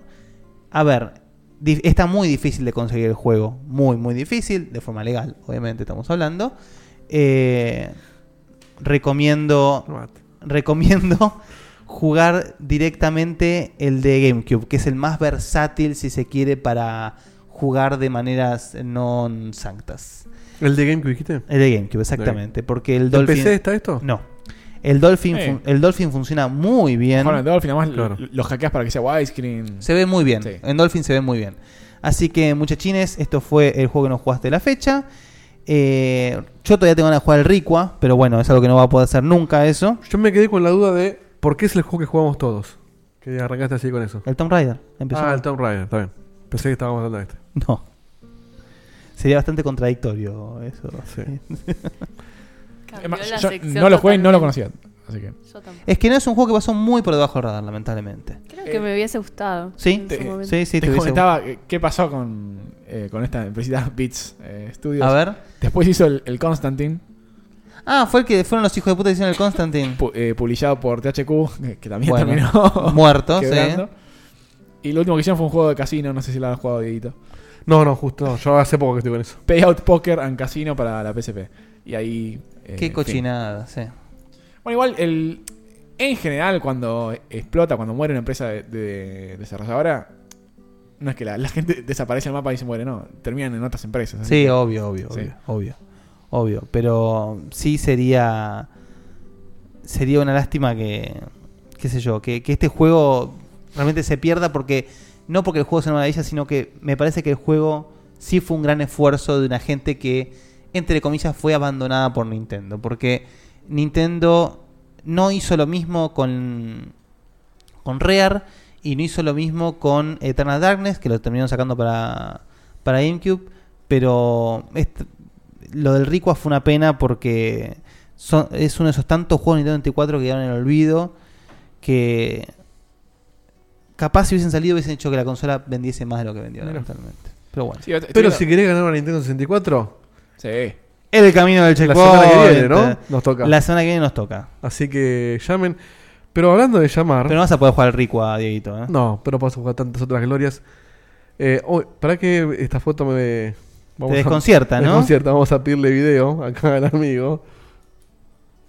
Speaker 3: A ver, di- está muy difícil de conseguir el juego, muy, muy difícil, de forma legal, obviamente estamos hablando. Eh, recomiendo recomiendo jugar directamente el de GameCube, que es el más versátil si se quiere para jugar de maneras no sanctas.
Speaker 5: ¿El de GameCube dijiste?
Speaker 3: El de GameCube, exactamente, porque el
Speaker 5: ¿En
Speaker 3: Dolphin
Speaker 5: PC está esto?
Speaker 3: No. El Dolphin
Speaker 4: Sí.
Speaker 3: fun- el Dolphin funciona muy bien.
Speaker 4: Bueno, el Dolphin, además,
Speaker 3: Claro.
Speaker 4: lo, lo hackeas para que sea widescreen.
Speaker 3: Se ve muy bien.
Speaker 4: Sí.
Speaker 3: En Dolphin se ve muy bien. Así que, muchachines, esto fue el juego que nos jugaste de la fecha. Eh, yo todavía tengo ganas de jugar el Riqua, pero bueno, es algo que no va a poder hacer nunca eso.
Speaker 5: Yo me quedé con la duda de por qué es el juego que jugamos todos. Que arrancaste así con eso.
Speaker 3: El Tomb Raider. Empezó
Speaker 5: Ah,
Speaker 3: con-
Speaker 5: el Tomb Raider, está bien. Pensé que estábamos hablando de este.
Speaker 3: No. Sería bastante contradictorio eso.
Speaker 4: Es más,
Speaker 6: Cambió la
Speaker 4: yo
Speaker 6: sección
Speaker 4: no lo jugué y no lo
Speaker 6: totalmente.
Speaker 4: conocía. Así que.
Speaker 6: Yo tampoco.
Speaker 3: es que no es un juego que pasó muy por debajo del radar, lamentablemente.
Speaker 6: Creo
Speaker 4: Eh,
Speaker 6: que me hubiese gustado.
Speaker 3: Sí,
Speaker 6: en su
Speaker 4: Te-
Speaker 6: momento.
Speaker 3: sí, sí,
Speaker 4: te
Speaker 3: te hubiese-
Speaker 4: comentaba eh, qué pasó con, eh, con esta empresa Beats eh, Studios.
Speaker 3: A ver.
Speaker 4: Después hizo el, el Constantine,
Speaker 3: Ah, fue el que fueron los hijos de puta que hicieron el Constantine.
Speaker 4: pu- eh, publicado por THQ, que, que también
Speaker 3: Bueno,
Speaker 4: terminó
Speaker 3: muerto, sí.
Speaker 4: quebrando. Y lo último que hicieron fue un juego de casino, no sé si lo han jugado, Dieguito.
Speaker 5: No, no, justo. no, yo hace poco que estoy con eso.
Speaker 4: Payout Poker and Casino para la PSP. Y ahí... eh,
Speaker 3: Qué
Speaker 4: fin.
Speaker 3: cochinada, sí.
Speaker 4: Bueno, igual, el, en general, cuando explota, cuando muere una empresa de, de desarrolladora, no es que la, la gente desaparece del mapa y se muere, no. Terminan en otras empresas.
Speaker 3: Sí, obvio, obvio,
Speaker 4: ¿eh? Sí.
Speaker 3: obvio, obvio. Obvio, pero sí sería sería una lástima que, qué sé yo, que, que este juego realmente se pierda porque, no porque el juego sea una maravilla, sino que me parece que el juego sí fue un gran esfuerzo de una gente que, entre comillas, fue abandonada por Nintendo. Porque Nintendo no hizo lo mismo con, con Rare y no hizo lo mismo con Eternal Darkness, que lo terminaron sacando para, para GameCube, pero est- lo del Riqua fue una pena porque son- es uno de esos tantos juegos de Nintendo 24 que quedaron en el olvido que capaz si hubiesen salido hubiesen hecho que la consola vendiese más de lo que vendió
Speaker 5: Mira.
Speaker 3: lamentablemente. Pero bueno.
Speaker 4: Sí, estoy-
Speaker 5: Pero
Speaker 4: estoy-
Speaker 5: si querés ganar una Nintendo 64,
Speaker 4: Sí.
Speaker 3: El camino del
Speaker 5: la
Speaker 3: checkpoint.
Speaker 5: semana que viene, ¿no? Nos toca.
Speaker 3: La semana que viene nos toca.
Speaker 5: Así que llamen. Pero hablando de llamar.
Speaker 3: Pero no vas a poder jugar al Riqua, Dieguito. ¿eh?
Speaker 5: No, pero vas a jugar tantas otras glorias. Eh, oh, ¿Para que esta foto me.
Speaker 3: Te desconcierta,
Speaker 5: a,
Speaker 3: ¿no?
Speaker 5: Me desconcierta, vamos a pedirle video acá al amigo.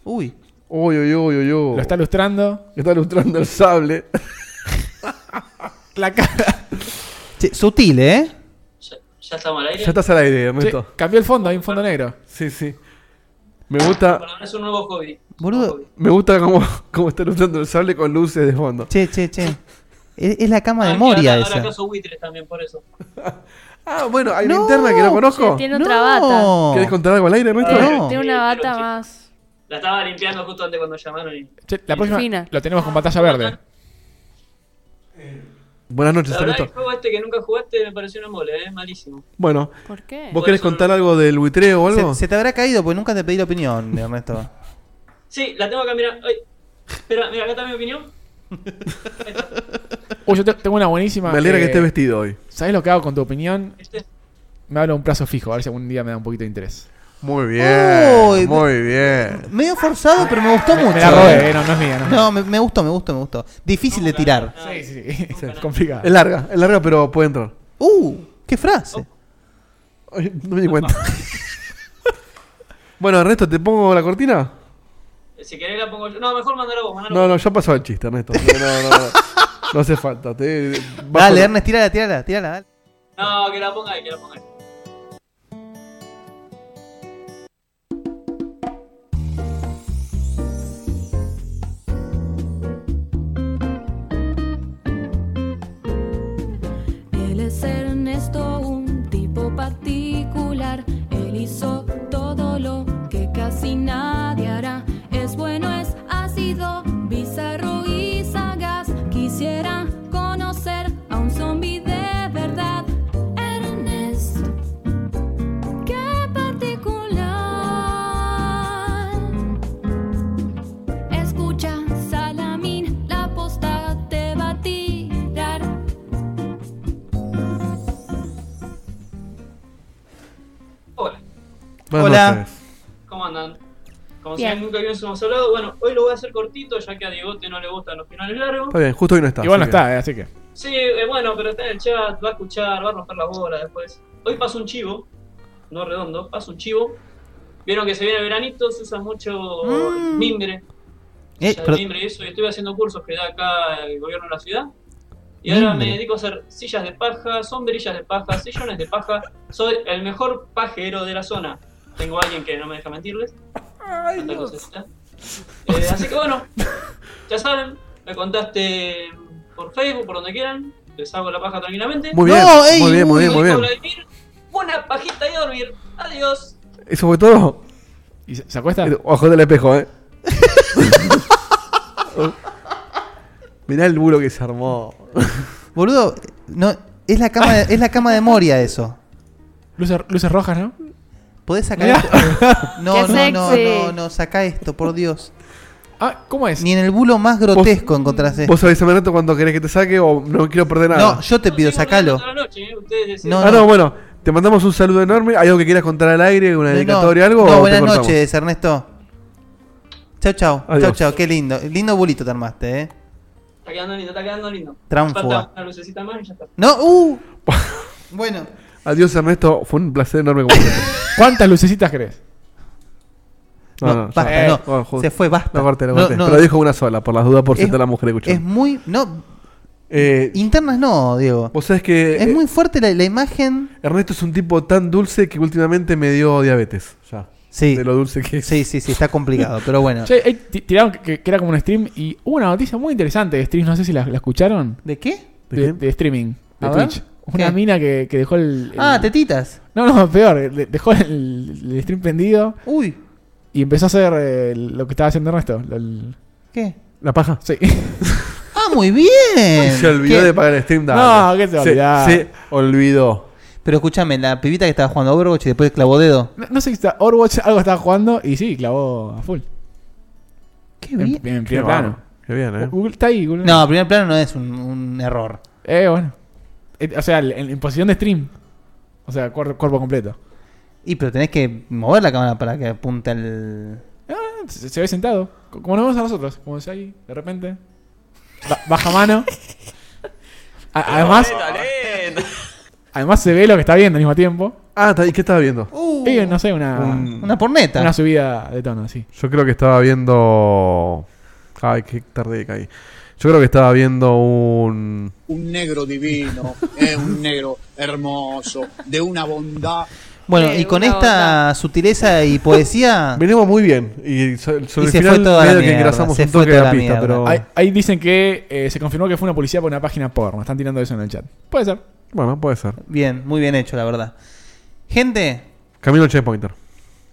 Speaker 3: Uy.
Speaker 5: Uy, uy, uy, uy, uy.
Speaker 4: Lo está lustrando.
Speaker 5: Está lustrando el sable.
Speaker 4: La cara.
Speaker 3: Che, sutil, ¿eh?
Speaker 11: ¿Ya estamos al aire?
Speaker 5: Ya estás al aire, Ernesto.
Speaker 4: Sí, cambió el fondo, hay un fondo negro.
Speaker 5: Sí, sí. Me gusta,
Speaker 11: es un nuevo hobby.
Speaker 3: Boludo.
Speaker 5: me gusta cómo, cómo está lustrando el sable con luces de fondo.
Speaker 3: Che, che, che. Es, es la cama de Moria
Speaker 11: ahora,
Speaker 3: esa.
Speaker 11: caso buitres también, por eso.
Speaker 5: Ah, bueno, hay una interna que no conozco.
Speaker 6: Tiene otra bata.
Speaker 5: ¿Querés contar algo al aire, Ernesto?
Speaker 6: Tiene- Tiene una bata más.
Speaker 11: La estaba limpiando justo antes cuando llamaron y...
Speaker 4: Che, la próxima
Speaker 6: Fina.
Speaker 4: lo tenemos con pantalla verde.
Speaker 5: Buenas noches,
Speaker 11: La verdad,
Speaker 5: Ernesto.
Speaker 11: el juego este que nunca jugaste me pareció una mole, ¿eh? malísimo.
Speaker 5: Bueno,
Speaker 6: ¿Por qué?
Speaker 5: ¿vos querés contar algo del buitreo o algo?
Speaker 3: Se, se te habrá caído porque nunca te pedí la opinión, Ernesto.
Speaker 11: Sí, la tengo acá, mira. Ay, espera, mira, acá está mi opinión.
Speaker 4: Uy, yo te- tengo una buenísima.
Speaker 5: Me alegra que
Speaker 4: eh,
Speaker 5: estés vestido hoy.
Speaker 4: ¿Sabés lo que hago con tu opinión? Me hablo un plazo fijo, a ver si algún día me da un poquito de interés.
Speaker 5: Muy bien,
Speaker 3: Uy,
Speaker 5: muy bien.
Speaker 3: Medio forzado, pero me gustó mucho.
Speaker 4: Me la robé, eh, no, no es mía, no es mía.
Speaker 3: No, me, me gustó, me gustó, me gustó. Difícil de tirar.
Speaker 4: Sí, sí, sí. Es complicado.
Speaker 5: Es larga, es larga, pero puede entrar.
Speaker 3: Uh, qué frase.
Speaker 5: Ay, No me di cuenta. bueno, Ernesto, ¿te pongo la cortina?
Speaker 11: Si querés la pongo yo. No, mejor mandala
Speaker 4: Ah,
Speaker 11: vos, mandala
Speaker 5: No,
Speaker 11: vos.
Speaker 5: no, ya pasó el chiste, Ernesto. No, no, no. No, No hace falta. Te, bajo-
Speaker 3: Dale, Ernest, tirala, tirala, tirala. Dale.
Speaker 11: No, que la ponga ahí, que la ponga ahí.
Speaker 1: Él es Ernesto, un tipo particular. Él hizo todo lo que casi nadie hará. Es bueno, es ácido, bizarro y sagaz. Quisiera conocer a un zombi de verdad. Ernesto, qué particular. Escucha, Salamín, la posta te va a tirar.
Speaker 11: Hola,
Speaker 5: Buenas
Speaker 3: Hola.
Speaker 5: noches.
Speaker 11: ¿cómo andan? Como
Speaker 6: Bien.
Speaker 11: si nunca hubiésemos hablado. Bueno, hoy lo voy a hacer cortito, ya que a Diegote no le gustan los finales largos.
Speaker 5: Está bien, justo hoy no está.
Speaker 4: Igual no
Speaker 5: así que-
Speaker 4: está, eh, así que.
Speaker 11: Sí, eh, bueno, pero está en el chat, va a escuchar, va a romper la bola después. Hoy pasa un chivo, no redondo, pasa un chivo. Vieron que se viene el veranito, se usa mucho mimbre.
Speaker 3: Eh,
Speaker 11: ya el
Speaker 3: pero-
Speaker 11: mimbre y eso. Y estuve haciendo cursos que da acá el gobierno de la ciudad. Y ahora
Speaker 3: Mimbre.
Speaker 11: me dedico a hacer sillas de paja, sombrillas de paja, sillones de paja. Soy el mejor pajero de la zona. Tengo a alguien que no me deja mentirles. Tanta cosita. Eh, así que bueno, ya saben, me contaste por Facebook, por donde quieran. Les hago la paja tranquilamente.
Speaker 5: Muy bien,
Speaker 3: No, ey,
Speaker 5: muy bien, muy
Speaker 3: uy,
Speaker 5: bien, muy bien.
Speaker 11: Vladimir, una pajita y a dormir. Adiós.
Speaker 5: ¿Eso fue todo?
Speaker 4: ¿Y se, se acuesta?
Speaker 5: Ojo del espejo, eh. Mirá el bulo que se armó.
Speaker 3: Boludo, no, es la cama de, es la cama de Moria eso.
Speaker 4: Luces, luces rojas, ¿no?
Speaker 3: ¿Podés sacar
Speaker 4: Mirá.
Speaker 3: esto? No,
Speaker 6: Qué
Speaker 3: no, no,
Speaker 6: sexy.
Speaker 3: no, no, sacá esto, por Dios.
Speaker 4: Ah, ¿cómo es?
Speaker 3: Ni en el bulo más grotesco encontrás esto.
Speaker 5: ¿Vos sabés, Ernesto, cuando querés que te saque o no quiero perder nada?
Speaker 3: No, yo te pido, sacalo.
Speaker 11: Buenas noches, ¿eh? ustedes deciden.
Speaker 3: No,
Speaker 5: ah, no, bueno, te mandamos un saludo enorme. ¿Hay algo que quieras contar al aire? ¿Una
Speaker 3: No,
Speaker 5: dedicatoria?
Speaker 3: no.
Speaker 5: ¿Algo? o
Speaker 3: No,
Speaker 5: te
Speaker 3: buenas
Speaker 5: cortamos?
Speaker 3: noches, Ernesto. Chau, chau. Chau,
Speaker 5: Adiós.
Speaker 3: chau. Qué lindo. Lindo bulito te armaste, eh.
Speaker 11: Está quedando lindo, está quedando lindo.
Speaker 3: Tránfuga.
Speaker 11: Falta una lucecita más y ya está.
Speaker 3: No, uh. Bueno.
Speaker 5: Adiós, Ernesto. Fue un placer enorme conocerte.
Speaker 4: ¿Cuántas lucecitas crees?
Speaker 5: No,
Speaker 3: No,
Speaker 5: no, ya.
Speaker 3: basta,
Speaker 4: Eh,
Speaker 3: no.
Speaker 5: bueno,
Speaker 3: Se
Speaker 5: joder.
Speaker 3: fue, basta.
Speaker 5: Lo corté, lo
Speaker 3: No,
Speaker 5: corté.
Speaker 3: no,
Speaker 5: Pero dijo una sola, por las dudas, por si está la mujer escuchando.
Speaker 3: Es muy. No,
Speaker 5: Eh,
Speaker 3: internas no, Diego.
Speaker 5: vos sabés que
Speaker 3: Es
Speaker 5: eh,
Speaker 3: muy fuerte la, la imagen.
Speaker 5: Ernesto es un tipo tan dulce que últimamente me dio diabetes. Ya.
Speaker 3: Sí.
Speaker 5: de lo dulce que es.
Speaker 3: Sí, sí, sí, está complicado, pero bueno.
Speaker 4: Che, ahí ti- tiraron que, que era como un stream y hubo una noticia muy interesante de streams, no sé si la, la escucharon.
Speaker 3: ¿De qué?
Speaker 4: De, de streaming, de
Speaker 3: A ver.
Speaker 4: Twitch. Una
Speaker 3: ¿Qué?
Speaker 4: mina que, que dejó
Speaker 5: eh,
Speaker 4: el, el-
Speaker 3: Ah, tetitas.
Speaker 4: No, no, peor, eh, de- dejó el, el stream prendido.
Speaker 3: Uy.
Speaker 4: Y empezó a hacer eh, lo que estaba haciendo Ernesto. lo- el-
Speaker 3: ¿Qué?
Speaker 5: ¿La paja?
Speaker 4: Sí.
Speaker 3: Ah, muy bien.
Speaker 5: Se olvidó
Speaker 3: ¿Qué?
Speaker 5: de pagar el stream. dale. se olvidó.
Speaker 3: Pero escúchame, la pibita que estaba jugando a Overwatch y después clavó dedo.
Speaker 4: No, no sé si está, Overwatch algo estaba jugando y sí, clavó a full.
Speaker 3: Qué
Speaker 4: bien. En, en primer plano.
Speaker 5: Qué bien, eh.
Speaker 4: Google está ahí, Google.
Speaker 3: No, primer plano no es un, un error.
Speaker 4: Eh, bueno. Eh, O sea, en, en posición de stream. O sea, cuer- cuerpo completo.
Speaker 3: Y pero tenés que mover la cámara para que apunte al.
Speaker 4: Ah, Se, se ve sentado. Co- Como nos vemos a nosotros. Como si ahí, de repente. ba- baja mano. A- además. Además se ve lo que está viendo al mismo tiempo.
Speaker 5: Ah, ¿y qué estaba viendo?
Speaker 4: Eh, no sé, una.
Speaker 3: Uh. Una porneta.
Speaker 4: Una subida de tono, sí.
Speaker 5: Yo creo que estaba viendo. Ay, qué tarde que caí. Yo creo que estaba viendo un.
Speaker 16: Un negro divino, es un negro hermoso, de una bondad.
Speaker 3: Bueno, y con esta sutileza y poesía.
Speaker 5: Venimos muy bien. Y, so-
Speaker 3: Y
Speaker 5: sobre el
Speaker 3: se
Speaker 5: final,
Speaker 3: fue toda la
Speaker 5: medio que
Speaker 3: mierda,
Speaker 5: engrasamos
Speaker 3: se
Speaker 5: un
Speaker 3: fue
Speaker 5: toque de
Speaker 3: toda
Speaker 5: la
Speaker 3: la
Speaker 5: pista,
Speaker 3: mierda.
Speaker 5: pero.
Speaker 4: Ahí, ahí dicen que eh, se confirmó que fue una policía por una página porno. Están tirando eso en el chat. Puede ser.
Speaker 5: Bueno, puede ser.
Speaker 3: Bien, muy bien hecho, la verdad. Gente,
Speaker 5: Camino al checkpointer.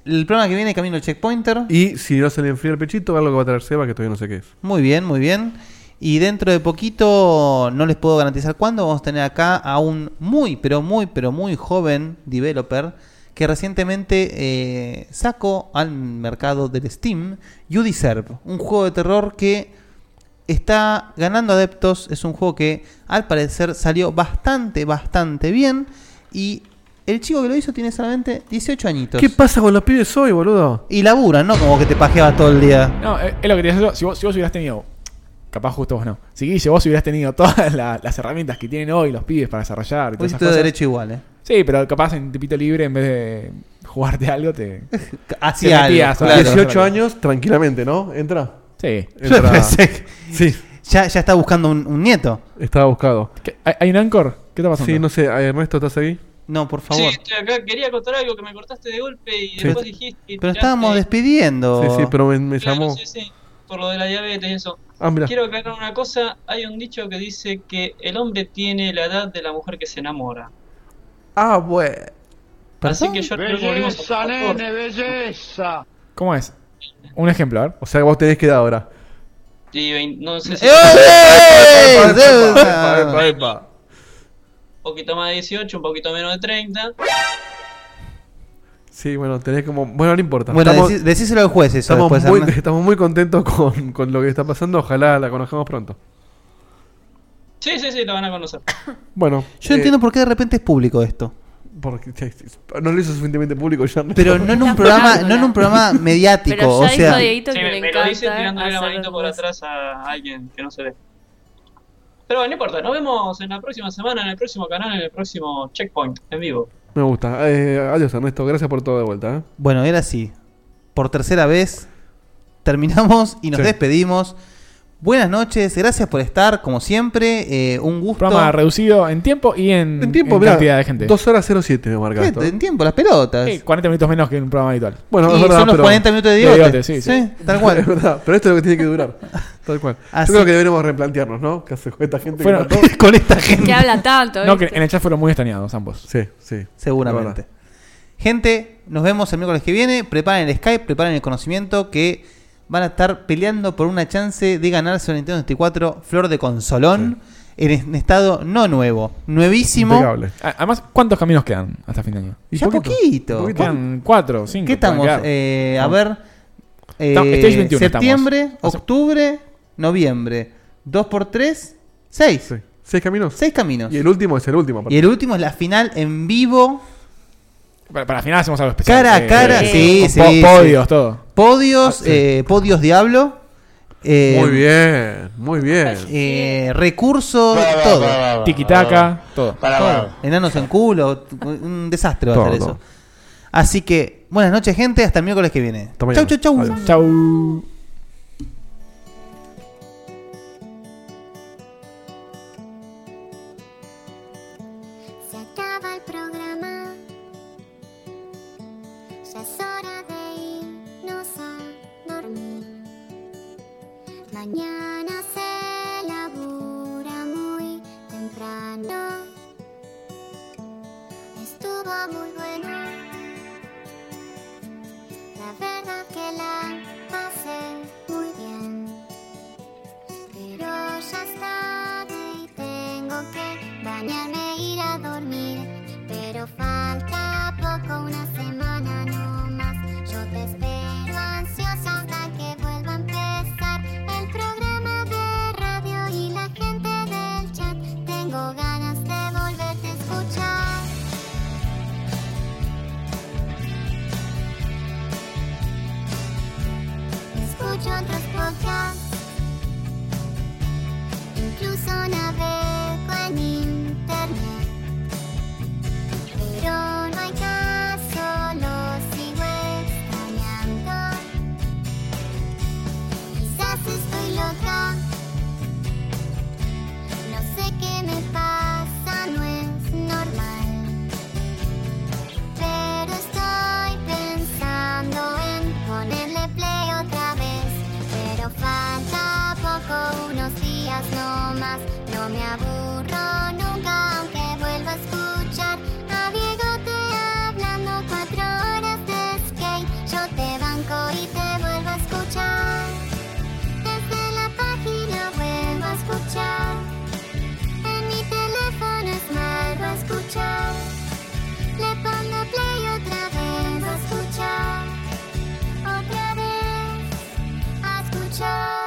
Speaker 3: el programa que viene camino al checkpointer.
Speaker 5: Y si no se le enfría el pechito, ver lo que va a traer Seba, que todavía no sé qué es.
Speaker 3: Muy bien, muy bien. Y dentro de poquito, no les puedo garantizar cuándo, vamos a tener acá a un muy, pero muy, pero muy joven developer que recientemente eh, sacó al mercado del Steam You Deserve, un juego de terror que está ganando adeptos. Es un juego que al parecer salió bastante, bastante bien. Y el chico que lo hizo tiene solamente 18 añitos.
Speaker 5: ¿Qué pasa con los pibes hoy, boludo?
Speaker 3: Y labura, ¿no? Como que te pajeaba todo el día.
Speaker 4: No, eh, es lo que te digo. Si vos, si vos hubieras tenido. Capaz justo vos no. Si Guille, vos hubieras tenido todas la- las herramientas que tienen hoy los pibes para desarrollar y todas
Speaker 3: Hubiste
Speaker 4: esas
Speaker 3: todo
Speaker 4: cosas.
Speaker 3: derecho igual, ¿eh?
Speaker 4: Sí, pero capaz en tipito libre, en vez de jugarte algo, te.
Speaker 3: Hacía
Speaker 4: te
Speaker 3: algo,
Speaker 4: metías a-
Speaker 3: claro.
Speaker 5: 18 años, tranquilamente, ¿no? Entra.
Speaker 4: Sí.
Speaker 3: Yo
Speaker 5: Entra.
Speaker 3: pensé que- Ya, ya está buscando un, un nieto.
Speaker 5: Estaba buscado.
Speaker 4: ¿Hay, un Anchor? ¿Qué está
Speaker 5: Sí, no sé. Ernesto, ¿estás ahí?
Speaker 3: No, por
Speaker 11: Sí,
Speaker 3: favor.
Speaker 11: estoy acá. Quería contar algo que me cortaste de golpe y
Speaker 5: Sí.
Speaker 11: después dijiste. y
Speaker 3: Pero
Speaker 11: tiraste
Speaker 3: estábamos despidiendo.
Speaker 5: Sí, sí, pero me, me llamó.
Speaker 11: Por lo de la diabetes y eso.
Speaker 5: Ah, mirá.
Speaker 11: Quiero aclarar una cosa. Hay un dicho que dice que el hombre tiene la edad de la mujer que se enamora.
Speaker 5: Ah, bueno.
Speaker 11: Así que yo creo que volvimos a-
Speaker 13: Belleza, nene, belleza.
Speaker 4: ¿Cómo es? Un ejemplo, ¿eh? a ver.
Speaker 5: O sea, vos tenés que dar ahora.
Speaker 11: Y vein- no sé si.
Speaker 5: ¡Eh, eh,
Speaker 11: Epa,
Speaker 5: eh,
Speaker 11: epa,
Speaker 5: eh,
Speaker 11: epa,
Speaker 5: eh,
Speaker 11: epa. Un poquito más de 18, un poquito menos de 30.
Speaker 5: Sí, bueno, tenés como. Bueno, no importa.
Speaker 3: Bueno, decí- decíselo al juez eso
Speaker 5: Estamos,
Speaker 3: después,
Speaker 5: muy,
Speaker 3: Hernán.
Speaker 5: estamos muy contentos con, con lo que está pasando. Ojalá la conozcamos pronto.
Speaker 11: Sí, sí, sí, lo van a conocer.
Speaker 5: Bueno.
Speaker 3: Yo
Speaker 5: eh,
Speaker 3: entiendo por qué de repente es público esto.
Speaker 5: Porque no lo hizo suficientemente público ya.
Speaker 3: Pero no en un programa, no en un programa mediático.
Speaker 11: Pero
Speaker 3: o
Speaker 11: ya
Speaker 3: sea,
Speaker 11: dijo
Speaker 6: Dieguito
Speaker 11: Sí,
Speaker 6: que
Speaker 11: me,
Speaker 6: le
Speaker 11: me lo dice
Speaker 6: encanta
Speaker 11: tirándole la
Speaker 6: hacer
Speaker 11: manito por
Speaker 6: los-
Speaker 11: atrás a alguien que no se ve. Pero bueno, no importa, nos vemos en la próxima semana, en el próximo canal, en el próximo checkpoint, en vivo.
Speaker 5: Me gusta. Eh, adiós, Ernesto. Gracias por todo de vuelta. ¿eh?
Speaker 3: Bueno, era así. Por tercera vez terminamos y nos
Speaker 5: Sí.
Speaker 3: despedimos. Buenas noches, gracias por estar, como siempre. eh, un gusto.
Speaker 4: Programa reducido en tiempo y en,
Speaker 3: En tiempo, mirá,
Speaker 4: cantidad de gente.
Speaker 5: 2 horas 07 me marca
Speaker 3: ¿Qué?
Speaker 5: esto.
Speaker 3: En tiempo, las pelotas.
Speaker 4: Sí, 40 minutos menos que en un programa habitual.
Speaker 5: Bueno,
Speaker 3: Y
Speaker 5: es verdad,
Speaker 3: son los
Speaker 5: pero-
Speaker 3: 40 minutos de debate.
Speaker 4: sí, sí.
Speaker 3: Sí, tal cual.
Speaker 5: Es verdad, pero esto es lo que tiene que durar. Tal cual.
Speaker 4: Así-
Speaker 5: Yo creo que deberíamos replantearnos, ¿no? ¿Qué hace con esta gente?
Speaker 4: Fueron-
Speaker 5: mató?
Speaker 3: con esta gente.
Speaker 6: Que habla tanto.
Speaker 4: No, que
Speaker 6: ¿viste?
Speaker 4: en el chat fueron muy extrañados ambos.
Speaker 5: Sí, sí.
Speaker 3: Seguramente. Gente, nos vemos el miércoles que viene. Preparen el Skype, preparen el conocimiento que van a estar peleando por una chance de ganarse el Nintendo 64 Flor de Consolón en es- en estado no nuevo, nuevísimo.
Speaker 4: Impecable. A- Además, ¿cuántos caminos quedan hasta fin de año?
Speaker 3: Ya poquito. poquito. poquito.
Speaker 4: Quedan cuatro, cinco.
Speaker 3: ¿Qué estamos?
Speaker 4: pueden quedar.
Speaker 3: Eh, a
Speaker 4: No.
Speaker 3: ver. eh,
Speaker 4: Estamos- Stage 21 estamos.
Speaker 3: septiembre, octubre, noviembre. 2 por 3, 6.
Speaker 5: 6 caminos.
Speaker 3: 6 caminos.
Speaker 5: Y el último es el último. aparte.
Speaker 3: Y el último es la final en vivo.
Speaker 4: Para, para final hacemos algo especial.
Speaker 3: Cara a
Speaker 4: Eh,
Speaker 3: cara,
Speaker 4: eh,
Speaker 3: sí,
Speaker 4: con
Speaker 3: sí,
Speaker 4: po-
Speaker 3: sí.
Speaker 4: Podios, todo. Ah,
Speaker 3: Podios, eh, podios Diablo. eh,
Speaker 5: Muy bien, muy bien.
Speaker 3: eh, recursos, todo.
Speaker 4: Tiquitaca, todo.
Speaker 3: Todo. Enanos en culo, t- un desastre va a
Speaker 4: Todo,
Speaker 3: ser
Speaker 4: todo.
Speaker 3: eso. Así que, buenas noches, gente. Hasta el miércoles que viene.
Speaker 5: Hasta mañana.
Speaker 3: Chau, chau, chau.
Speaker 5: Adiós.
Speaker 4: Chau.
Speaker 9: Se acaba el programa. Ya es hora de mañana se labura muy temprano. Estuvo muy bueno. La verdad que la pasé muy bien. Pero ya es tarde y tengo que bañarme e ir a dormir. Pero falta poco, una semana no más. Yo te espero ansiosa hasta que vuelva a empezar el programa de radio y la gente del chat. Tengo ganas de volverte a escuchar. Escucho otros podcasts, incluso navego en internet. Pero no hay caso, lo sigo extrañando. Quizás estoy loca, no sé qué me pasa, no es normal. Pero estoy pensando en ponerle play otra vez. Pero falta poco, unos días no más. No me aburro nunca, aunque vuelva a escuchar a Diego te hablando cuatro horas de skate. Yo te banco y te vuelvo a escuchar. Desde la página vuelvo a escuchar. En mi teléfono es vuelvo a escuchar. Le pongo play otra vez a escuchar. Otra vez a escuchar.